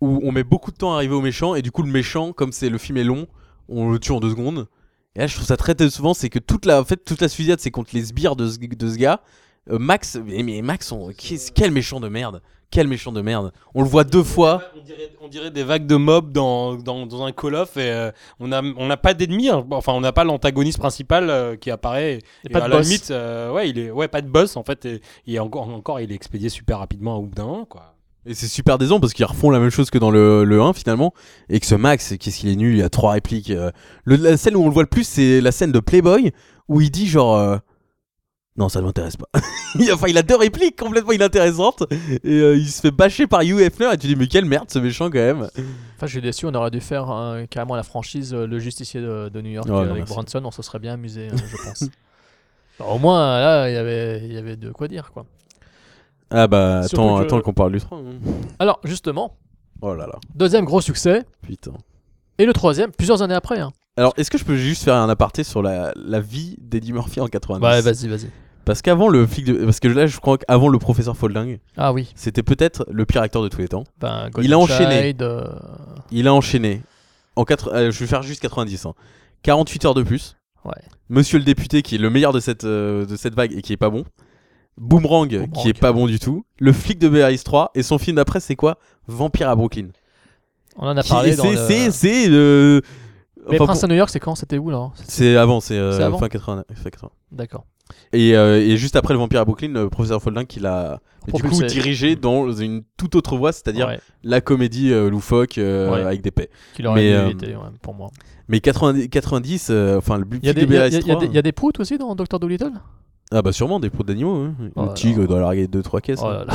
Speaker 2: où on met beaucoup de temps à arriver au méchant et du coup le méchant, comme c'est le film est long, on le tue en deux secondes. Et là je trouve ça très décevant, c'est que toute la, en fait, toute la fusillade c'est contre les sbires de ce, de ce gars. Euh, Max, mais, mais Max, on- qu'est-ce- quel méchant de merde, quel méchant de merde. On le voit deux fois.
Speaker 10: On dirait, on dirait des vagues de mobs dans, dans, dans un Call of et euh, on n'a on n'a pas d'ennemi, hein. Bon, enfin on n'a pas l'antagoniste principal euh, qui apparaît. Et,
Speaker 11: Et pas de
Speaker 10: à la
Speaker 11: boss.
Speaker 10: limite, euh, ouais, il est, ouais, pas de boss en fait. Et, et encore, encore, il est expédié super rapidement au bout d'un moment, quoi.
Speaker 2: Et c'est super décevant parce qu'ils refont la même chose que dans le, le 1 finalement. Et que ce Max, qu'est-ce qu'il est nul, il a trois répliques. euh. Le- la scène où on le voit le plus, c'est la scène de Playboy où il dit genre. euh, non, ça ne m'intéresse pas. Il- enfin, il a deux répliques complètement inintéressantes. Et euh, il se fait bâcher par Hugh Hefner. Et tu dis, mais quelle merde ce méchant quand même.
Speaker 1: Enfin, je suis déçu, on aurait dû faire euh, carrément la franchise euh, Le Justicier de, de New York
Speaker 2: Ouais, non,
Speaker 1: euh, avec
Speaker 2: merci.
Speaker 1: Bronson, on se serait bien amusé, euh, je pense. Alors, au moins, là, il y avait- il y avait de quoi dire, quoi.
Speaker 2: Ah bah,
Speaker 11: Surtout
Speaker 2: attends,
Speaker 11: que-
Speaker 2: attends qu'on parle du 3. hein.
Speaker 1: Alors, justement,
Speaker 2: Oh là là,
Speaker 1: deuxième gros succès,
Speaker 2: putain.
Speaker 1: et le troisième, plusieurs années après. Hein.
Speaker 2: Alors, est-ce que je peux juste faire un aparté sur la, la vie d'Eddie Murphy en 90
Speaker 1: Ouais, vas-y, vas-y.
Speaker 2: Parce qu'avant le flic de... Parce que là, je crois qu'avant le professeur Folding,
Speaker 1: Ah oui,
Speaker 2: c'était peut-être le pire acteur de tous les temps.
Speaker 1: ben,
Speaker 2: Il
Speaker 1: Golden
Speaker 2: a enchaîné.
Speaker 1: Child, euh,
Speaker 2: Il a enchaîné. En quatre- euh, je vais faire juste 90. hein. 48 heures de plus.
Speaker 1: Ouais.
Speaker 2: Monsieur le député, qui est le meilleur de cette, euh, de cette vague et qui est pas bon. Boomerang,
Speaker 1: Boomerang.
Speaker 2: qui est pas bon du tout. Le flic de Beverly Hills 3. Et son film d'après, c'est quoi Vampire à Brooklyn.
Speaker 1: on en a
Speaker 2: Qui-
Speaker 1: parlé dans
Speaker 2: C'est.
Speaker 1: le-
Speaker 2: c'est- c'est, euh,
Speaker 1: Mais
Speaker 2: enfin,
Speaker 1: Prince
Speaker 2: pour-
Speaker 1: à New York, c'est quand C'était où, là
Speaker 2: C'est avant, c'est euh,
Speaker 1: C'est avant
Speaker 2: fin 80. fin 80.
Speaker 1: D'accord.
Speaker 2: Et, euh, et juste après le vampire à Brooklyn, le professeur Folding qui l'a mais du coup
Speaker 1: Propulsé.
Speaker 2: dirigé dans une toute autre voie, c'est-à-dire
Speaker 1: Ouais,
Speaker 2: la comédie euh, loufoque euh,
Speaker 1: Ouais.
Speaker 2: avec des paix.
Speaker 1: qu'il aurait
Speaker 2: mais,
Speaker 1: dû
Speaker 2: euh,
Speaker 1: éviter, ouais, pour moi.
Speaker 2: Mais 90, 90 euh, enfin le but
Speaker 1: Il y a des,
Speaker 2: de
Speaker 1: il y a- il
Speaker 2: BRS
Speaker 1: y a- il y a
Speaker 2: 3,
Speaker 1: des- il y a des proutes aussi dans Doctor Dolittle
Speaker 2: Ah bah sûrement des pots d'animaux. hein.
Speaker 1: Oh là
Speaker 2: le tigre
Speaker 1: là.
Speaker 2: doit larguer 2-3 caisses.
Speaker 1: Oh
Speaker 2: hein.
Speaker 1: là là.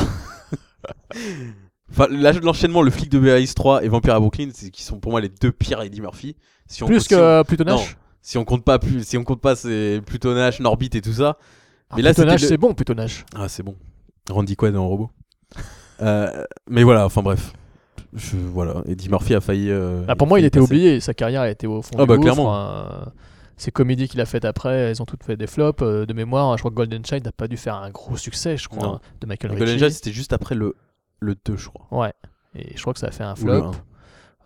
Speaker 2: Enfin là, l'enchaînement, le flic de BRS 3 et vampire à Brooklyn, c'est qui sont pour moi les deux pires Eddie Murphy. Si on
Speaker 1: Plus
Speaker 2: si on-
Speaker 1: que euh, Pluton
Speaker 2: Non,
Speaker 1: Nash
Speaker 2: si on compte pas plus, si on compte pas c'est Pluton Nash, Norbit et tout ça.
Speaker 1: Ah,
Speaker 2: mais là,
Speaker 1: Pluton
Speaker 2: c'était
Speaker 1: Nash,
Speaker 2: le-
Speaker 1: c'est bon, Pluton Nash.
Speaker 2: Ah, c'est bon. Randy Quaid en robot. Euh, mais voilà, enfin bref. Je, voilà, Eddie Murphy a failli. euh,
Speaker 1: Bah, pour moi, il
Speaker 2: failli
Speaker 1: était
Speaker 2: passer.
Speaker 1: oublié. Sa carrière a été au fond
Speaker 2: Ah,
Speaker 1: du
Speaker 2: bah,
Speaker 1: gouffre,
Speaker 2: clairement.
Speaker 1: euh, ses comédies qu'il a faites après, elles ont toutes fait des flops. euh, de mémoire, je crois que Golden Child n'a pas dû faire un gros succès, je crois,
Speaker 2: Non.
Speaker 1: hein, de Michael
Speaker 2: Golden
Speaker 1: Ritchie.
Speaker 2: Angel, c'était juste après le, le 2, je crois.
Speaker 1: Ouais. Et je crois que ça a fait un
Speaker 2: Ou le
Speaker 1: flop.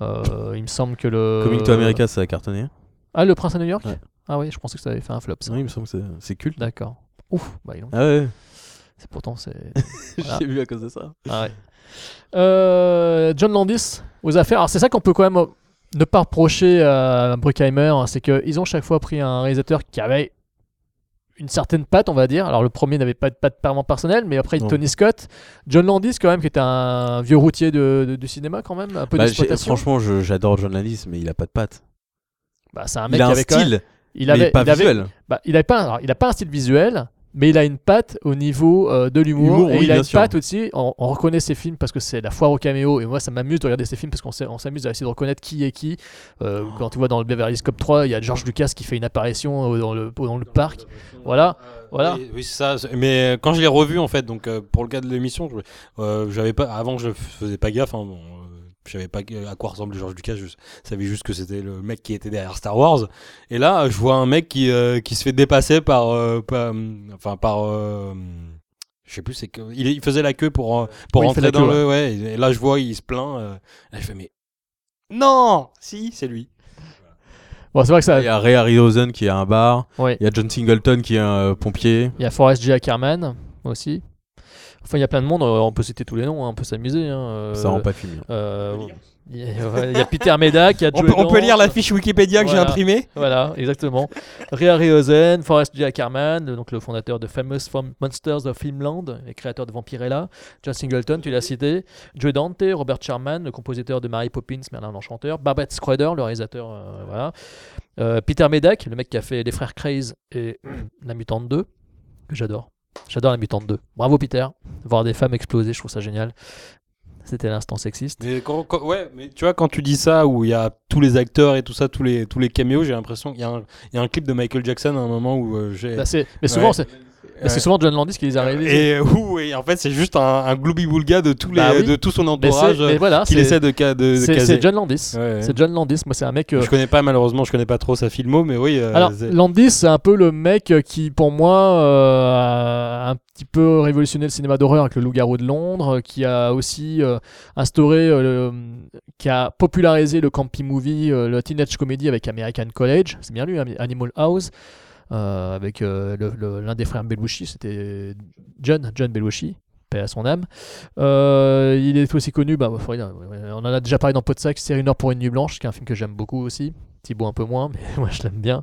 Speaker 1: Euh, il me semble que le.
Speaker 2: 1. Coming to America, ça a cartonné.
Speaker 1: Ah, le Prince à New York
Speaker 2: Ouais.
Speaker 1: Ah oui, je pensais que ça avait fait un flop, ça.
Speaker 2: Oui, il me semble que c'est- c'est culte.
Speaker 1: D'accord. Ouf, bah, dis donc.
Speaker 2: Ah ouais,
Speaker 1: c'est pourtant c'est. Voilà.
Speaker 2: j'ai vu à cause de ça.
Speaker 1: Ah ouais. Euh, John Landis aux affaires. Alors c'est ça qu'on peut quand même euh, ne pas reprocher à Bruckheimer, hein, c'est qu'ils ont chaque fois pris un réalisateur qui avait une certaine patte, on va dire. Alors le premier n'avait pas de patte vraiment personnelle, mais après
Speaker 2: Non.
Speaker 1: Tony Scott, John Landis quand même, qui était un vieux routier de, de- du cinéma quand même, un peu
Speaker 2: Bah, j'ai-
Speaker 1: d'exploitation.
Speaker 2: franchement, je- j'adore John Landis, mais il a pas de pattes.
Speaker 1: Bah, c'est un mec
Speaker 2: Il a
Speaker 1: qui
Speaker 2: un
Speaker 1: avait quand même-
Speaker 2: style,
Speaker 1: il avait,
Speaker 2: mais pas
Speaker 1: il avait-
Speaker 2: visuel.
Speaker 1: bah, il avait pas, alors, il a pas un style visuel, mais il a une patte au niveau euh, de l'humour.
Speaker 2: Humour,
Speaker 1: et
Speaker 2: oui,
Speaker 1: il a
Speaker 2: bien
Speaker 1: une
Speaker 2: sûr.
Speaker 1: patte aussi. On, on reconnaît ses films parce que c'est la foire au caméo. Et moi, ça m'amuse de regarder ces films parce qu'on s'est- on s'amuse à essayer de reconnaître qui est qui. Euh, Quand tu vois dans le Beverly Hills Cop 3, il y a George Lucas qui fait une apparition euh, dans le, dans le parc. Voilà. Voilà.
Speaker 10: Oui, oui, c'est ça. c'est- Mais euh, quand je l'ai revu, en fait, donc euh, pour le cas de l'émission, je- euh, j'avais pas. Avant, je f- faisais pas gaffe. hein, bon, euh, je savais pas à quoi ressemblait George Lucas. Je savais juste que c'était le mec qui était derrière Star Wars. Et là, je vois un mec qui, euh, qui se fait dépasser par, euh, par- enfin par. euh, je sais plus, c'est que il, il faisait la queue pour euh, pour
Speaker 1: Oui, il fait la
Speaker 10: rentrer dans
Speaker 1: queue,
Speaker 10: le. Ouais. et, et là, je vois, il se plaint. euh, là, je fais mais non, si, c'est lui.
Speaker 1: Bon, c'est vrai que ça.
Speaker 2: Il y a Ray Harryhausen qui a un bar.
Speaker 1: Ouais.
Speaker 2: Il y a John Singleton qui est un euh, pompier.
Speaker 1: Il y a Forrest J. Ackerman aussi. Enfin, il y a plein de monde. euh, On peut citer tous les noms. hein, on peut s'amuser. hein, euh,
Speaker 2: Ça rend pas de film. hein.
Speaker 1: euh, il y a- ouais, il y a Peter Medak, il y a
Speaker 10: On
Speaker 1: Joey
Speaker 10: peut, on peut
Speaker 1: Dante.
Speaker 10: lire la fiche Wikipédia que
Speaker 1: Voilà.
Speaker 10: j'ai imprimée.
Speaker 1: Voilà, exactement. Ria Rehozen, Forrest J. Ackerman, le- donc le fondateur de Famous Fam- Monsters of Filmland et créateur de Vampirella, John Singleton, tu l'as cité, Joe Dante, Robert Sherman, le compositeur de Mary Poppins, Merlin l'Enchanteur, Barbette Schroeder, le réalisateur, euh, voilà, Euh, Peter Medak, le mec qui a fait Les Frères Craze et La Mutante 2, que j'adore. J'adore La Mutante 2. Bravo Peter, voir des femmes exploser, je trouve ça génial. C'était l'instant sexiste.
Speaker 10: Mais quand- quand- ouais, mais tu vois, quand tu dis ça, où il y a tous les acteurs et tout ça, tous les, tous les caméos, j'ai l'impression qu'il y, a un- il y a un clip de Michael Jackson à un moment où euh, j'ai.
Speaker 1: Bah, c'est- mais souvent,
Speaker 10: Ouais.
Speaker 1: c'est mais
Speaker 10: Ouais.
Speaker 1: c'est souvent John Landis qui les a réalisés.
Speaker 10: et, où, et en fait, c'est juste un, un gloobie-boulga de, tous les
Speaker 1: Bah oui.
Speaker 10: de tout son
Speaker 1: Mais c'est-
Speaker 10: entourage
Speaker 1: mais voilà,
Speaker 10: euh, qu'il
Speaker 1: c'est-
Speaker 10: essaie de, ca- de, de
Speaker 1: C'est
Speaker 10: caser.
Speaker 1: c'est John Landis.
Speaker 10: Ouais, ouais.
Speaker 1: C'est John Landis. Moi, c'est un mec. euh,
Speaker 10: Je connais pas, malheureusement, je connais pas trop sa filmo, mais oui. euh,
Speaker 1: Alors,
Speaker 10: c'est-
Speaker 1: Landis, c'est un peu le mec qui, pour moi, euh, a un petit peu révolutionné le cinéma d'horreur avec le Loup-garou de Londres, euh, qui a aussi euh, instauré, euh, le- qui a popularisé le campy movie, euh, le teenage comedy avec American College. C'est bien lui, Ami- Animal House. euh, avec euh, le- le- l'un des frères Belushi, c'était John, John Belushi, paix à son âme. Euh, il est aussi connu, bah, faut- on en a déjà parlé dans Podsac, c'est Une heure pour une nuit blanche, qui est un film que j'aime beaucoup aussi. Thibaut un peu moins, mais moi je l'aime bien.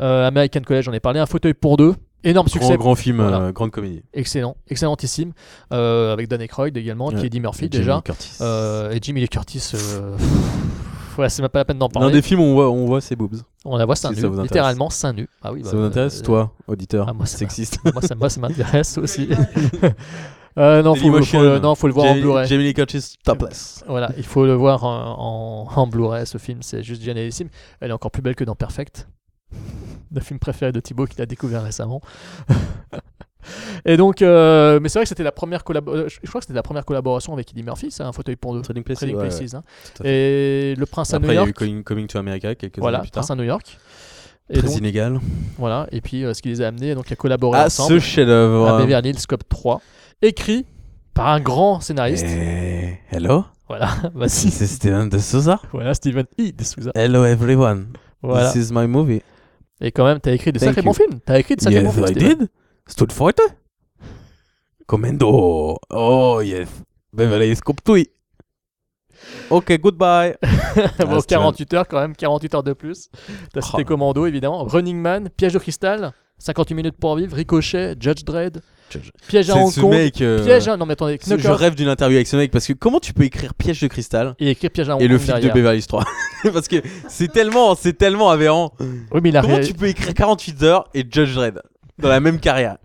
Speaker 1: Euh, American College, j'en ai parlé. Un fauteuil pour deux, énorme
Speaker 2: Grand-
Speaker 1: succès.
Speaker 2: grand film,
Speaker 1: Voilà.
Speaker 2: euh, grande comédie.
Speaker 1: Excellent, excellentissime. Euh, avec Dan Aykroyd également,
Speaker 2: Ouais.
Speaker 1: Eddie Murphy
Speaker 2: Et Jamie
Speaker 1: déjà.
Speaker 2: Lee Curtis.
Speaker 1: Euh, et Jimmy Lee Curtis. euh, voilà, c'est même pas la peine d'en
Speaker 2: L'un
Speaker 1: parler.
Speaker 2: des films où on voit, on voit ses boobs.
Speaker 1: On la voit seins
Speaker 2: Si
Speaker 1: nus,
Speaker 2: ça vous intéresse.
Speaker 1: littéralement seins nus. Ah oui, bah,
Speaker 2: ça vous intéresse,
Speaker 1: euh,
Speaker 2: toi, auditeur
Speaker 1: ah, moi, ça
Speaker 2: sexiste
Speaker 1: m'a- moi, ça, moi, ça m'intéresse aussi. Euh, non, faut,
Speaker 2: Dailymotion.
Speaker 1: faut le- non, faut le voir
Speaker 2: Jamie-
Speaker 1: en Blu-ray.
Speaker 2: Jamie Lee Curtis, topless.
Speaker 1: Voilà, il faut le voir en, en- en Blu-ray, ce film, c'est juste génialissime. Elle est encore plus belle que dans Perfect, le film préféré de Thibaut qu'il a découvert récemment. Et donc, euh, mais c'est vrai que c'était la première collaboration, je crois que c'était la première collaboration avec Eddie Murphy, c'est un fauteuil pour deux.
Speaker 2: Trading Places,
Speaker 1: Trading
Speaker 2: ouais,
Speaker 1: Places,
Speaker 2: ouais.
Speaker 1: hein.
Speaker 2: Tout à
Speaker 1: Et le prince à
Speaker 2: Après,
Speaker 1: New
Speaker 2: il y a
Speaker 1: York.
Speaker 2: eu Coming, Coming to America quelques
Speaker 1: Voilà,
Speaker 2: années plus tard.
Speaker 1: Prince à New York.
Speaker 2: Très inégal.
Speaker 1: Voilà, et puis euh, ce qui les a amenés donc, à collaborer
Speaker 2: Ah,
Speaker 1: ensemble.
Speaker 2: ce chef-d'œuvre.
Speaker 1: À Beverly Hills Cop 3, écrit par un grand scénariste.
Speaker 2: Eh, hello
Speaker 1: Voilà, vas-y.
Speaker 2: C'est Steven de Souza.
Speaker 1: Voilà, Steven E. de Souza.
Speaker 2: Hello everyone.
Speaker 1: Voilà.
Speaker 2: This is my movie.
Speaker 1: Et quand même, t'as écrit des
Speaker 2: Thank
Speaker 1: sacrés
Speaker 2: you.
Speaker 1: bons films. T'as écrit des sacrés
Speaker 2: yes,
Speaker 1: bons films.
Speaker 2: I
Speaker 1: Steven.
Speaker 2: did. Stood for it. Commando. Oh yes. Beverly Hills Cop 2. Ok, goodbye.
Speaker 1: bon,
Speaker 2: Ah, Steven.
Speaker 1: 48 heures quand même, 48 heures de plus. T'as
Speaker 2: Oh.
Speaker 1: cité Commando évidemment, Running Man, Piège de cristal, 58 minutes pour vivre, Ricochet, Judge Dredd, Piège à
Speaker 2: C'est
Speaker 1: Hong
Speaker 2: ce
Speaker 1: Kong,
Speaker 2: mec, euh,
Speaker 1: Piège à... Non mais attendez,
Speaker 2: Je
Speaker 1: Knockout.
Speaker 2: rêve d'une interview avec ce mec parce que comment tu peux écrire Piège de cristal
Speaker 1: Et écrit Piège à Hong
Speaker 2: et le
Speaker 1: Kong
Speaker 2: film de
Speaker 1: derrière.
Speaker 2: Beverly Hills 3 Parce que c'est tellement, c'est tellement aberrant.
Speaker 1: Oui mais il a
Speaker 2: Comment
Speaker 1: ré-
Speaker 2: tu peux écrire 48 heures et Judge Dredd dans la même carrière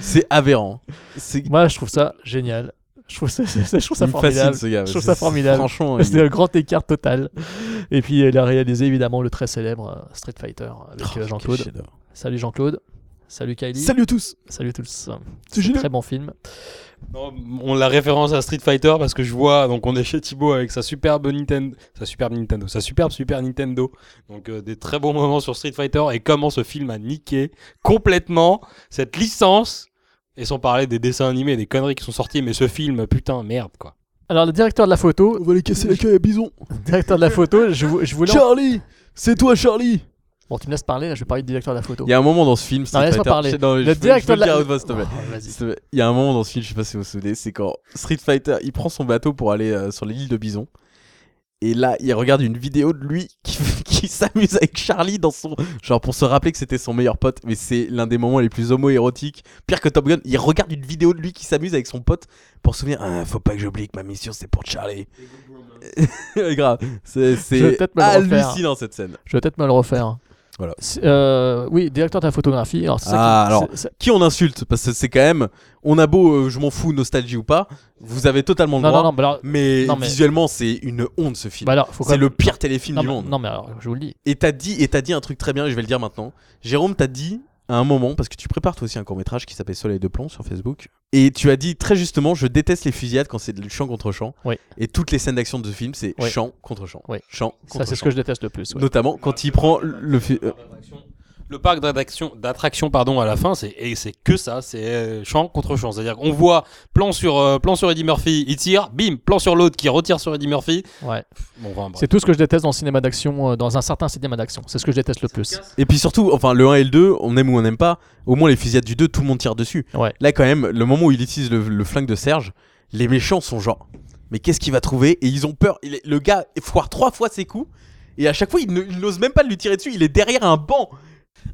Speaker 2: C'est aberrant. C'est
Speaker 1: Moi je trouve ça génial. Je trouve ça, je trouve ça
Speaker 2: Il me
Speaker 1: formidable.
Speaker 2: fascine, ce gars.
Speaker 1: Je trouve
Speaker 2: C'est-
Speaker 1: ça formidable.
Speaker 2: Franchement,
Speaker 1: C'était
Speaker 2: il-
Speaker 1: un grand écart total. Et puis il a réalisé évidemment le très célèbre euh, Street Fighter avec
Speaker 2: Oh,
Speaker 1: euh,
Speaker 2: quel
Speaker 1: Jean-Claude.
Speaker 2: chef-d'œuvre.
Speaker 1: Salut Jean-Claude. Salut Kylie.
Speaker 2: Salut à tous.
Speaker 1: Salut tous.
Speaker 2: C'est génial.
Speaker 1: Très bon film.
Speaker 10: Non, on la référence à Street Fighter parce que je vois, donc on est chez Thibaut avec sa superbe Nintendo, sa superbe Nintendo, sa superbe Super Nintendo. Donc euh, des très bons moments sur Street Fighter et comment ce film a niqué complètement cette licence. Et sans parler des dessins animés, des conneries qui sont sorties, mais ce film, putain, merde quoi.
Speaker 1: Alors le directeur de la photo,
Speaker 2: On va les casser la queue à Bison.
Speaker 1: directeur de la photo, je, vou- je voulais. en-
Speaker 2: Charlie C'est toi, Charlie
Speaker 1: Bon, tu me laisses parler, là, je vais parler du directeur de la photo.
Speaker 2: Il y a un moment dans ce film, Street
Speaker 1: laisse-moi
Speaker 2: Fighter-
Speaker 1: parler.
Speaker 2: je- non,
Speaker 1: Le
Speaker 2: je peux- je
Speaker 1: directeur
Speaker 2: peux le
Speaker 1: de la-
Speaker 2: dire à haute voix, s'il te plaît.
Speaker 1: Oh, vas-y.
Speaker 2: S'il te plaît. Il y a un moment dans ce film, je sais pas si vous vous souvenez, c'est quand Street Fighter, il prend son bateau pour aller euh, sur l'île de Bison. Et là, il regarde une vidéo de lui qui, qui s'amuse avec Charlie dans son. Genre pour se rappeler que c'était son meilleur pote, mais c'est l'un des moments les plus homo-érotiques. Pire que Top Gun, il regarde une vidéo de lui qui s'amuse avec son pote pour se souvenir Ah, faut pas que j'oublie que ma mission c'est pour Charlie. Grave, c'est
Speaker 1: vais
Speaker 2: c'est
Speaker 1: peut-être me le refaire.
Speaker 2: hallucinant cette scène.
Speaker 1: Je vais peut-être me le refaire.
Speaker 2: Voilà.
Speaker 1: C'est- euh, oui, directeur de la photographie. Alors, c'est ça
Speaker 2: Ah,
Speaker 1: qui-
Speaker 2: alors.
Speaker 1: c'est- c'est-
Speaker 2: qui on insulte parce que c'est quand même on a beau euh, je m'en fous nostalgie ou pas vous avez totalement le
Speaker 1: Non,
Speaker 2: droit
Speaker 1: non, non, bah alors.
Speaker 2: Mais,
Speaker 1: Non, mais-
Speaker 2: visuellement c'est une honte ce film
Speaker 1: bah alors, faut quand
Speaker 2: c'est
Speaker 1: même-
Speaker 2: le pire téléfilm
Speaker 1: non,
Speaker 2: du
Speaker 1: mais-
Speaker 2: monde
Speaker 1: Non, mais alors, je vous le dis.
Speaker 2: et t'as dit et t'as dit un truc très bien et je vais le dire maintenant Jérôme t'as dit à un moment parce que tu prépares toi aussi un court métrage qui s'appelle Soleil de plomb sur Facebook et tu as dit très justement je déteste les fusillades quand c'est du chant contre chant
Speaker 1: Oui.
Speaker 2: et toutes les scènes d'action de ce film c'est
Speaker 1: Oui.
Speaker 2: chant contre chant
Speaker 1: Oui.
Speaker 2: chant
Speaker 1: Ça,
Speaker 2: contre
Speaker 1: c'est ce
Speaker 2: chant
Speaker 1: que je déteste le plus. ouais.
Speaker 2: notamment quand il prend le fi- euh,
Speaker 10: Le parc d'attraction- d'attractions pardon à la fin c'est et c'est que ça c'est euh, champ contre champ c'est à dire qu'on voit plan sur euh, plan sur Eddie Murphy il tire bim plan sur l'autre qui retire sur Eddie Murphy
Speaker 1: Ouais.
Speaker 10: bon enfin, bref.
Speaker 1: C'est tout ce que je déteste dans le cinéma d'action, euh, dans un certain cinéma d'action. C'est ce que je déteste le plus.
Speaker 2: Et puis surtout, enfin, le 1 et le 2, on aime ou on n'aime pas, au moins les fusillades du 2, tout le monde tire dessus.
Speaker 1: Ouais.
Speaker 2: Là, quand même, le moment où il utilise le, le flingue de Serge, les méchants sont genre, mais qu'est-ce qu'il va trouver Et ils ont peur. Il est- le gars foire trois fois ses coups, et à chaque fois, il ne- il n'ose même pas lui tirer dessus, il est derrière un banc.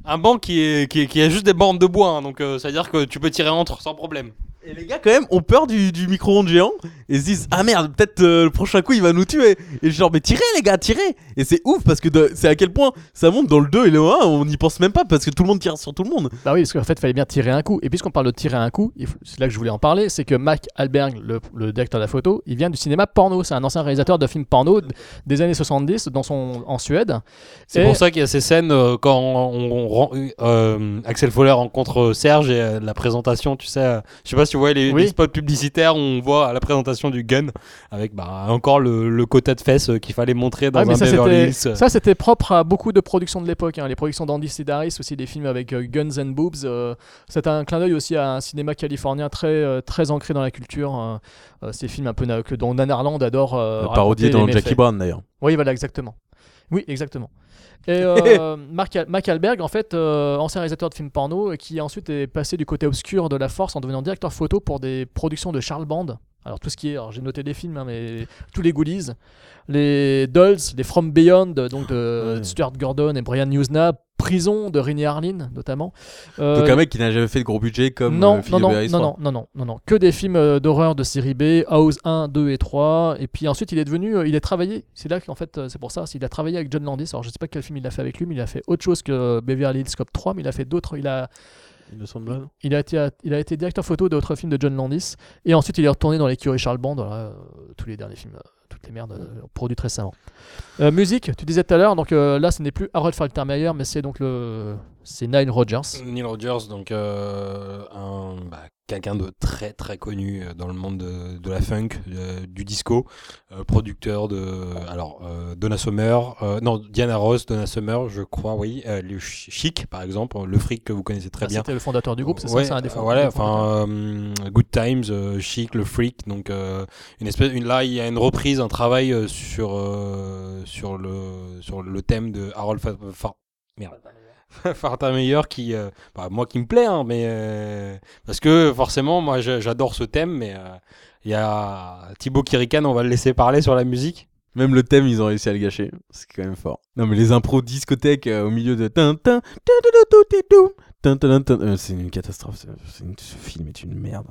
Speaker 10: Un banc qui est, qui est, qui est juste des bornes de bois, hein, donc euh, c'est-à-dire que tu peux tirer entre sans problème.
Speaker 2: Et les gars, quand même, ont peur du, du micro-ondes géant, et se disent, ah merde, peut-être euh, le prochain coup, il va nous tuer. Et genre, mais tirez, les gars, tirez Et c'est ouf, parce que de- c'est à quel point ça monte dans le 2 et le 1, on n'y pense même pas, parce que tout le monde tire sur tout le monde.
Speaker 1: Bah oui, parce qu'en fait, il fallait bien tirer un coup. Et puisqu'on parle de tirer un coup, il faut- c'est là que je voulais en parler, c'est que Mac Alberg, le, le directeur de la photo, il vient du cinéma porno. C'est un ancien réalisateur de films porno d- des années 70 dans son, en Suède.
Speaker 10: C'est
Speaker 1: Et-
Speaker 10: pour ça qu'il y a ces scènes euh, quand on, on rend- euh, Axel Fowler rencontre Serge et euh, la présentation, tu sais, euh, je sais pas si vous voyez les,
Speaker 1: Oui.
Speaker 10: les spots publicitaires où on voit la présentation du gun avec bah, encore le, le quota de fesses euh, qu'il fallait montrer dans
Speaker 1: Ouais, Ah, mais ça,
Speaker 10: un Beverly
Speaker 1: c'était-
Speaker 10: Hills. euh,
Speaker 1: ça, c'était propre à beaucoup de productions de l'époque. hein. Les productions d'Andy Sedaris, aussi des films avec euh, Guns and Boobs. euh, c'est un clin d'œil aussi à un cinéma californien très, euh, très ancré dans la culture. hein. Euh, ces films un peu na- que dont Nan Arland adore euh,
Speaker 2: Parodié
Speaker 1: raconter les
Speaker 2: dans
Speaker 1: méfaits.
Speaker 2: Jackie Brown, d'ailleurs.
Speaker 1: Oui, voilà, exactement. Oui, exactement. Et euh, Mark, Mark Wahlberg, en fait, euh, ancien réalisateur de films porno, et qui ensuite est passé du côté obscur de la force en devenant directeur photo pour des productions de Charles Band. Alors tout ce qui est, alors j'ai noté des films, hein, mais tous les Ghoulies, les Dolls, les From Beyond, donc de
Speaker 2: Ouais.
Speaker 1: Stuart Gordon et Brian Newsna, Prison de Rini Harlin notamment. Euh,
Speaker 2: Donc un mec qui n'a jamais fait de gros budget comme
Speaker 1: non,
Speaker 2: euh, Philippe
Speaker 1: non, non,
Speaker 2: Berry, je
Speaker 1: non,
Speaker 2: crois.
Speaker 1: non, non, non, non, non. que des films euh, d'horreur de série B, House 1, 2 et 3. Et puis ensuite, il est devenu, euh, il a travaillé. C'est là qu'en fait, euh, c'est pour ça, il a travaillé avec John Landis. Alors, je sais pas quel film il a fait avec lui, mais il a fait autre chose que euh, Beverly Hills Cop 3, mais il a fait d'autres. Il a,
Speaker 2: Il me semble. là.
Speaker 1: il a été, à- il a été directeur photo d'autres films de John Landis. Et ensuite, il est retourné dans l'écurie Charles Band, voilà, euh, tous les derniers films, euh, toutes les merdes euh, produites récemment. Euh, musique, tu disais tout à l'heure, donc euh, là, ce n'est plus Harold Faltermeyer, mais c'est donc le, c'est Nile Rodgers.
Speaker 10: Neil Rogers, donc euh, un, bah, quelqu'un de très très connu euh, dans le monde de, de la funk, euh, du disco, euh, producteur de alors euh, Donna Summer, euh, non Diana Ross, Donna Summer, je crois, oui, euh, le Ch- Chic par exemple, le fric que vous connaissez très
Speaker 1: Ah,
Speaker 10: bien.
Speaker 1: C'était le fondateur du groupe, c'est
Speaker 10: Ouais,
Speaker 1: ça, c'est un des
Speaker 10: euh,
Speaker 1: fondateurs.
Speaker 10: Voilà, enfin, euh, Good Times, euh, Chic, le Freak. Donc, euh, une espèce, une, là, il y a une reprise, un travail euh, sur, euh, sur, le, sur le thème de Harold Fa Fa- merde. Fartameyer qui, euh, bah, moi qui me plaît, hein, mais euh, parce que forcément, moi j'a- j'adore ce thème, mais euh, il y a Thibaut Kirikan, on va le laisser parler sur la musique.
Speaker 2: Même le thème, ils ont réussi à le gâcher. C'est quand même fort. Non, mais les impros discothèques euh, au milieu de tin, tin, tin, tin, tin, tin, tin, tin, tin, tin, tin. Euh, c'est une catastrophe. c'est- c'est une- Ce film est une merde.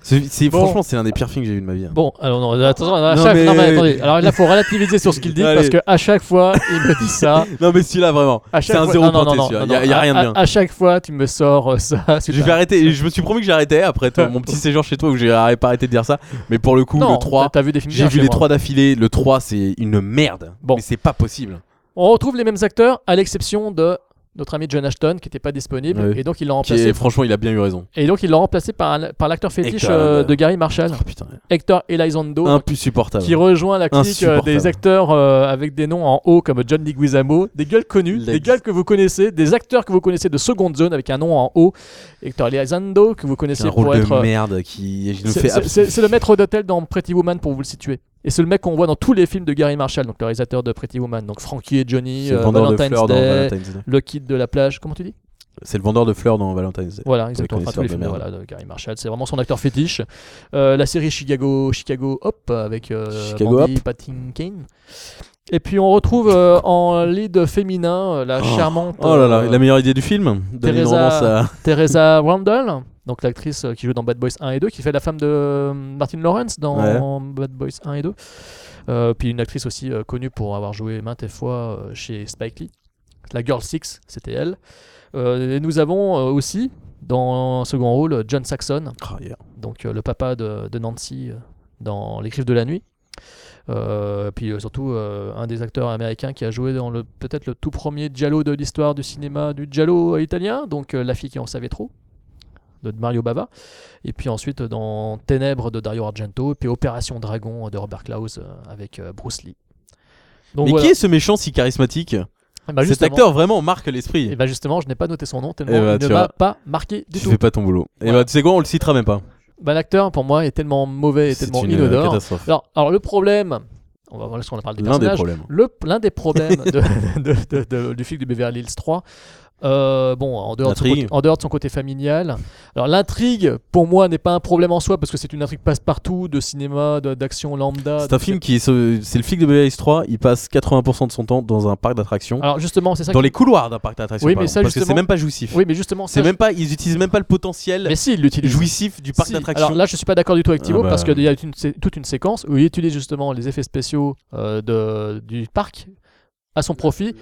Speaker 2: C'est- c'est-
Speaker 1: Bon.
Speaker 2: Franchement, c'est l'un des pires films que j'ai vu de ma vie. hein.
Speaker 1: Bon, alors non, attention, à
Speaker 2: Non,
Speaker 1: chaque... non,
Speaker 2: mais-
Speaker 1: mais attendez. Alors là, faut relativiser sur ce qu'il dit
Speaker 2: Allez.
Speaker 1: parce que à chaque fois, il me dit ça.
Speaker 2: Non, mais celui-là, vraiment.
Speaker 1: À
Speaker 2: C'est
Speaker 1: chaque
Speaker 2: un
Speaker 1: fois-
Speaker 2: zéro
Speaker 1: non, non,
Speaker 2: pointé,
Speaker 1: non,
Speaker 2: celui-là.
Speaker 1: non,
Speaker 2: Y a- y a
Speaker 1: à-
Speaker 2: rien de
Speaker 1: à-
Speaker 2: bien.
Speaker 1: À chaque fois, tu me sors euh, ça. c'est
Speaker 2: Je vais
Speaker 1: pas-
Speaker 2: arrêter. Je me suis promis que j'arrêtais après ton- mon petit séjour chez toi où j'ai pas arrêté de dire ça. Mais pour le coup,
Speaker 1: Non,
Speaker 2: le 3,
Speaker 1: t'as- T'as vu des films
Speaker 2: j'ai
Speaker 1: bien
Speaker 2: vu
Speaker 1: chez
Speaker 2: les
Speaker 1: moi.
Speaker 2: 3 d'affilée. Le 3, c'est une merde.
Speaker 1: Bon.
Speaker 2: Mais c'est pas possible.
Speaker 1: On retrouve les mêmes acteurs à l'exception de notre ami John Ashton qui n'était pas disponible
Speaker 2: Ouais.
Speaker 1: et donc il l'a
Speaker 2: Qui
Speaker 1: remplacé.
Speaker 2: est- franchement, il a bien eu raison.
Speaker 1: Et donc il l'a remplacé par, un- par l'acteur fétiche
Speaker 2: Hector,
Speaker 1: euh,
Speaker 2: euh,
Speaker 1: de Gary Marshall,
Speaker 2: Oh, putain.
Speaker 1: Hector Elizondo,
Speaker 2: Insupportable.
Speaker 1: Oh. qui rejoint la clique euh,
Speaker 2: Insupportable.
Speaker 1: des acteurs euh, avec des noms en haut comme John Leguizamo, des gueules connues,
Speaker 2: Legs.
Speaker 1: des gueules que vous connaissez, des acteurs que vous connaissez de seconde zone avec un nom en haut, Hector Elizondo que vous
Speaker 2: C'est
Speaker 1: connaissez
Speaker 2: un
Speaker 1: pour
Speaker 2: rôle
Speaker 1: être
Speaker 2: de
Speaker 1: euh,
Speaker 2: merde qui je nous
Speaker 1: c'est-
Speaker 2: fait
Speaker 1: c'est- c'est c'est le maître d'hôtel dans Pretty Woman pour vous le situer. Et c'est le mec qu'on voit dans tous les films de Gary Marshall, donc le réalisateur de Pretty Woman, donc Frankie et Johnny,
Speaker 2: C'est le
Speaker 1: euh,
Speaker 2: vendeur de
Speaker 1: Valentine's
Speaker 2: fleurs dans
Speaker 1: Day,
Speaker 2: Valentine's Day.
Speaker 1: le kid de la plage, comment tu dis
Speaker 2: C'est le vendeur de fleurs dans Valentine's Day.
Speaker 1: Voilà, exactement. Enfin, tous les
Speaker 2: connaisseurs
Speaker 1: films
Speaker 2: de
Speaker 1: de, voilà, de Gary Marshall, c'est vraiment son acteur fétiche. Euh, la série Chicago, Chicago Hop avec euh,
Speaker 2: Chicago
Speaker 1: Mandy
Speaker 2: Hop.
Speaker 1: Patinkin. Et puis on retrouve euh, en lead féminin euh, la charmante
Speaker 2: Oh là là,
Speaker 1: euh,
Speaker 2: la meilleure idée du film Donner une
Speaker 1: Teresa-
Speaker 2: romance à.
Speaker 1: Teresa Randall, donc l'actrice euh, qui joue dans Bad Boys 1 et 2, qui fait la femme de euh, Martin Lawrence dans Bad Boys 1 et 2. Euh, puis une actrice aussi euh, connue pour avoir joué maintes et fois euh, chez Spike Lee. La Girl Six, c'était elle. Euh, et nous avons euh, aussi, dans un second rôle, John Saxon,
Speaker 2: Oh, yeah.
Speaker 1: donc euh, le papa de, de Nancy euh, dans Les Griffes de la Nuit. Euh, puis euh, surtout euh, un des acteurs américains qui a joué dans le peut-être le tout premier giallo de l'histoire du cinéma du giallo italien, donc euh, La fille qui en savait trop de Mario Bava, et puis ensuite euh, dans Ténèbres de Dario Argento, et puis Opération Dragon de Robert Klaus euh, avec euh, Bruce Lee. Donc
Speaker 2: Mais
Speaker 1: voilà.
Speaker 2: qui est ce méchant si charismatique
Speaker 1: Eh ben,
Speaker 2: Cet
Speaker 1: justement-
Speaker 2: acteur vraiment marque
Speaker 1: eh
Speaker 2: l'esprit.
Speaker 1: ben, justement, je n'ai pas noté son nom tellement
Speaker 2: Eh
Speaker 1: il
Speaker 2: ben,
Speaker 1: ne
Speaker 2: tu
Speaker 1: m'a
Speaker 2: vois.
Speaker 1: pas marqué du
Speaker 2: Tu
Speaker 1: tout.
Speaker 2: fais pas ton boulot. Et
Speaker 1: Voilà.
Speaker 2: bah, tu sais quoi, on le citera même pas.
Speaker 1: Ben, L'acteur pour moi est tellement mauvais et
Speaker 2: C'est
Speaker 1: tellement
Speaker 2: une euh,
Speaker 1: inodore.
Speaker 2: catastrophe.
Speaker 1: Alors, alors le problème, on va voir ce qu'on parle des
Speaker 2: L'un des
Speaker 1: personnages.
Speaker 2: problèmes.
Speaker 1: Le- L'un des problèmes de- de- de- de- du film de Beverly Hills 3, euh, bon, en dehors, de son
Speaker 2: L'intrigue.
Speaker 1: côté, en dehors de son côté familial. Alors l'intrigue, pour moi, n'est pas un problème en soi parce que c'est une intrigue passe-partout de cinéma, de- d'action lambda.
Speaker 2: C'est un
Speaker 1: Ah, Donc,
Speaker 2: film qui est. ce- C'est le flic de Beverly Hills 3. Il passe 80% de son temps dans un parc d'attractions.
Speaker 1: Alors justement, c'est Ah, ça.
Speaker 2: Dans
Speaker 1: qui-
Speaker 2: les couloirs d'un parc d'attractions.
Speaker 1: Oui,
Speaker 2: par
Speaker 1: mais
Speaker 2: exemple,
Speaker 1: ça,
Speaker 2: Parce que c'est
Speaker 1: justement-
Speaker 2: même pas jouissif.
Speaker 1: Oui, mais justement,
Speaker 2: C'est
Speaker 1: ça,
Speaker 2: même pas. Ils utilisent même pas le potentiel
Speaker 1: Mais si, il l'utilise.
Speaker 2: jouissif du parc
Speaker 1: Si.
Speaker 2: d'attractions.
Speaker 1: Alors là, je suis pas d'accord du tout avec
Speaker 2: Ah
Speaker 1: Thibaut
Speaker 2: bah.
Speaker 1: parce qu'il y a une- c'est toute une séquence où il utilise justement les effets spéciaux euh, de, du parc à son profit.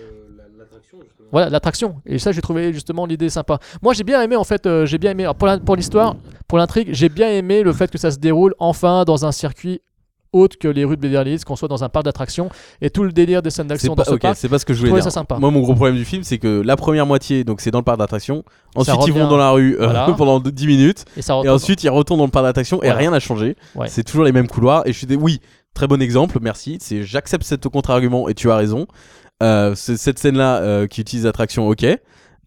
Speaker 1: Voilà l'attraction et ça j'ai trouvé justement l'idée sympa. Moi j'ai bien aimé en fait euh, j'ai bien aimé alors, pour la- pour l'histoire pour l'intrigue j'ai bien aimé le fait que ça se déroule enfin dans un circuit autre que les rues de Beverly Hills qu'on soit dans un parc d'attractions et tout le délire des scènes
Speaker 2: C'est
Speaker 1: d'action dans
Speaker 2: pas,
Speaker 1: ce
Speaker 2: ok,
Speaker 1: parc.
Speaker 2: c'est pas ce que je
Speaker 1: Je
Speaker 2: voulais
Speaker 1: trouvais
Speaker 2: dire.
Speaker 1: ça sympa.
Speaker 2: Moi, mon gros problème du film, c'est que la première moitié, donc c'est dans le parc d'attraction. Ensuite, ils
Speaker 1: revient-
Speaker 2: vont dans la rue euh,
Speaker 1: Voilà.
Speaker 2: pendant 10 minutes.
Speaker 1: Et ça
Speaker 2: Et
Speaker 1: retourne-
Speaker 2: ensuite, ils retournent dans le parc d'attraction et
Speaker 1: Voilà.
Speaker 2: rien n'a changé.
Speaker 1: Oh, Ouais.
Speaker 2: C'est toujours les mêmes couloirs. Et je suis des... oui, très bon exemple, merci. C'est j'accepte cet contre-argument et tu as raison. Euh, c'est- cette scène-là euh, qui utilise l'attraction, ok.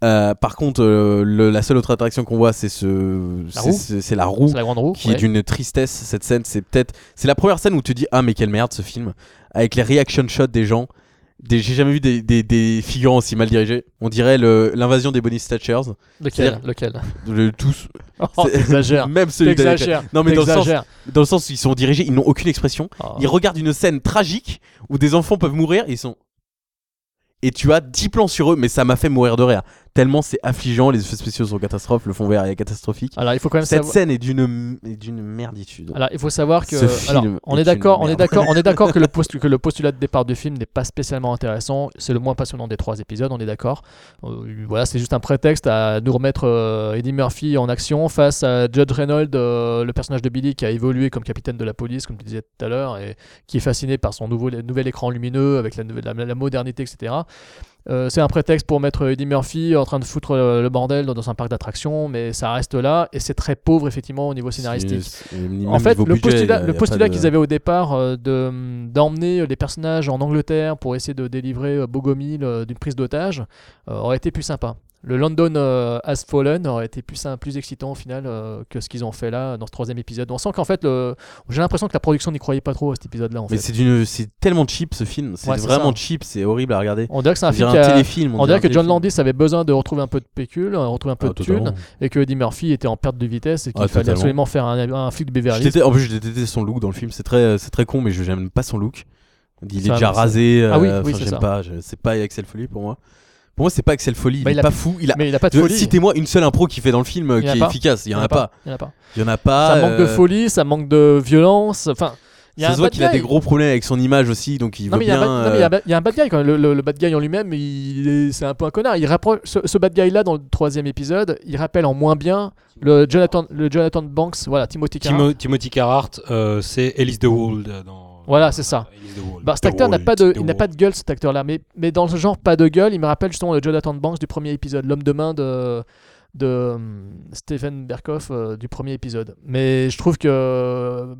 Speaker 2: Euh, par contre, euh, le- la seule autre attraction qu'on voit, c'est ce,
Speaker 1: La
Speaker 2: c'est-
Speaker 1: roue.
Speaker 2: c'est c'est la roue
Speaker 1: c'est la grande roue.
Speaker 2: qui
Speaker 1: ouais.
Speaker 2: est d'une tristesse cette scène c'est peut-être c'est la première scène où tu dis ah mais quelle merde ce film avec les reaction shots des gens des- J'ai jamais vu des, des, des figurants aussi mal dirigés. On dirait le- l'invasion des Bonnie Thatchers.
Speaker 1: Lequel
Speaker 2: C'est-à-dire-
Speaker 1: Lequel
Speaker 2: Le- Tous.
Speaker 1: Oh,
Speaker 2: C'est-
Speaker 1: t'exagères.
Speaker 2: Même celui d'Alain Claire.
Speaker 1: T'exagères.
Speaker 2: Non, mais dans le, sens,
Speaker 1: T'exagères.
Speaker 2: dans le sens où ils sont dirigés, ils n'ont aucune expression.
Speaker 1: Ah.
Speaker 2: Ils regardent une scène tragique où des enfants peuvent mourir et ils sont. Et tu as 10 plans sur eux, mais ça m'a fait mourir de rire. Tellement c'est affligeant, les effets spéciaux sont catastrophes, le fond vert est catastrophique.
Speaker 1: Alors, il faut Ah, quand même Ah,
Speaker 2: Cette
Speaker 1: savoir-
Speaker 2: scène est d'une est d'une merditude.
Speaker 1: Alors, il faut savoir que.
Speaker 2: Ce film
Speaker 1: alors, on est,
Speaker 2: une
Speaker 1: d'accord, on est
Speaker 2: merde.
Speaker 1: d'accord, on est d'accord que le, post- que le postulat de départ du film n'est pas spécialement intéressant. C'est le moins passionnant des trois épisodes, on est d'accord. Euh, voilà, c'est juste un prétexte à nous remettre euh, Eddie Murphy en action face à Judge Reynolds, euh, le personnage de Billy qui a évolué comme capitaine de la police, comme tu disais tout à l'heure, et qui est fasciné par son nouveau, nouvel écran lumineux avec la, nouvelle- la- la modernité, etc. Euh, c'est un prétexte pour mettre Eddie Murphy en train de foutre euh, le bordel dans- dans un parc d'attractions, mais ça reste là et c'est très pauvre effectivement au niveau scénaristique.
Speaker 2: c'est- même
Speaker 1: En fait,
Speaker 2: niveau
Speaker 1: le
Speaker 2: budget, y
Speaker 1: postulat,
Speaker 2: a-
Speaker 1: le
Speaker 2: y a pas
Speaker 1: postulat
Speaker 2: de-
Speaker 1: qu'ils avaient au départ euh, de d'emmener euh, les personnages en Angleterre pour essayer de délivrer euh, Bogomil euh, d'une prise d'otage euh, aurait été plus sympa. Le London euh, Has Fallen aurait été plus, sym- plus excitant au final euh, que ce qu'ils ont fait là dans ce troisième épisode. On sent qu'en fait, le- j'ai l'impression que la production n'y croyait pas trop à cet épisode-là. En
Speaker 2: Mais
Speaker 1: fait.
Speaker 2: c'est d'une- c'est tellement cheap ce film, c'est
Speaker 1: Ouais, c'est
Speaker 2: vraiment
Speaker 1: ça.
Speaker 2: cheap, c'est horrible à regarder.
Speaker 1: On dirait que c'est un
Speaker 2: On
Speaker 1: film
Speaker 2: dirait
Speaker 1: qui a-
Speaker 2: téléfilm.
Speaker 1: On, dirait que John
Speaker 2: Landis
Speaker 1: Landis avait besoin de retrouver un peu de pécule, euh, retrouver un peu
Speaker 2: Ah,
Speaker 1: de
Speaker 2: totalement.
Speaker 1: thunes, et que Eddie Murphy était en perte de vitesse et qu'il
Speaker 2: Ah,
Speaker 1: fallait
Speaker 2: totalement.
Speaker 1: absolument faire un, un flic de
Speaker 2: Je
Speaker 1: Beverly Hills.
Speaker 2: déteste- en plus, je détestais son look dans le film. C'est très, euh, c'est très con, mais je n'aime pas son look. Il est
Speaker 1: Ça,
Speaker 2: déjà
Speaker 1: c'est-
Speaker 2: rasé.
Speaker 1: Ah oui,
Speaker 2: euh,
Speaker 1: oui,
Speaker 2: enfin,
Speaker 1: c'est
Speaker 2: j'aime
Speaker 1: ça.
Speaker 2: pas. je- C'est pas Axel Folly pour moi. Pour moi, c'est pas Axel Folly.
Speaker 1: Bah,
Speaker 2: il,
Speaker 1: il
Speaker 2: est
Speaker 1: a-
Speaker 2: pas fou. Il a.
Speaker 1: Mais il a pas de
Speaker 2: Je-
Speaker 1: folie.
Speaker 2: Citez-moi une seule impro qui fait dans le film
Speaker 1: Il y en
Speaker 2: qui
Speaker 1: a
Speaker 2: est
Speaker 1: pas.
Speaker 2: efficace. Il y en a pas.
Speaker 1: Il y en a pas.
Speaker 2: Il y en a pas.
Speaker 1: ça manque de
Speaker 2: euh,
Speaker 1: folie, ça manque de violence. Enfin, il y a
Speaker 2: Ça
Speaker 1: un
Speaker 2: se voit
Speaker 1: bad
Speaker 2: qu'il a
Speaker 1: guy.
Speaker 2: des gros problèmes avec son image aussi, donc il
Speaker 1: Non
Speaker 2: veut
Speaker 1: mais il y a un
Speaker 2: bien.
Speaker 1: bad- non, mais il y a un
Speaker 2: euh,
Speaker 1: bad- il y, a un bad guy quand même. Le, le- le bad guy en lui-même, il est- c'est un peu un connard. Il rapproche ce, ce bad guy là dans le troisième épisode, il rappelle en moins bien le Jonathan, le Jonathan Banks, voilà Timothy Carr.
Speaker 10: Timo- Timothy Carhart, euh, c'est Elise de Wald euh, dans.
Speaker 1: Voilà, c'est ça.
Speaker 10: Elise de Wald.
Speaker 1: Bah, cet
Speaker 10: The
Speaker 1: acteur n'a
Speaker 10: Wald,
Speaker 1: pas de,
Speaker 10: The
Speaker 1: il n'a pas
Speaker 10: Wald.
Speaker 1: de gueule cet acteur-là, mais, mais dans ce genre pas de gueule, il me rappelle justement le Jonathan Banks du premier épisode, l'homme de main de de hum, Stephen Berkoff euh, du premier épisode. Mais je trouve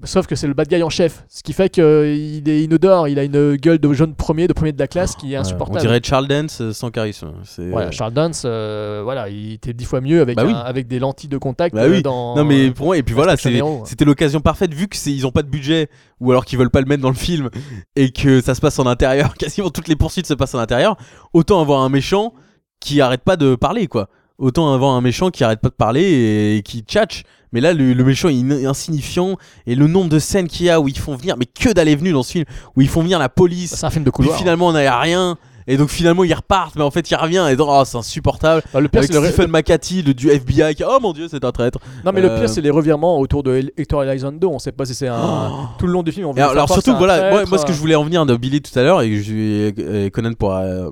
Speaker 1: que sauf que c'est le bad guy en chef, ce qui fait qu'il est inodore, il a une gueule de jeune premier, de premier de la classe qui est
Speaker 2: ouais,
Speaker 1: insupportable.
Speaker 2: Ah, on dirait Charles Dance euh, sans charisme. C'est.
Speaker 1: Voilà, Charles Dance, euh, voilà, il était dix fois mieux avec,
Speaker 2: Bah oui.
Speaker 1: un- avec des lentilles de contact
Speaker 2: Bah
Speaker 1: euh,
Speaker 2: oui.
Speaker 1: dans. Bah,
Speaker 2: Non mais pour moi et puis
Speaker 1: Fast
Speaker 2: voilà
Speaker 1: and
Speaker 2: c'est-
Speaker 1: Furious.
Speaker 2: c'était l'occasion parfaite vu que c'est ils ont pas de budget ou alors qu'ils veulent pas le mettre dans le film et que ça se passe en intérieur quasiment toutes les poursuites se passent en intérieur autant avoir un méchant qui arrête pas de parler quoi autant avoir un méchant qui arrête pas de parler et, qui tchatche mais là le, le méchant est in- insignifiant et le nombre de scènes qu'il y a où ils font venir mais que d'aller venu dans ce film où ils font venir la police
Speaker 1: C'est un film de
Speaker 2: puis
Speaker 1: couloir.
Speaker 2: finalement on n'y a rien et donc finalement ils repartent mais en fait il revient et donc, oh, c'est insupportable
Speaker 1: Bah, le pire,
Speaker 2: avec
Speaker 1: c'est le-
Speaker 2: Stephen McCarthy le du FBI qui oh mon dieu c'est un traître
Speaker 1: Non, mais le
Speaker 2: Euh,
Speaker 1: pire, c'est les revirements autour de Hel- Hector Elizondo. On sait pas si c'est un. Tout le long du film, on
Speaker 2: Oh. Et
Speaker 1: veut
Speaker 2: alors,
Speaker 1: faire croire que
Speaker 2: surtout,
Speaker 1: c'est un euh,
Speaker 2: voilà, moi,
Speaker 1: traître,
Speaker 2: moi, ce que je voulais en venir de Billy tout à l'heure, et, que je- et Conan pourra euh,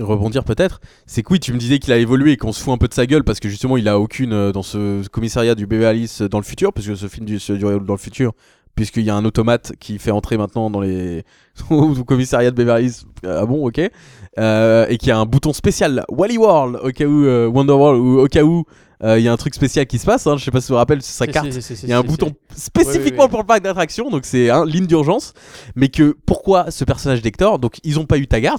Speaker 2: rebondir peut-être, c'est que oui, tu me disais qu'il a évolué et qu'on se fout un peu de sa gueule parce que justement, il a aucune euh, dans ce commissariat du bébé Alice euh, dans le futur, puisque ce film du, se- du dans le futur, puisqu'il y a un automate qui fait entrer maintenant dans les au commissariat de Beverly Hills. Ah bon, ok. Euh, et qui a un bouton spécial, là. Wally World, au cas où euh, Wonder World, ou au cas où euh, il y a un truc spécial qui se passe. hein, je sais pas si vous vous rappelez, c'est sa
Speaker 1: Si,
Speaker 2: carte.
Speaker 1: si, si, si,
Speaker 2: Il y a un
Speaker 1: si,
Speaker 2: bouton
Speaker 1: si.
Speaker 2: spécifiquement
Speaker 1: Oui, oui, oui.
Speaker 2: pour le parc d'attractions, donc c'est un ligne d'urgence. Mais que pourquoi ce personnage d'Hector Donc ils ont pas eu Taggart.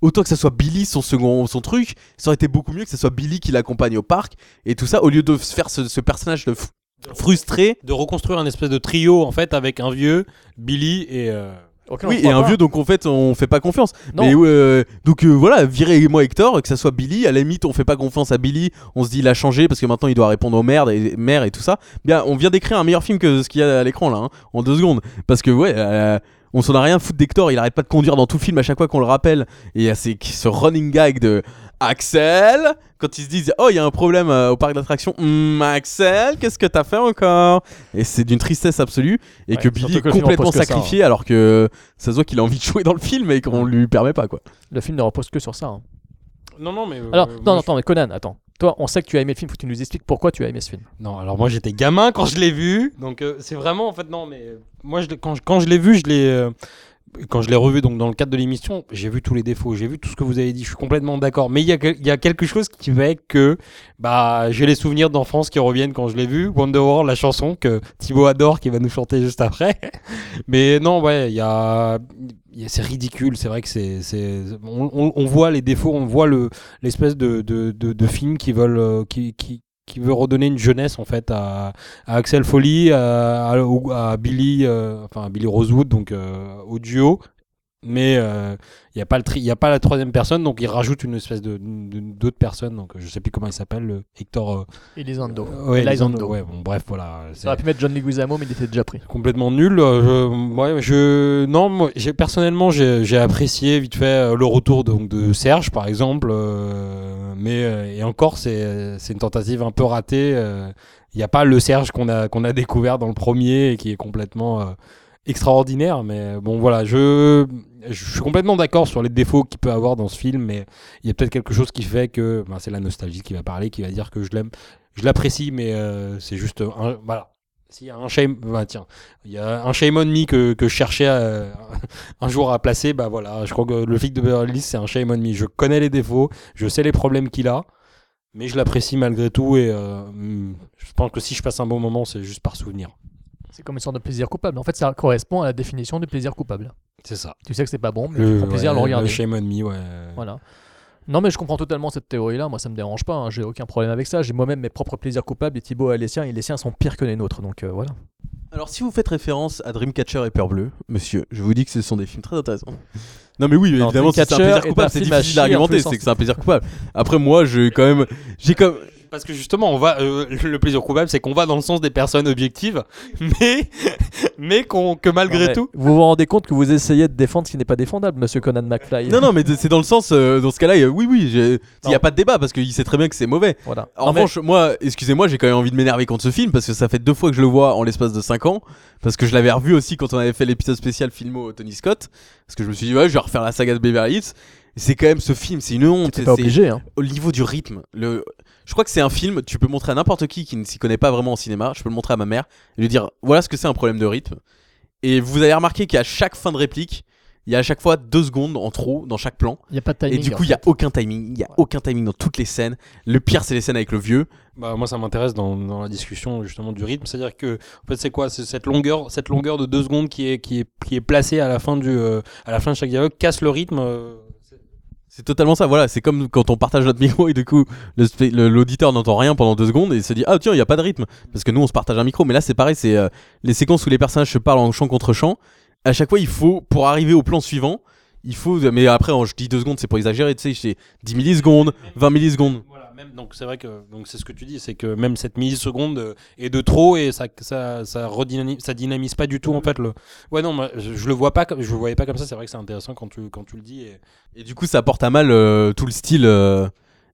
Speaker 2: Autant que ça soit Billy son second son truc, ça aurait été beaucoup mieux que ça soit Billy qui l'accompagne au parc et tout ça au lieu de se faire ce, ce personnage de fou- frustré.
Speaker 10: De reconstruire un espèce de trio en fait avec un vieux, Billy et. euh,
Speaker 1: Auquel on
Speaker 2: Oui, et
Speaker 1: croit
Speaker 2: un
Speaker 1: pas.
Speaker 2: vieux, donc en fait, on fait pas confiance.
Speaker 1: Non.
Speaker 2: Mais euh, donc euh, voilà, virez-moi Hector, que ça soit Billy. À la limite, on fait pas confiance à Billy. On se dit, il a changé parce que maintenant il doit répondre aux merdes et mères et tout ça. Bien, on vient d'écrire un meilleur film que ce qu'il y a à l'écran là, hein, en deux secondes. Parce que ouais, euh, on s'en a rien à foutre d'Hector. Il arrête pas de conduire dans tout le film à chaque fois qu'on le rappelle. Et il y a ces- ce running gag de Axel quand ils se disent, oh, il y a un problème euh, au parc d'attractions. Hum, Axel, qu'est-ce que t'as fait encore Et c'est d'une tristesse absolue et
Speaker 1: Ouais,
Speaker 2: que Billy
Speaker 1: surtout
Speaker 2: est
Speaker 1: que le film
Speaker 2: complètement
Speaker 1: repose que ça, hein.
Speaker 2: sacrifié alors que euh, ça se voit qu'il a envie de jouer dans le film et qu'on lui permet pas quoi.
Speaker 1: Le film ne repose que sur ça. hein.
Speaker 10: Non, non, mais. euh,
Speaker 1: Alors,
Speaker 10: moi,
Speaker 1: non, non,
Speaker 10: je-
Speaker 1: attends, mais Conan, attends. Toi, on sait que tu as aimé le film, faut que tu nous expliques pourquoi tu as aimé ce film.
Speaker 10: Non, alors moi j'étais gamin quand je l'ai vu, donc euh, c'est vraiment en fait non, mais euh, moi je l'ai- quand je, quand je l'ai vu, je l'ai euh, quand je l'ai revu donc dans le cadre de l'émission, j'ai vu tous les défauts, j'ai vu tout ce que vous avez dit, je suis complètement d'accord. Mais il y, a quel- il y a quelque chose qui fait que bah j'ai les souvenirs d'enfance qui reviennent quand je l'ai vu, Wonderworld, la chanson que Thibaut adore, qui va nous chanter juste après. Mais non, ouais, il y a, il y a- c'est ridicule, c'est vrai que c'est, c'est on, on- on voit les défauts, on voit le l'espèce de de, de, de film qui veulent euh, qui, qui qui veut redonner une jeunesse en fait à, à Axel Foley, à, à- au- à Billy, euh, enfin à Billy Rosewood, donc euh, au duo, Mais il n'y a pas le tri, il y a pas la troisième personne, donc il rajoute une espèce de de- d'autre personne. Donc euh, je sais plus comment il s'appelle, le Hector. euh,
Speaker 1: Elizondo.
Speaker 10: euh, ouais,
Speaker 1: Elizondo.
Speaker 10: Elizondo, ouais, bon, bref, voilà. c'est-
Speaker 1: Ça aurait pu mettre John Leguizamo, mais il était déjà pris.
Speaker 10: complètement nul. euh, Je, ouais, je, non, moi, j'ai personnellement, j'ai j'ai apprécié vite fait euh, le retour donc, de Serge, par exemple. euh, mais euh, et encore, c'est c'est une tentative un peu ratée. euh, Il n'y a pas le Serge qu'on a qu'on a découvert dans le premier et qui est complètement euh, extraordinaire. Mais euh, bon, voilà, je je suis complètement d'accord sur les défauts qu'il peut avoir dans ce film, mais il y a peut-être quelque chose qui fait que ben, c'est la nostalgie qui va parler, qui va dire que je l'aime, je l'apprécie, mais euh, c'est juste un, voilà. S'il y a un shame, bah, tiens, il y a un shame on me que, que je cherchais à- un jour à placer, bah voilà, je crois que le flic de Beverly Hills, c'est un shame on me. Je connais les défauts, je sais les problèmes qu'il a, mais je l'apprécie malgré tout et euh, hmm, je pense que si je passe un bon moment, c'est juste par souvenir.
Speaker 1: C'est comme une sorte de plaisir coupable. En fait, ça correspond à la définition du plaisir coupable.
Speaker 10: C'est ça.
Speaker 1: Tu sais que c'est pas bon, mais
Speaker 10: Le-
Speaker 1: tu
Speaker 2: Euh,
Speaker 1: prends plaisir à le
Speaker 10: ouais,
Speaker 1: regarder.
Speaker 10: Le shame on me, ouais.
Speaker 1: Voilà. Non, mais je comprends totalement cette théorie-là. Moi, ça me dérange pas. hein. J'ai aucun problème avec ça. J'ai moi-même mes propres plaisirs coupables. Et Thibaut a les siens. Et les siens sont pires que les nôtres. Donc euh, voilà.
Speaker 2: Alors, si vous faites référence à Dreamcatcher et Peur Bleue, monsieur, je vous dis que ce sont des films très intéressants. Non, mais oui,
Speaker 1: Non,
Speaker 2: évidemment, si c'est
Speaker 1: Dreamcatcher
Speaker 2: un plaisir
Speaker 1: est un
Speaker 2: coupable, c'est
Speaker 1: film à
Speaker 2: difficile
Speaker 1: chier en tous
Speaker 2: d'argumenter,
Speaker 1: les
Speaker 2: c'est
Speaker 1: sens.
Speaker 2: que c'est un plaisir coupable. Après, moi, j'ai quand même. J'ai comme.
Speaker 10: Parce que justement, on va, euh, le plaisir coupable, c'est qu'on va dans le sens des personnes objectives, mais, mais qu'on- que malgré
Speaker 1: Ouais.
Speaker 10: tout.
Speaker 1: Vous vous rendez compte que vous essayez de défendre ce qui n'est pas défendable, monsieur Conan McFly
Speaker 2: Non, non, mais c'est dans le sens, euh, dans ce cas-là, euh, oui, oui, j'ai- il n'y a pas de débat parce qu'il sait très bien que c'est mauvais.
Speaker 1: Voilà.
Speaker 2: En
Speaker 1: Non, mais-
Speaker 2: revanche, moi, excusez-moi, j'ai quand même envie de m'énerver contre ce film parce que ça fait deux fois que je le vois en l'espace de cinq ans. Parce que je l'avais revu aussi quand on avait fait l'épisode spécial Filmo Tony Scott. Parce que je me suis dit, ouais, je vais refaire la saga de Beverly Hills. C'est quand même ce film, c'est une honte.
Speaker 1: T'es pas
Speaker 2: c'est-
Speaker 1: obligé. Hein.
Speaker 2: au niveau du rythme, le... je crois que c'est un film, tu peux montrer à n'importe qui qui ne s'y connaît pas vraiment en cinéma, je peux le montrer à ma mère, et lui dire voilà ce que c'est un problème de rythme. Et vous avez remarqué qu'à chaque fin de réplique, il y a à chaque fois deux secondes en trop dans chaque plan.
Speaker 1: Il n'y a pas de timing.
Speaker 2: et du
Speaker 1: en
Speaker 2: coup, il n'y a
Speaker 1: fait.
Speaker 2: aucun timing, il n'y a aucun timing dans toutes les scènes. Le pire, c'est les scènes avec le vieux.
Speaker 10: Bah, moi, ça m'intéresse dans, dans la discussion justement du rythme. C'est-à-dire que, en fait, c'est quoi C'est cette longueur, cette longueur de deux secondes qui est, qui est, qui est placée à la fin du, euh, à la fin de chaque dialogue casse le rythme. euh,
Speaker 2: C'est totalement ça, voilà, c'est comme quand on partage notre micro et du coup le spe- le- l'auditeur n'entend rien pendant deux secondes et se dit ah tiens il n'y a pas de rythme parce que nous on se partage un micro mais là c'est pareil, c'est euh, les séquences où les personnages se parlent en chant contre chant, à chaque fois il faut pour arriver au plan suivant, il faut, mais après en- je dis deux secondes c'est pour exagérer, tu sais c'est 10 millisecondes, 20 millisecondes,
Speaker 10: voilà, même, donc c'est vrai que donc c'est ce que tu dis, c'est que même cette milliseconde euh, est de trop et ça ça ça redynamise, ça dynamise pas du tout en fait le. Ouais non, moi, je, je le vois pas, comme, je le voyais pas comme ça. C'est vrai que c'est intéressant quand tu quand tu le dis. Et...
Speaker 2: et du coup ça porte à mal euh, tout le style euh,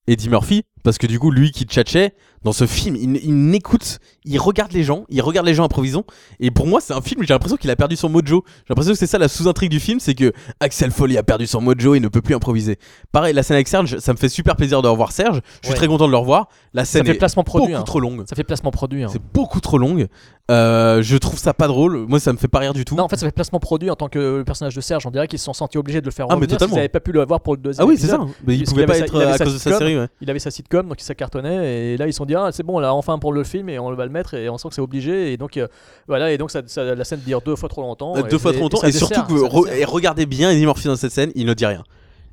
Speaker 2: Eddie Murphy parce que du coup lui qui tchatchait dans ce film il, il n'écoute, il regarde les gens, il regarde les gens improvisant Et pour moi, c'est un film, j'ai l'impression qu'il a perdu son mojo. J'ai l'impression que c'est ça la sous-intrigue du film, c'est que Axel Foley a perdu son mojo et ne peut plus improviser. Pareil, la scène avec Serge, ça me fait super plaisir de revoir Serge. Je suis
Speaker 1: Ouais.
Speaker 2: très content de le revoir. La
Speaker 1: Ça
Speaker 2: scène
Speaker 1: fait
Speaker 2: est
Speaker 1: placement produit.
Speaker 2: beaucoup
Speaker 1: hein.
Speaker 2: trop longue.
Speaker 1: Ça fait placement produit. hein.
Speaker 2: C'est beaucoup trop longue. Euh, je trouve ça pas drôle. Moi, ça me fait pas rire du tout.
Speaker 1: Non, en fait, ça fait placement produit en tant que le personnage de Serge. On dirait qu'ils se sont sentis obligés de le faire
Speaker 2: Ah, mais
Speaker 1: revenir. parce qu'ils
Speaker 2: totalement.
Speaker 1: n'avaient pas pu le avoir pour le deuxième.
Speaker 2: ah oui, c'est ça.
Speaker 1: épisode.
Speaker 2: Mais il
Speaker 1: Parce
Speaker 2: pouvait
Speaker 1: qu'il
Speaker 2: pas
Speaker 1: avait sa-
Speaker 2: être
Speaker 1: il avait
Speaker 2: euh, à
Speaker 1: sa
Speaker 2: cause de sa
Speaker 1: sitcom.
Speaker 2: série. ouais.
Speaker 1: Il avait sa sitcom, donc ça cartonnait. Et là, ils se sont dit, ah, c'est bon, là, enfin pour le film, et on va le mettre, et on sent que c'est obligé. Et donc, euh, voilà, et donc ça, ça- la scène dure deux fois trop longtemps.
Speaker 2: Euh, deux
Speaker 1: et-
Speaker 2: fois trop longtemps.
Speaker 1: ça
Speaker 2: Et, surtout,
Speaker 1: dessert,
Speaker 2: que,
Speaker 1: ça
Speaker 2: re-
Speaker 1: dessert.
Speaker 2: et regardez bien Eddie Murphy dans cette scène, il ne dit rien.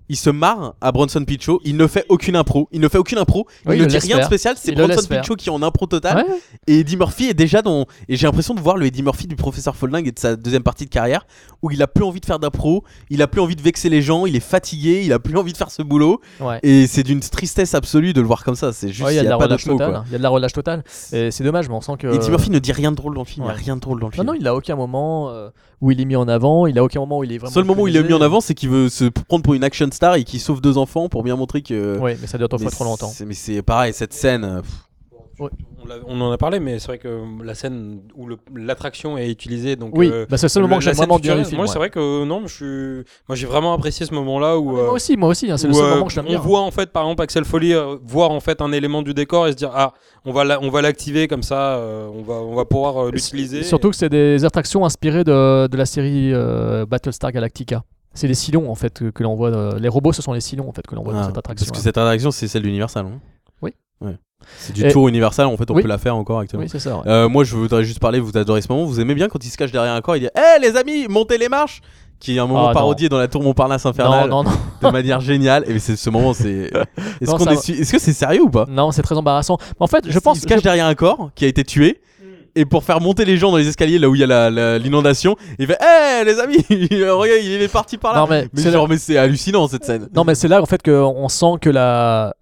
Speaker 2: Il se marre à Bronson Pinchot, il ne fait aucune impro, il ne fait aucune impro,
Speaker 1: Oui,
Speaker 2: il
Speaker 1: il
Speaker 2: ne
Speaker 1: le
Speaker 2: dit
Speaker 1: laisse
Speaker 2: rien de
Speaker 1: faire.
Speaker 2: spécial, c'est
Speaker 1: Il le
Speaker 2: Bronson
Speaker 1: laisse faire.
Speaker 2: Pinchot qui est en impro totale.
Speaker 1: Ouais.
Speaker 2: Et Eddie Murphy est déjà dans. Et j'ai l'impression de voir le Eddie Murphy du professeur Folding et de sa deuxième partie de carrière, où il a plus envie de faire d'impro, il a plus envie de vexer les gens, il est fatigué, il a plus envie de faire ce boulot.
Speaker 1: Ouais.
Speaker 2: Et c'est d'une tristesse absolue de le voir comme ça. C'est juste,
Speaker 1: Ouais, il y
Speaker 2: il
Speaker 1: a de
Speaker 2: a
Speaker 1: la
Speaker 2: pas
Speaker 1: relâche
Speaker 2: d'autre mot.
Speaker 1: totale.
Speaker 2: quoi.
Speaker 1: hein. Il y a de la relâche totale. Et c'est dommage, mais on sent que.
Speaker 2: Eddie Murphy ne dit rien de drôle dans le film. Il
Speaker 1: Ouais.
Speaker 2: n'y a rien de drôle dans le
Speaker 1: Non,
Speaker 2: film.
Speaker 1: non, il a aucun moment euh, où il est mis en avant. Il a aucun moment où il est
Speaker 2: Le
Speaker 1: vraiment.
Speaker 2: seul moment où il est mis en
Speaker 1: utilisé.
Speaker 2: avant, c'est qu'il veut se prendre pour une action star et qu'il sauve deux enfants pour bien montrer que.
Speaker 1: Ouais, mais ça dure deux
Speaker 2: euh, Mais
Speaker 1: fois trop longtemps.
Speaker 2: c'est- Mais c'est pareil, cette scène. euh, pff,
Speaker 10: On, l'a- on en a parlé, mais c'est vrai que hum, la scène où le- l'attraction est utilisée, donc
Speaker 1: Oui,
Speaker 10: euh,
Speaker 1: bah, c'est le seul moment
Speaker 10: La-
Speaker 1: que j'aime
Speaker 10: la scène
Speaker 1: vraiment bien du
Speaker 10: futuriste,
Speaker 1: film.
Speaker 10: Moi,
Speaker 1: ouais.
Speaker 10: c'est vrai que non, mais je suis... moi j'ai vraiment apprécié ce moment-là où.
Speaker 1: Moi
Speaker 10: euh,
Speaker 1: aussi, moi aussi. hein, c'est le
Speaker 10: où,
Speaker 1: seul
Speaker 10: euh,
Speaker 1: moment que j'aime
Speaker 10: on
Speaker 1: bien.
Speaker 10: voit en fait par exemple Axel Foley euh, voir en fait un élément du décor et se dire ah on va la- on va l'activer comme ça euh, on va on va pouvoir euh, l'utiliser
Speaker 1: Surtout que c'est des attractions inspirées de, de la série euh, Battlestar Galactica. C'est les silons en fait que, que l'on voit. euh, les robots, ce sont les silons en fait que l'on voit
Speaker 2: ah,
Speaker 1: dans cette attraction.
Speaker 2: Parce que cette attraction, c'est celle d'Universal. non
Speaker 1: Oui.
Speaker 2: Ouais. C'est du
Speaker 1: Et-
Speaker 2: tour Universal, en fait, on
Speaker 1: Oui.
Speaker 2: peut la faire encore actuellement.
Speaker 1: Oui, c'est ça. ouais.
Speaker 2: Euh, moi, je voudrais juste parler, vous adorez ce moment, vous aimez bien quand il se cache derrière un corps, il dit Hé les amis, montez les marches Qui est un moment
Speaker 1: Ah, non.
Speaker 2: parodié dans la tour Montparnasse
Speaker 1: non,
Speaker 2: infernale
Speaker 1: non, non,
Speaker 2: de manière géniale. Et c'est ce moment, c'est. Est-ce
Speaker 1: Non,
Speaker 2: qu'on
Speaker 1: ça
Speaker 2: est,
Speaker 1: va.
Speaker 2: su- est-ce que c'est sérieux ou pas
Speaker 1: non, c'est très embarrassant. Mais en fait, je pense.
Speaker 2: Il se cache
Speaker 1: je-
Speaker 2: derrière un corps qui a été tué. et pour faire monter les gens dans les escaliers là où il y a la- la- l'inondation, il fait Hé les amis, regarde, il est parti par là.
Speaker 1: Non, mais c'est
Speaker 2: genre, mais c'est hallucinant cette scène.
Speaker 1: Non, mais c'est là en fait qu'on sent que la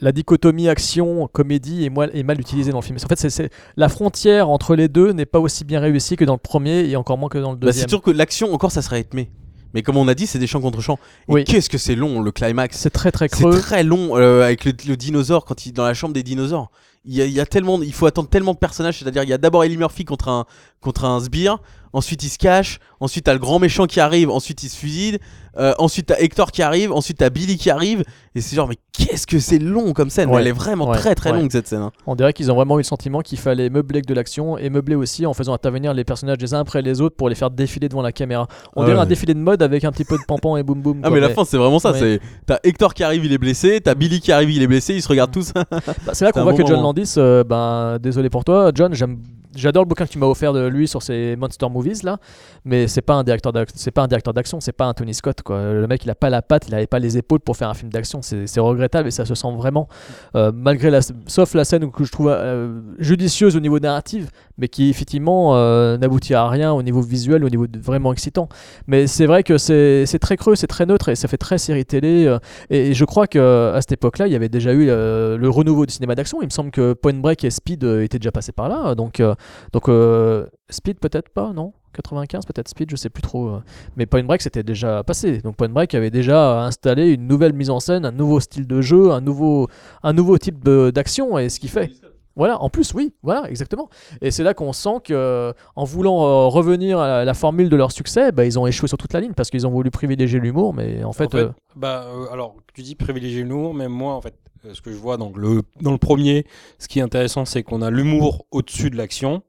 Speaker 1: la dichotomie action comédie est mal, est mal utilisée dans le film. En fait, c'est- c'est la frontière entre les deux n'est pas aussi bien réussie que dans le premier et encore moins que dans le
Speaker 2: Bah,
Speaker 1: deuxième.
Speaker 2: c'est sûr que l'action encore ça serait rythmé. Mais comme on a dit, c'est des champs contre champs. Et
Speaker 1: Oui.
Speaker 2: qu'est-ce que c'est long le climax
Speaker 1: C'est très très
Speaker 2: C'est
Speaker 1: creux.
Speaker 2: très long euh, avec le, le dinosaure quand il est dans la chambre des dinosaures. Il y, a, il y a tellement, il faut attendre tellement de personnages. C'est-à-dire, il y a d'abord Ellie Murphy contre un contre un sbire. Ensuite, il se cache. Ensuite, t'as le grand méchant qui arrive. Ensuite, il se fusille. Euh, ensuite, t'as Hector qui arrive. Ensuite, t'as Billy qui arrive. Et c'est genre, mais qu'est-ce que c'est long comme scène.
Speaker 1: Ouais.
Speaker 2: Elle est vraiment
Speaker 1: Ouais.
Speaker 2: très très
Speaker 1: Ouais.
Speaker 2: longue cette scène. hein.
Speaker 1: On dirait qu'ils ont vraiment eu le sentiment qu'il fallait meubler avec de l'action et meubler aussi en faisant intervenir les personnages les uns après les autres pour les faire défiler devant la caméra. On
Speaker 2: Ah
Speaker 1: dirait
Speaker 2: ouais.
Speaker 1: un défilé de mode avec un petit peu de pampan et boum boum.
Speaker 2: Ah
Speaker 1: quoi,
Speaker 2: mais la fin c'est vraiment ça.
Speaker 1: Ouais.
Speaker 2: C'est t'as Hector qui arrive, il est blessé. T'as Billy qui arrive, il est blessé. Ils se regardent tous.
Speaker 1: Bah, c'est là
Speaker 2: C'est
Speaker 1: qu'on
Speaker 2: un
Speaker 1: voit
Speaker 2: bon
Speaker 1: que John
Speaker 2: moment.
Speaker 1: Landis, euh, ben, désolé pour toi, John, j'aime, j'adore le bouquin que tu m'as offert de lui sur ses monster movies là, mais c'est pas un directeur, d'ac- c'est pas un directeur d'action, c'est pas un Tony Scott quoi. Le mec, il a pas la patte, il avait pas les épaules pour faire un film d'action, c'est, c'est regrettable et ça se sent vraiment. Euh, malgré la, sauf la scène que je trouve euh, judicieuse au niveau narrative, mais qui effectivement euh, n'aboutit à rien au niveau visuel, au niveau de- vraiment excitant. Mais c'est vrai que c'est, c'est très creux, c'est très neutre et ça fait très série télé. euh, et, et je crois que euh, à cette époque-là, il y avait déjà eu euh, le renouveau du cinéma d'action. Il me semble que Point Break et Speed euh, étaient déjà passés par là. euh, Donc, euh, donc euh, Speed peut-être pas, non 95 peut-être Speed, je sais plus trop. euh. Mais Point Break c'était déjà passé. Donc Point Break avait déjà installé une nouvelle mise en scène, un nouveau style de jeu, un nouveau, un nouveau type de- d'action et ce qui fait. Voilà, en plus, oui, voilà, exactement. Et c'est là qu'on sent que, en voulant euh, revenir à la, la formule de leur succès, bah, ils ont échoué sur toute la ligne parce qu'ils ont voulu privilégier l'humour, mais en fait,
Speaker 10: En fait,
Speaker 1: euh,
Speaker 10: bah, euh, alors tu dis privilégier l'humour, mais moi en fait, euh, ce que je vois dans le dans le premier, ce qui est intéressant, c'est qu'on a l'humour au-dessus de l'action.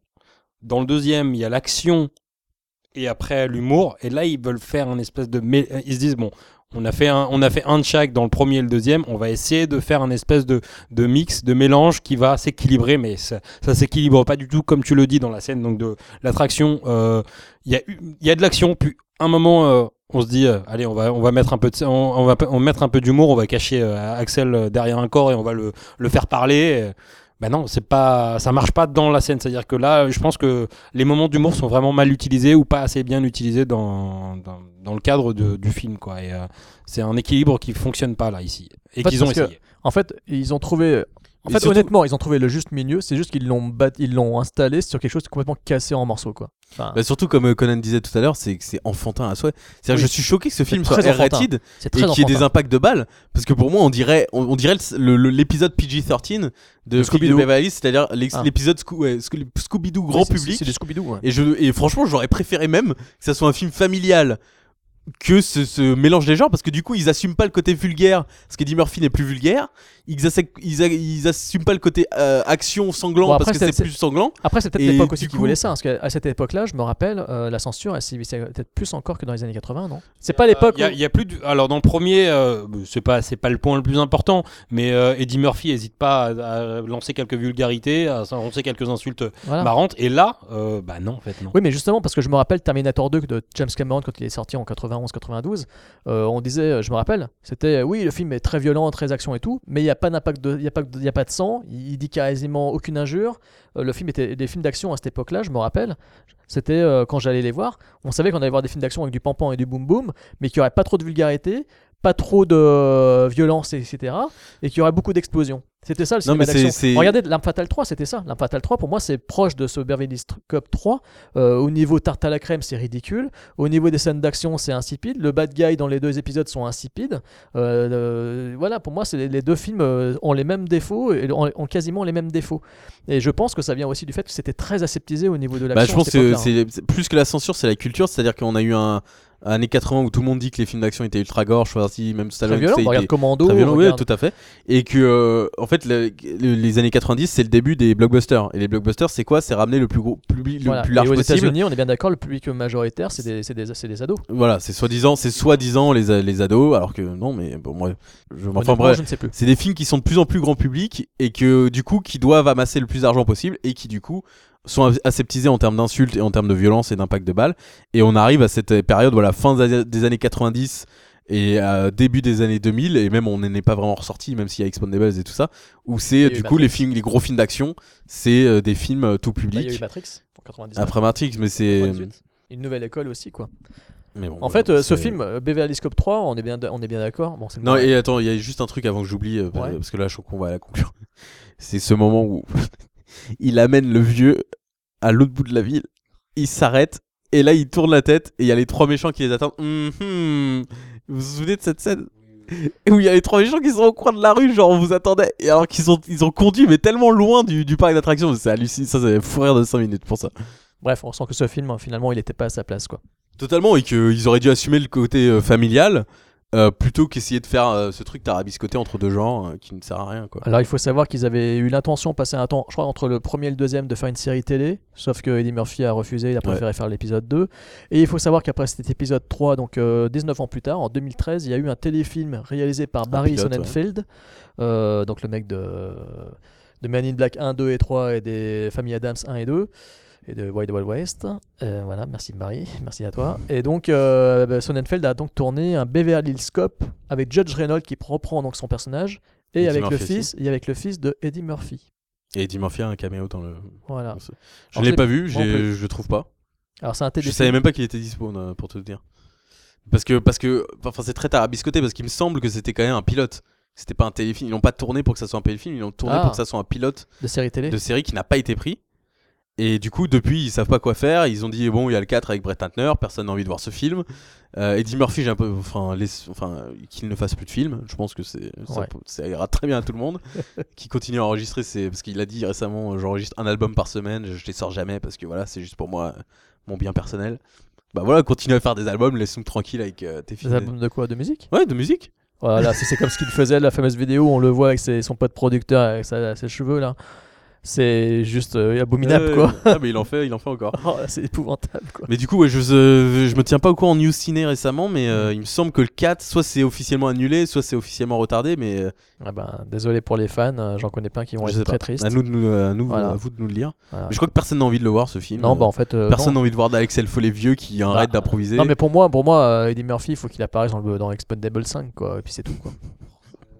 Speaker 10: Dans le deuxième, il y a l'action et après l'humour. Et là, ils veulent faire un espèce de, mé- euh, ils se disent bon. On a, fait un, on a fait un de chaque dans le premier et le deuxième. On va essayer de faire un espèce de, de mix, de mélange qui va s'équilibrer, mais ça, ça s'équilibre pas du tout comme tu le dis dans la scène donc de l'attraction. euh, Il y, a, eu- il y a de l'action, puis un moment euh, on se dit euh, allez on va on va mettre un peu de, on, on va on va mettre un peu d'humour, on va cacher euh, Axel euh, derrière un corps et on va le, le faire parler. euh. ben non, c'est pas ça marche pas dans la scène, c'est-à-dire que là je pense que les moments d'humour sont vraiment mal utilisés ou pas assez bien utilisés dans dans, dans le cadre de- du film quoi. Et euh, c'est un équilibre qui fonctionne pas là ici et
Speaker 1: En fait,
Speaker 10: qu'ils ont
Speaker 1: parce que,
Speaker 10: essayé.
Speaker 1: en fait, ils ont trouvé. En
Speaker 2: Et
Speaker 1: fait,
Speaker 2: surtout-
Speaker 1: honnêtement, ils ont trouvé le juste milieu. C'est juste qu'ils l'ont bat- ils l'ont installé sur quelque chose de complètement cassé en morceaux, quoi. Enfin,
Speaker 2: Bah, surtout comme euh, Conan disait tout à l'heure, c'est que c'est enfantin à souhait. C'est-à-dire,
Speaker 1: Oui.
Speaker 2: je suis choqué que ce film
Speaker 1: très
Speaker 2: soit
Speaker 1: enfantin.
Speaker 2: R-rated
Speaker 1: c'est
Speaker 2: et
Speaker 1: très
Speaker 2: qu'il y ait des
Speaker 1: enfantin.
Speaker 2: impacts de balles, parce que pour moi, on dirait, on, on dirait le- le- le- l'épisode PG-13 de,
Speaker 1: De
Speaker 2: Scooby-Doo
Speaker 1: Scooby-Doo.
Speaker 2: Beverly Hills, c'est-à-dire l'ex-
Speaker 1: Ah.
Speaker 2: l'épisode Scoo- ouais, Scoo- Scooby-Doo grand
Speaker 1: Oui, c'est-
Speaker 2: public.
Speaker 1: C'est du Scooby-Doo. ouais.
Speaker 2: Et, je, et franchement, j'aurais préféré même que ça soit un film familial que ce, ce mélange des genres, parce que du coup, ils assument pas le côté vulgaire, parce qu'Eddie Murphy n'est plus vulgaire. Ils, assec- ils, a- ils assument pas le côté euh, action sanglant,
Speaker 1: Bon, après,
Speaker 2: parce que
Speaker 1: c'est-
Speaker 2: c'est plus sanglant.
Speaker 1: Après, c'est peut-être
Speaker 2: Et
Speaker 1: l'époque
Speaker 2: du
Speaker 1: aussi qui
Speaker 2: coup-
Speaker 1: voulait ça. Parce qu'à à cette époque-là, je me rappelle, euh, la censure, elle sévissait peut-être plus encore que dans les années 80, non C'est pas l'époque.
Speaker 10: Il y a-
Speaker 1: où-
Speaker 10: il y a plus de- Alors dans le premier, euh, c'est pas c'est pas le point le plus important, mais euh, Eddie Murphy n'hésite pas à, à lancer quelques vulgarités, à lancer quelques insultes
Speaker 1: Voilà.
Speaker 10: marrantes. Et là, euh, bah non en fait non.
Speaker 1: Oui, mais justement, parce que je me rappelle Terminator 2 de James Cameron quand il est sorti en 91-92, on disait, euh, je me rappelle, c'était euh, oui, le film est très violent, très action et tout, mais il n'y a pas d'impact, de- il n'y a, pas de- il y a pas de sang, il il dit quasiment aucune injure. Euh, le film était des films d'action à cette époque-là, je me rappelle. C'était euh, quand j'allais les voir, on savait qu'on allait voir des films d'action avec du pampan et du boum boum, mais qu'il n'y aurait pas trop de vulgarité, pas trop de euh, violence, etc., et qu'il y aurait beaucoup d'explosions. C'était ça le
Speaker 2: Non,
Speaker 1: cinéma
Speaker 2: mais c'est-
Speaker 1: d'action.
Speaker 2: c'est-
Speaker 1: Regardez, L'Arme Fatale 3, c'était ça. L'Arme Fatale 3, pour moi, c'est proche de ce Beverly Hills Cop 3. Euh, au niveau tarte à la crème, c'est ridicule. Au niveau des scènes d'action, c'est insipide. Le bad guy dans les deux épisodes sont insipides. Euh, euh, voilà, pour moi, c'est les, les deux films euh, ont les mêmes défauts et ont, ont quasiment les mêmes défauts. Et je pense que ça vient aussi du fait que c'était très aseptisé au niveau de l'action.
Speaker 2: Bah, je pense
Speaker 1: à cette
Speaker 2: que
Speaker 1: époque-là, hein.
Speaker 2: c'est c'est plus que la censure, c'est la culture. C'est-à-dire qu'on a eu un, un années 80 où tout le monde dit que les films d'action étaient ultra gore, Schwarzy, même
Speaker 1: très
Speaker 2: Stallone,
Speaker 1: violent.
Speaker 2: tout ça,
Speaker 1: regarde
Speaker 2: était
Speaker 1: Commando.
Speaker 2: très violent,
Speaker 1: Oh,
Speaker 2: oui,
Speaker 1: regarde-
Speaker 2: tout à fait. Et que, euh, en fait, le- le- les années 90, c'est le début des blockbusters. Et les blockbusters, c'est quoi C'est ramener le plus gros, public, le
Speaker 1: voilà.
Speaker 2: plus
Speaker 1: Et
Speaker 2: large
Speaker 1: aux
Speaker 2: possible.
Speaker 1: États-Unis, on est bien d'accord, le public majoritaire, c'est des, c'est des, c'est des ados.
Speaker 2: Voilà, c'est soi-disant, c'est soi-disant les, a- les ados, alors que non, mais bon, moi, je, enfin
Speaker 1: Honnêtement,
Speaker 2: bref,
Speaker 1: je ne sais plus.
Speaker 2: c'est des films qui sont de plus en plus grand public et que du coup qui doivent amasser le plus d'argent possible et qui du coup sont as- aseptisés en termes d'insultes et en termes de violence et d'impact de balles et on arrive à cette euh, période voilà fin des années- des années 90 Et euh, début des années 2000, et même on n'est pas vraiment ressorti, même s'il y a Expendables et tout ça, où c'est
Speaker 1: eu
Speaker 2: du coup
Speaker 1: Matrix.
Speaker 2: les films, les gros films d'action, c'est euh, des films euh, tout
Speaker 1: Bah, il y a eu
Speaker 2: public.
Speaker 1: Matrix en 99.
Speaker 2: Après Matrix, mais c'est.
Speaker 1: 98. Une nouvelle école aussi, quoi.
Speaker 2: Mais bon,
Speaker 1: en
Speaker 2: voilà,
Speaker 1: fait, euh, ce
Speaker 2: c'est-
Speaker 1: film, euh, Beverly Cop 3, on est bien, d- on est bien d'accord. Bon, c'est le
Speaker 2: Non,
Speaker 1: moment.
Speaker 2: et attends, il y a juste un truc avant que j'oublie, euh,
Speaker 1: Ouais.
Speaker 2: parce que là, je crois qu'on va à la conclure. C'est ce moment où il amène le vieux à l'autre bout de la ville, il s'arrête, et là, il tourne la tête, et il y a les trois méchants qui les attendent. Mhm. Vous vous souvenez de cette scène où il y a les trois méchants qui sont au coin de la rue, genre on vous attendait, et alors qu'ils ont, ils ont conduit, mais tellement loin du, du parc d'attractions, c'est hallucinant, ça, c'est fou rire de 5 minutes pour ça.
Speaker 1: Bref, on sent que ce film, euh, finalement, il n'était pas à sa place, quoi.
Speaker 2: Totalement, et qu'ils auraient dû assumer le côté euh, familial euh, plutôt qu'essayer de faire euh, ce truc tarabiscoté entre deux gens euh, qui ne sert à rien. Quoi.
Speaker 1: Alors, il faut savoir qu'ils avaient eu l'intention, passer un temps, je crois, entre le premier et le deuxième, de faire une série télé. Sauf que Eddie Murphy a refusé, il a préféré faire l'épisode 2. Et il faut savoir qu'après cet épisode 3, donc euh, 19 ans plus tard, en 2013, il y a eu un téléfilm réalisé par Barry
Speaker 2: pilote, ouais.
Speaker 1: Sonnenfeld, euh, donc le mec de, de Man in Black 1, 2 et 3 et des Family Adams 1 et 2 et de Wild Wild West. Euh, voilà, merci Marie, merci à toi. Et donc, euh, bah, Sonnenfeld a donc tourné un Beverly Hills Cop avec Judge Reynolds qui reprend donc son personnage et,
Speaker 2: Eddie
Speaker 1: avec le
Speaker 2: Murphy
Speaker 1: fils et avec le fils de Eddie Murphy.
Speaker 2: Et Eddie Murphy a un caméo dans le.
Speaker 1: Voilà.
Speaker 2: dans ce- Je
Speaker 1: Alors,
Speaker 2: ne l'ai
Speaker 1: c'est-
Speaker 2: pas vu,
Speaker 1: moi
Speaker 2: j'ai-
Speaker 1: non plus.
Speaker 2: je le trouve pas.
Speaker 1: Alors c'est un
Speaker 2: Je
Speaker 1: téléfilm.
Speaker 2: savais même pas qu'il était dispo, euh, pour te dire. Parce que, parce que enfin, c'est très tarabiscoté, parce qu'il me semble que c'était quand même un pilote. C'était pas un téléfilm. Ils l'ont pas tourné pour que ça soit un téléfilm, ils l'ont tourné
Speaker 1: Ah.
Speaker 2: pour que ça soit un pilote
Speaker 1: de série télé.
Speaker 2: de série qui n'a pas été pris. Et du coup, depuis, ils savent pas quoi faire. Ils ont dit bon, il y a le 4 avec Brett Ratner, personne n'a envie de voir ce film. Euh, Eddie Murphy, j'ai un peu, enfin, laisse- enfin, qu'il ne fasse plus de film. Je pense que c'est, ça,
Speaker 1: Ouais.
Speaker 2: peut- ça ira très bien à tout le monde. qui continue à enregistrer, c'est parce qu'il a dit récemment, euh, j'enregistre un album par semaine, je je les sors jamais parce que voilà, c'est juste pour moi, euh, mon bien personnel. Bah voilà, continue à faire des albums, laisse-nous tranquille avec euh, tes
Speaker 1: Des
Speaker 2: films.
Speaker 1: albums de quoi De musique
Speaker 2: Ouais, de musique.
Speaker 1: Voilà, si c'est comme ce qu'il faisait, la fameuse vidéo, on le voit avec ses- son pote producteur, avec sa- ses cheveux là. C'est juste euh, abominable
Speaker 2: Euh,
Speaker 1: quoi.
Speaker 2: ah, mais il en fait, il en fait encore.
Speaker 1: Oh, c'est épouvantable quoi.
Speaker 2: Mais du coup, ouais, je, euh, je me tiens pas au courant en news ciné récemment, mais euh, il me semble que le 4, soit c'est officiellement annulé, soit c'est officiellement retardé, mais euh,
Speaker 1: Ah ben, désolé pour les fans, euh, j'en connais plein qui vont
Speaker 2: je
Speaker 1: être
Speaker 2: sais
Speaker 1: très
Speaker 2: pas.
Speaker 1: tristes.
Speaker 2: À nous, de nous- à nous-
Speaker 1: Voilà.
Speaker 2: à vous de nous le lire.
Speaker 1: Voilà.
Speaker 2: Mais je crois que personne n'a envie de le voir ce film.
Speaker 1: Non,
Speaker 2: Euh,
Speaker 1: bah en fait, euh,
Speaker 2: personne
Speaker 1: non.
Speaker 2: n'a envie de voir d'Alex Elfollet vieux qui arrête d'improviser.
Speaker 1: Non, mais pour moi, pour moi, euh, Eddie Murphy, il faut qu'il apparaisse dans, le, dans Expendables 5 quoi, et puis c'est tout quoi.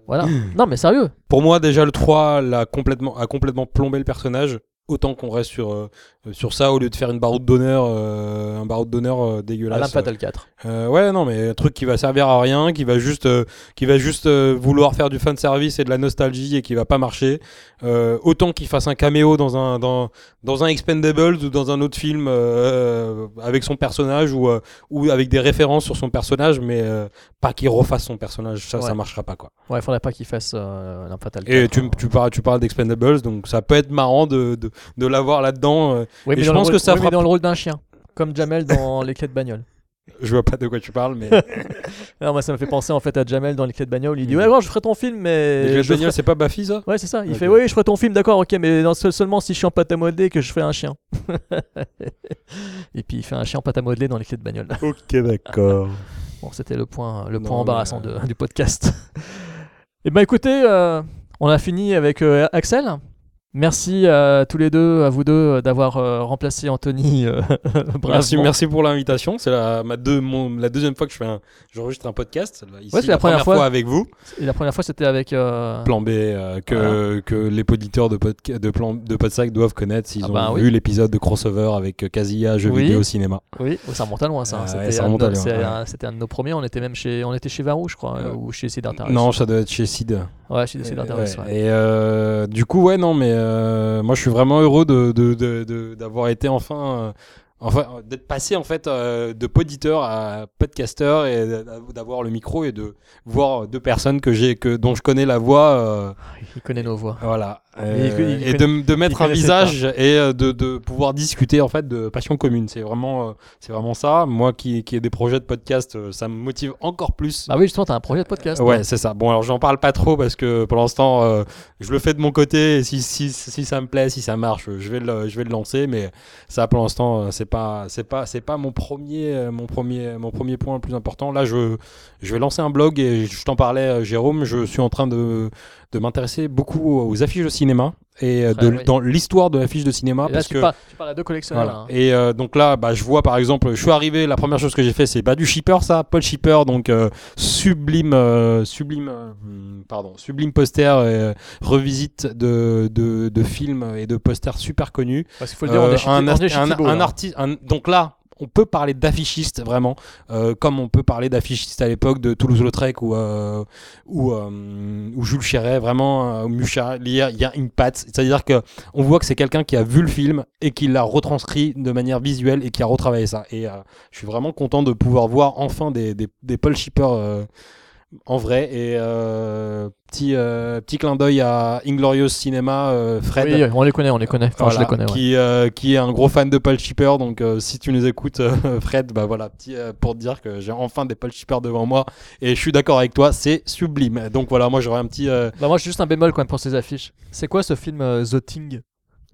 Speaker 1: Voilà. Non, mais sérieux.
Speaker 10: Pour moi, déjà, le 3 l'a complètement, a complètement plombé le personnage. Autant qu'on reste sur, euh, sur ça au lieu de faire une barre d'honneur, euh, un barreau d'honneur euh, dégueulasse.
Speaker 1: Alain Fatal 4.
Speaker 10: Euh, ouais, non, mais un truc qui va servir à rien, qui va juste, euh, qui va juste euh, vouloir faire du fan service et de la nostalgie et qui va pas marcher. Euh, autant qu'il fasse un caméo dans un dans dans un Expendables ou dans un autre film euh, avec son personnage ou euh, ou avec des références sur son personnage, mais euh, pas qu'il refasse son personnage, ça ça
Speaker 1: Ouais.
Speaker 10: marchera pas quoi.
Speaker 1: Ouais, il faudrait pas qu'il fasse euh, Alain Fatal 4.
Speaker 10: Et tu,
Speaker 1: hein.
Speaker 10: me- tu parles tu parles d'Expendables, donc ça peut être marrant de de, de l'avoir là-dedans. euh.
Speaker 1: Oui,
Speaker 10: Et
Speaker 1: mais
Speaker 10: je
Speaker 1: dans le
Speaker 10: pense
Speaker 1: rôle-
Speaker 10: que ça
Speaker 1: oui, mais
Speaker 10: fera-
Speaker 1: dans le rôle d'un chien, comme Jamel dans Les clés de bagnole.
Speaker 10: Je vois pas de quoi tu parles, mais
Speaker 1: Non, moi ça me fait penser en fait à Jamel dans les clés de bagnole. Il dit ouais, bon, je ferai ton film, mais. je
Speaker 10: Les
Speaker 1: ferai-
Speaker 10: Espagnols, c'est pas Bafi ça
Speaker 1: Ouais, c'est ça. Il
Speaker 10: Ok.
Speaker 1: fait oui, je ferai ton film, d'accord, ok, mais dans- seul- seulement si je suis en pâte à modeler que je ferai un chien. Et puis il fait un chien en pâte à modeler dans les clés de bagnole.
Speaker 10: Ok, d'accord.
Speaker 1: Bon, c'était le point, le
Speaker 10: Non,
Speaker 1: point embarrassant
Speaker 10: mais, euh,
Speaker 1: de- du podcast. Et ben écoutez, euh, on a fini avec euh, Axel. Merci à tous les deux, à vous deux, euh, d'avoir euh, remplacé Anthony. euh,
Speaker 10: Merci,
Speaker 1: bravement.
Speaker 10: merci pour l'invitation. C'est la, ma deux, mon- la deuxième fois que je fais un, j'enregistre un podcast. Là, Ici,
Speaker 1: Ouais, c'est la première fois.
Speaker 10: avec vous.
Speaker 1: Et la première fois, c'était avec. euh,
Speaker 10: Plan B, euh, que, que les auditeurs de, podca- de, plan, de Podsac doivent connaître s'ils
Speaker 1: Ah
Speaker 10: ont
Speaker 1: bah oui.
Speaker 10: vu l'épisode de crossover avec euh, Casilla, jeux
Speaker 1: Oui.
Speaker 10: vidéo, cinéma.
Speaker 1: Oui, oh, ça remonte à loin ça.
Speaker 10: Ah ouais,
Speaker 1: c'était
Speaker 10: ça
Speaker 1: un, de
Speaker 10: remonte à
Speaker 1: nos-
Speaker 10: loin,
Speaker 1: c'est
Speaker 10: ouais.
Speaker 1: un- c'était un de nos premiers. On était même chez, on était chez Varou, je crois, euh,
Speaker 10: Euh,
Speaker 1: ou chez Sidartaris.
Speaker 10: Non, ça doit être chez Sid.
Speaker 1: Ouais, chez Sidartaris.
Speaker 10: Euh,
Speaker 1: ouais.
Speaker 10: ouais. Et euh, du coup, ouais, non, mais euh, moi, je suis vraiment heureux de, de- de- de- d'avoir été enfin. euh, Enfin, euh, d'être passé en fait euh, de poditeur à podcasteur et d'a- d'avoir le micro et de voir deux personnes que j'ai que dont je connais la voix, euh,
Speaker 1: Il connaît nos voix.
Speaker 10: voilà,
Speaker 1: Mais il-
Speaker 10: Euh,
Speaker 1: il
Speaker 10: et
Speaker 1: conna-
Speaker 10: de, m- de mettre un
Speaker 1: connaissait
Speaker 10: visage et euh, de, de pouvoir discuter en fait de passion commune. C'est vraiment, euh, c'est vraiment ça. Moi qui qui ai des projets de podcast, euh, ça me motive encore plus
Speaker 1: Bah oui, justement, t'as un projet de podcast.
Speaker 10: Ouais,
Speaker 1: toi.
Speaker 10: c'est ça. Bon, alors j'en parle pas trop parce que pour l'instant, euh, je le fais de mon côté. Et si, si, si ça me plaît, si ça marche, je vais le, je vais le lancer. Mais ça, pour l'instant, euh, c'est pas, c'est pas, c'est pas mon premier, euh, mon premier, mon premier point le plus important. Là, je, je vais lancer un blog et je t'en parlais, euh, Jérôme. Je suis en train de, de m'intéresser beaucoup aux affiches de cinéma et euh,
Speaker 1: Très,
Speaker 10: de-
Speaker 1: oui.
Speaker 10: dans l'histoire de la fiche de cinéma.
Speaker 1: Et là,
Speaker 10: parce
Speaker 1: tu
Speaker 10: que,
Speaker 1: parles- tu parles à deux collectionneurs,
Speaker 10: Voilà.
Speaker 1: là, hein.
Speaker 10: Et euh, donc là, bah, je vois par exemple, je suis arrivé, la première chose que j'ai fait, c'est bah, du shipper, ça, Paul Shipper, donc euh, sublime, euh, sublime, euh, hmm, pardon, sublime poster, euh, revisite de, de, de films et de posters super connus.
Speaker 1: Parce qu'il faut le dire, on est chez-
Speaker 10: Euh, un,
Speaker 1: on est
Speaker 10: ast-
Speaker 1: chez
Speaker 10: un-
Speaker 1: Thibault,
Speaker 10: un
Speaker 1: là.
Speaker 10: artiste, un- donc là. On peut parler d'affichiste vraiment, euh, comme on peut parler d'affichiste à l'époque de Toulouse-Lautrec ou, euh, ou, euh, ou Jules Chéret, vraiment, euh, Mucha, il y a il y a une patte. C'est-à-dire que on voit que c'est quelqu'un qui a vu le film et qui l'a retranscrit de manière visuelle et qui a retravaillé ça. Et euh, je suis vraiment content de pouvoir voir enfin des, des, des Paul Shipper euh, en vrai. Et euh, petit, euh, petit clin d'œil à Inglorious Cinema, euh, Fred.
Speaker 1: Oui, on les connaît, on les connaît. Enfin, je les connais, ouais.
Speaker 10: Qui, euh, qui est un gros fan de Paul Shipper. Donc euh, si tu nous écoutes, euh, Fred, bah voilà, petit, euh, pour te dire que j'ai enfin des Paul Shipper devant moi. Et je suis d'accord avec toi, c'est sublime. Donc voilà, moi j'aurais un petit. euh,
Speaker 1: Bah, moi, j'ai juste un bémol quand même pour ces affiches. C'est quoi ce film euh, The Thing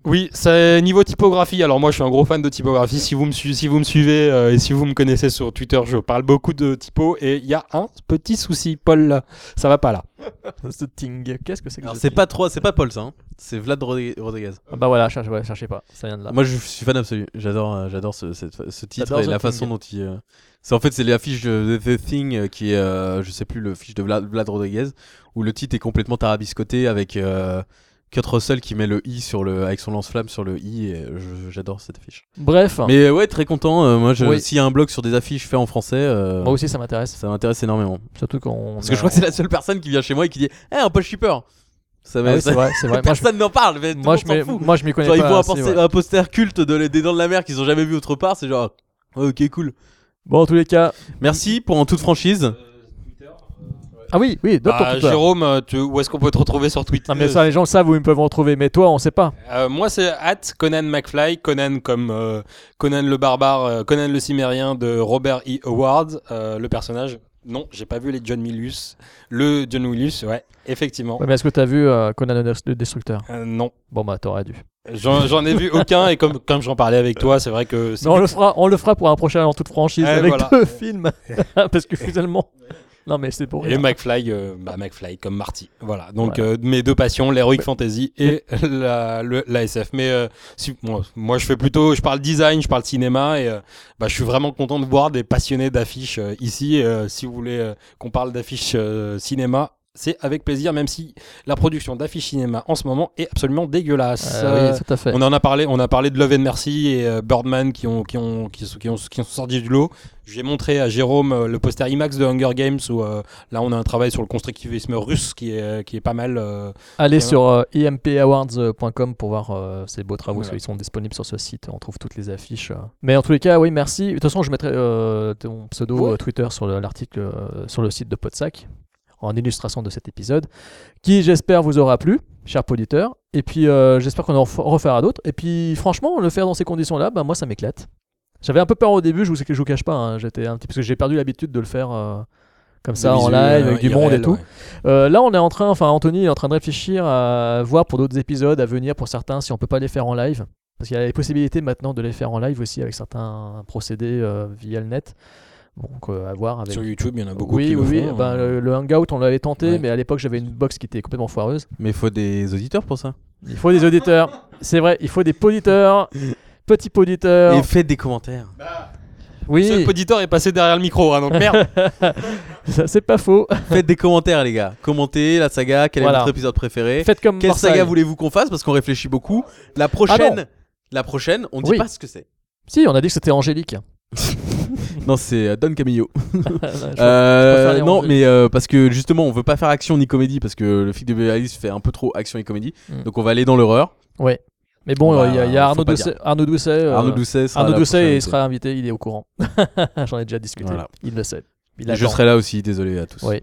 Speaker 10: Oui, c'est niveau typographie. Alors moi, je suis un gros fan de typographie. Si vous me, su- si vous me suivez euh, et si vous me connaissez sur Twitter, je parle beaucoup de typo et il y a un petit souci, Paul. là. Ça va pas là.
Speaker 1: The Thing. Qu'est-ce que c'est que
Speaker 2: Alors,
Speaker 1: The
Speaker 2: c'est
Speaker 1: Thing
Speaker 2: pas trois, c'est pas Paul ça, hein. c'est Vlad Rodri- Rodriguez.
Speaker 1: Ah Bah voilà, cherche, ouais, cherchez pas. Ça vient de là.
Speaker 2: Moi je suis fan absolu, j'adore euh, j'adore ce, cette fa- ce titre
Speaker 1: J'adore
Speaker 2: et
Speaker 1: The
Speaker 2: la
Speaker 1: Thing.
Speaker 2: façon dont il. euh, C'est en fait c'est l'affiche de The The Thing euh, qui est euh, je sais plus le fiche de Vlad, Vlad Rodriguez où le titre est complètement tarabiscoté avec euh, Kurt Russell qui met le i sur le avec son lance-flamme sur le i. et je- J'adore cette affiche.
Speaker 1: Bref.
Speaker 2: Mais euh, ouais très content. euh, moi je-
Speaker 1: Ah. Oui.
Speaker 2: s'il y a un blog sur des affiches faites en français. euh,
Speaker 1: Moi aussi, ça m'intéresse.
Speaker 2: Ça m'intéresse énormément.
Speaker 1: Surtout qu'on.
Speaker 2: Parce que je crois que c'est la seule personne qui vient chez moi et qui dit Eh, un poche shipper ça, va-
Speaker 1: Ah oui, c'est
Speaker 2: ça-
Speaker 1: vrai, c'est vrai. Moi, je-
Speaker 2: Personne n'en parle, mais tout le
Speaker 1: Moi,
Speaker 2: monde
Speaker 1: je
Speaker 2: s'en
Speaker 1: m'y-
Speaker 2: fout.
Speaker 1: moi, je m'y connais
Speaker 2: Genre,
Speaker 1: pas
Speaker 2: ils voient un,
Speaker 1: assez,
Speaker 2: poster-
Speaker 1: ouais.
Speaker 2: un poster culte de les- des Dents de la Mer qu'ils ont jamais vu autre part, c'est genre Ouais, Ok, cool.
Speaker 1: Bon, en tous les cas.
Speaker 2: Merci pour en toute franchise.
Speaker 1: Euh, Ah oui, oui, d'autres
Speaker 10: Bah, Jérôme, euh, tu- où est-ce qu'on peut te retrouver sur Twitter
Speaker 1: Non, mais
Speaker 2: euh,
Speaker 1: ça, les gens le savent où ils peuvent me retrouver. Mais toi, on sait pas.
Speaker 10: Euh, moi, c'est at Conan McFly, Conan comme euh, Conan le barbare, euh, Conan le cimérien de Robert E. Howard, euh, le personnage. Non, j'ai pas vu les John Milius. Le John Milius, ouais, effectivement.
Speaker 1: Ouais, mais est-ce que t'as vu euh, Conan le Dest- le Destructeur
Speaker 10: Euh, non,
Speaker 1: Bon, bah, t'aurais dû.
Speaker 10: j'en j'en ai vu aucun et comme, comme j'en parlais avec toi, c'est vrai que c'est
Speaker 1: Non, on, le fera, on le fera pour un prochain en toute franchise
Speaker 10: Eh,
Speaker 1: avec
Speaker 10: voilà.
Speaker 1: deux films. Parce que finalement. Non, mais c'est pour
Speaker 10: Et
Speaker 1: rien.
Speaker 10: McFly, euh, bah, McFly comme Marty. Voilà. Donc
Speaker 1: Voilà.
Speaker 10: euh, mes deux passions, l'heroic fantasy et la, le- la SF. Mais euh, si- moi, moi, je fais plutôt, je parle design, je parle cinéma et euh, bah, je suis vraiment content de voir des passionnés d'affiches euh, ici. Euh, si vous voulez euh, qu'on parle d'affiches euh, cinéma. C'est avec plaisir, même si la production d'affiches cinéma en ce moment est absolument dégueulasse.
Speaker 1: Euh,
Speaker 10: Euh,
Speaker 1: oui, tout à fait.
Speaker 10: on en a parlé, on a parlé de Love and Mercy et euh, Birdman qui ont qui ont qui sont, qui ont- qui sont sortis du lot. J'ai montré à Jérôme euh, le poster IMAX de Hunger Games où euh, là on a un travail sur le constructivisme russe qui est euh, qui est pas mal. euh,
Speaker 1: Allez
Speaker 10: Bien.
Speaker 1: sur euh, impawards.com pour voir euh, ces beaux travaux,
Speaker 10: Voilà.
Speaker 1: ils sont disponibles sur ce site, on trouve toutes les affiches. euh. Mais en tous les cas, oui, merci. De toute façon, je mettrai euh, ton pseudo
Speaker 10: Ouais.
Speaker 1: euh, Twitter sur le- l'article euh, sur le site de Podsac en illustration de cet épisode, qui j'espère vous aura plu, cher auditeur. Et puis euh, j'espère qu'on en ref- refera d'autres. Et puis franchement, le faire dans ces conditions-là, bah, moi ça m'éclate. J'avais un peu peur au début, je vous, je vous cache pas, hein, j'étais un petit parce que j'ai perdu l'habitude de le faire euh, comme ça
Speaker 10: des
Speaker 1: en
Speaker 10: visuels,
Speaker 1: live
Speaker 10: euh,
Speaker 1: avec du
Speaker 10: irréels,
Speaker 1: monde et tout.
Speaker 10: ouais.
Speaker 1: Euh, là, on est en train, enfin, Anthony est en train de réfléchir à voir pour d'autres épisodes à venir pour certains si on peut pas les faire en live. Parce qu'il y a les possibilités maintenant de les faire en live aussi avec certains procédés euh, via le net. Donc, euh, à voir avec.
Speaker 10: Sur YouTube, il y en a beaucoup
Speaker 1: oui,
Speaker 10: qui
Speaker 1: oui,
Speaker 10: le
Speaker 1: oui.
Speaker 10: font. hein.
Speaker 1: Ben, le, le Hangout, on l'avait tenté,
Speaker 10: Ouais.
Speaker 1: mais à l'époque, j'avais une box qui était complètement foireuse.
Speaker 2: Mais faut des auditeurs pour ça.
Speaker 1: Il faut des auditeurs. C'est vrai, il faut des poditeurs. Petits poditeurs.
Speaker 2: Et faites des commentaires.
Speaker 10: Le seul
Speaker 1: Oui,
Speaker 10: poditeur est passé derrière le micro, hein, donc merde.
Speaker 1: ça, c'est pas faux.
Speaker 2: faites des commentaires, les gars. Commentez la saga, quel
Speaker 1: Voilà.
Speaker 2: est votre épisode préféré.
Speaker 1: Faites comme
Speaker 2: Quelle
Speaker 1: Marseille.
Speaker 2: saga voulez-vous qu'on fasse Parce qu'on réfléchit beaucoup. La prochaine, la prochaine, on dit
Speaker 1: Oui.
Speaker 2: pas ce que c'est.
Speaker 1: Si, on a dit que c'était Angélique.
Speaker 2: Non, c'est euh, Don Camillo.
Speaker 1: Je-
Speaker 2: Euh,
Speaker 1: préfère les
Speaker 2: non,
Speaker 1: ranger.
Speaker 2: mais euh, parce que justement, on veut pas faire action ni comédie parce que le film de Beverly Hills fait un peu trop action et comédie.
Speaker 1: Mm.
Speaker 2: Donc on va aller dans l'horreur.
Speaker 1: Mais bon,
Speaker 2: Bah,
Speaker 1: il y a, il y a
Speaker 2: faut
Speaker 1: Arnaud
Speaker 2: pas
Speaker 1: Doucet. Arnaud Doucet. euh,
Speaker 2: Arnaud Doucet sera
Speaker 1: Arnaud
Speaker 2: la
Speaker 1: Doucet
Speaker 2: prochaine
Speaker 1: il sera invité, il est au courant. J'en ai déjà discuté.
Speaker 2: Voilà.
Speaker 1: Il le sait. Il
Speaker 2: Et Je
Speaker 1: attend.
Speaker 2: serai là aussi, désolé à tous.
Speaker 1: Oui.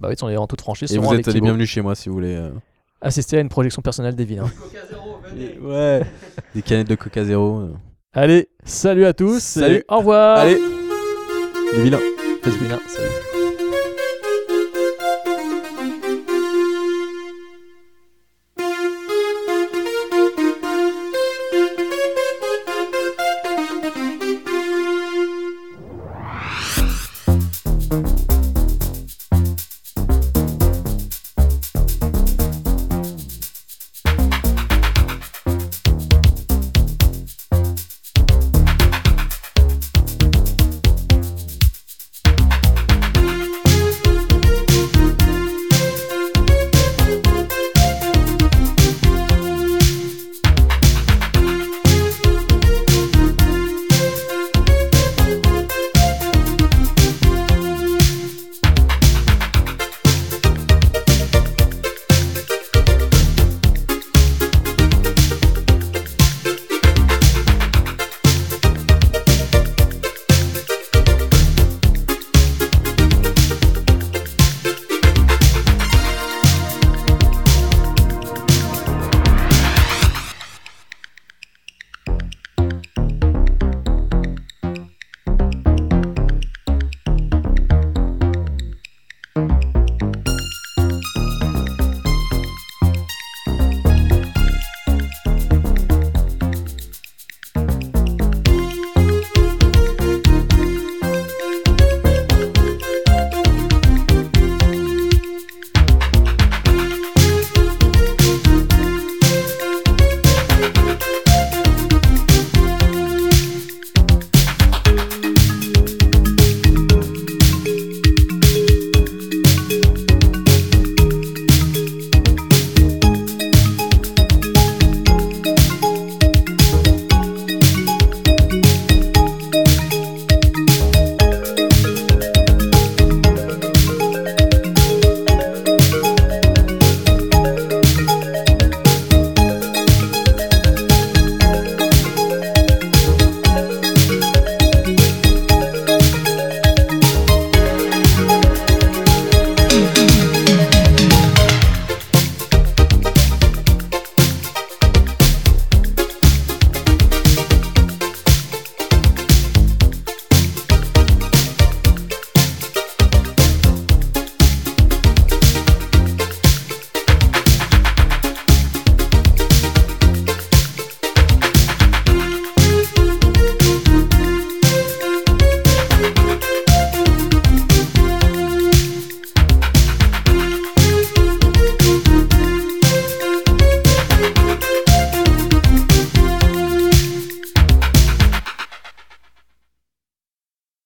Speaker 1: Bah oui, on est en toute franchise.
Speaker 2: Et
Speaker 1: souvent
Speaker 2: vous
Speaker 1: avec
Speaker 2: êtes les
Speaker 1: Thibaut.
Speaker 2: bienvenus chez moi si vous voulez. euh,
Speaker 1: Assister à une projection personnelle hein. des vilains.
Speaker 2: Ouais. Des canettes de Coca Zéro. euh.
Speaker 1: Allez, salut à tous. et
Speaker 2: Salut.
Speaker 1: Au revoir.
Speaker 2: Allez, les vilains.
Speaker 1: Les vilains, salut.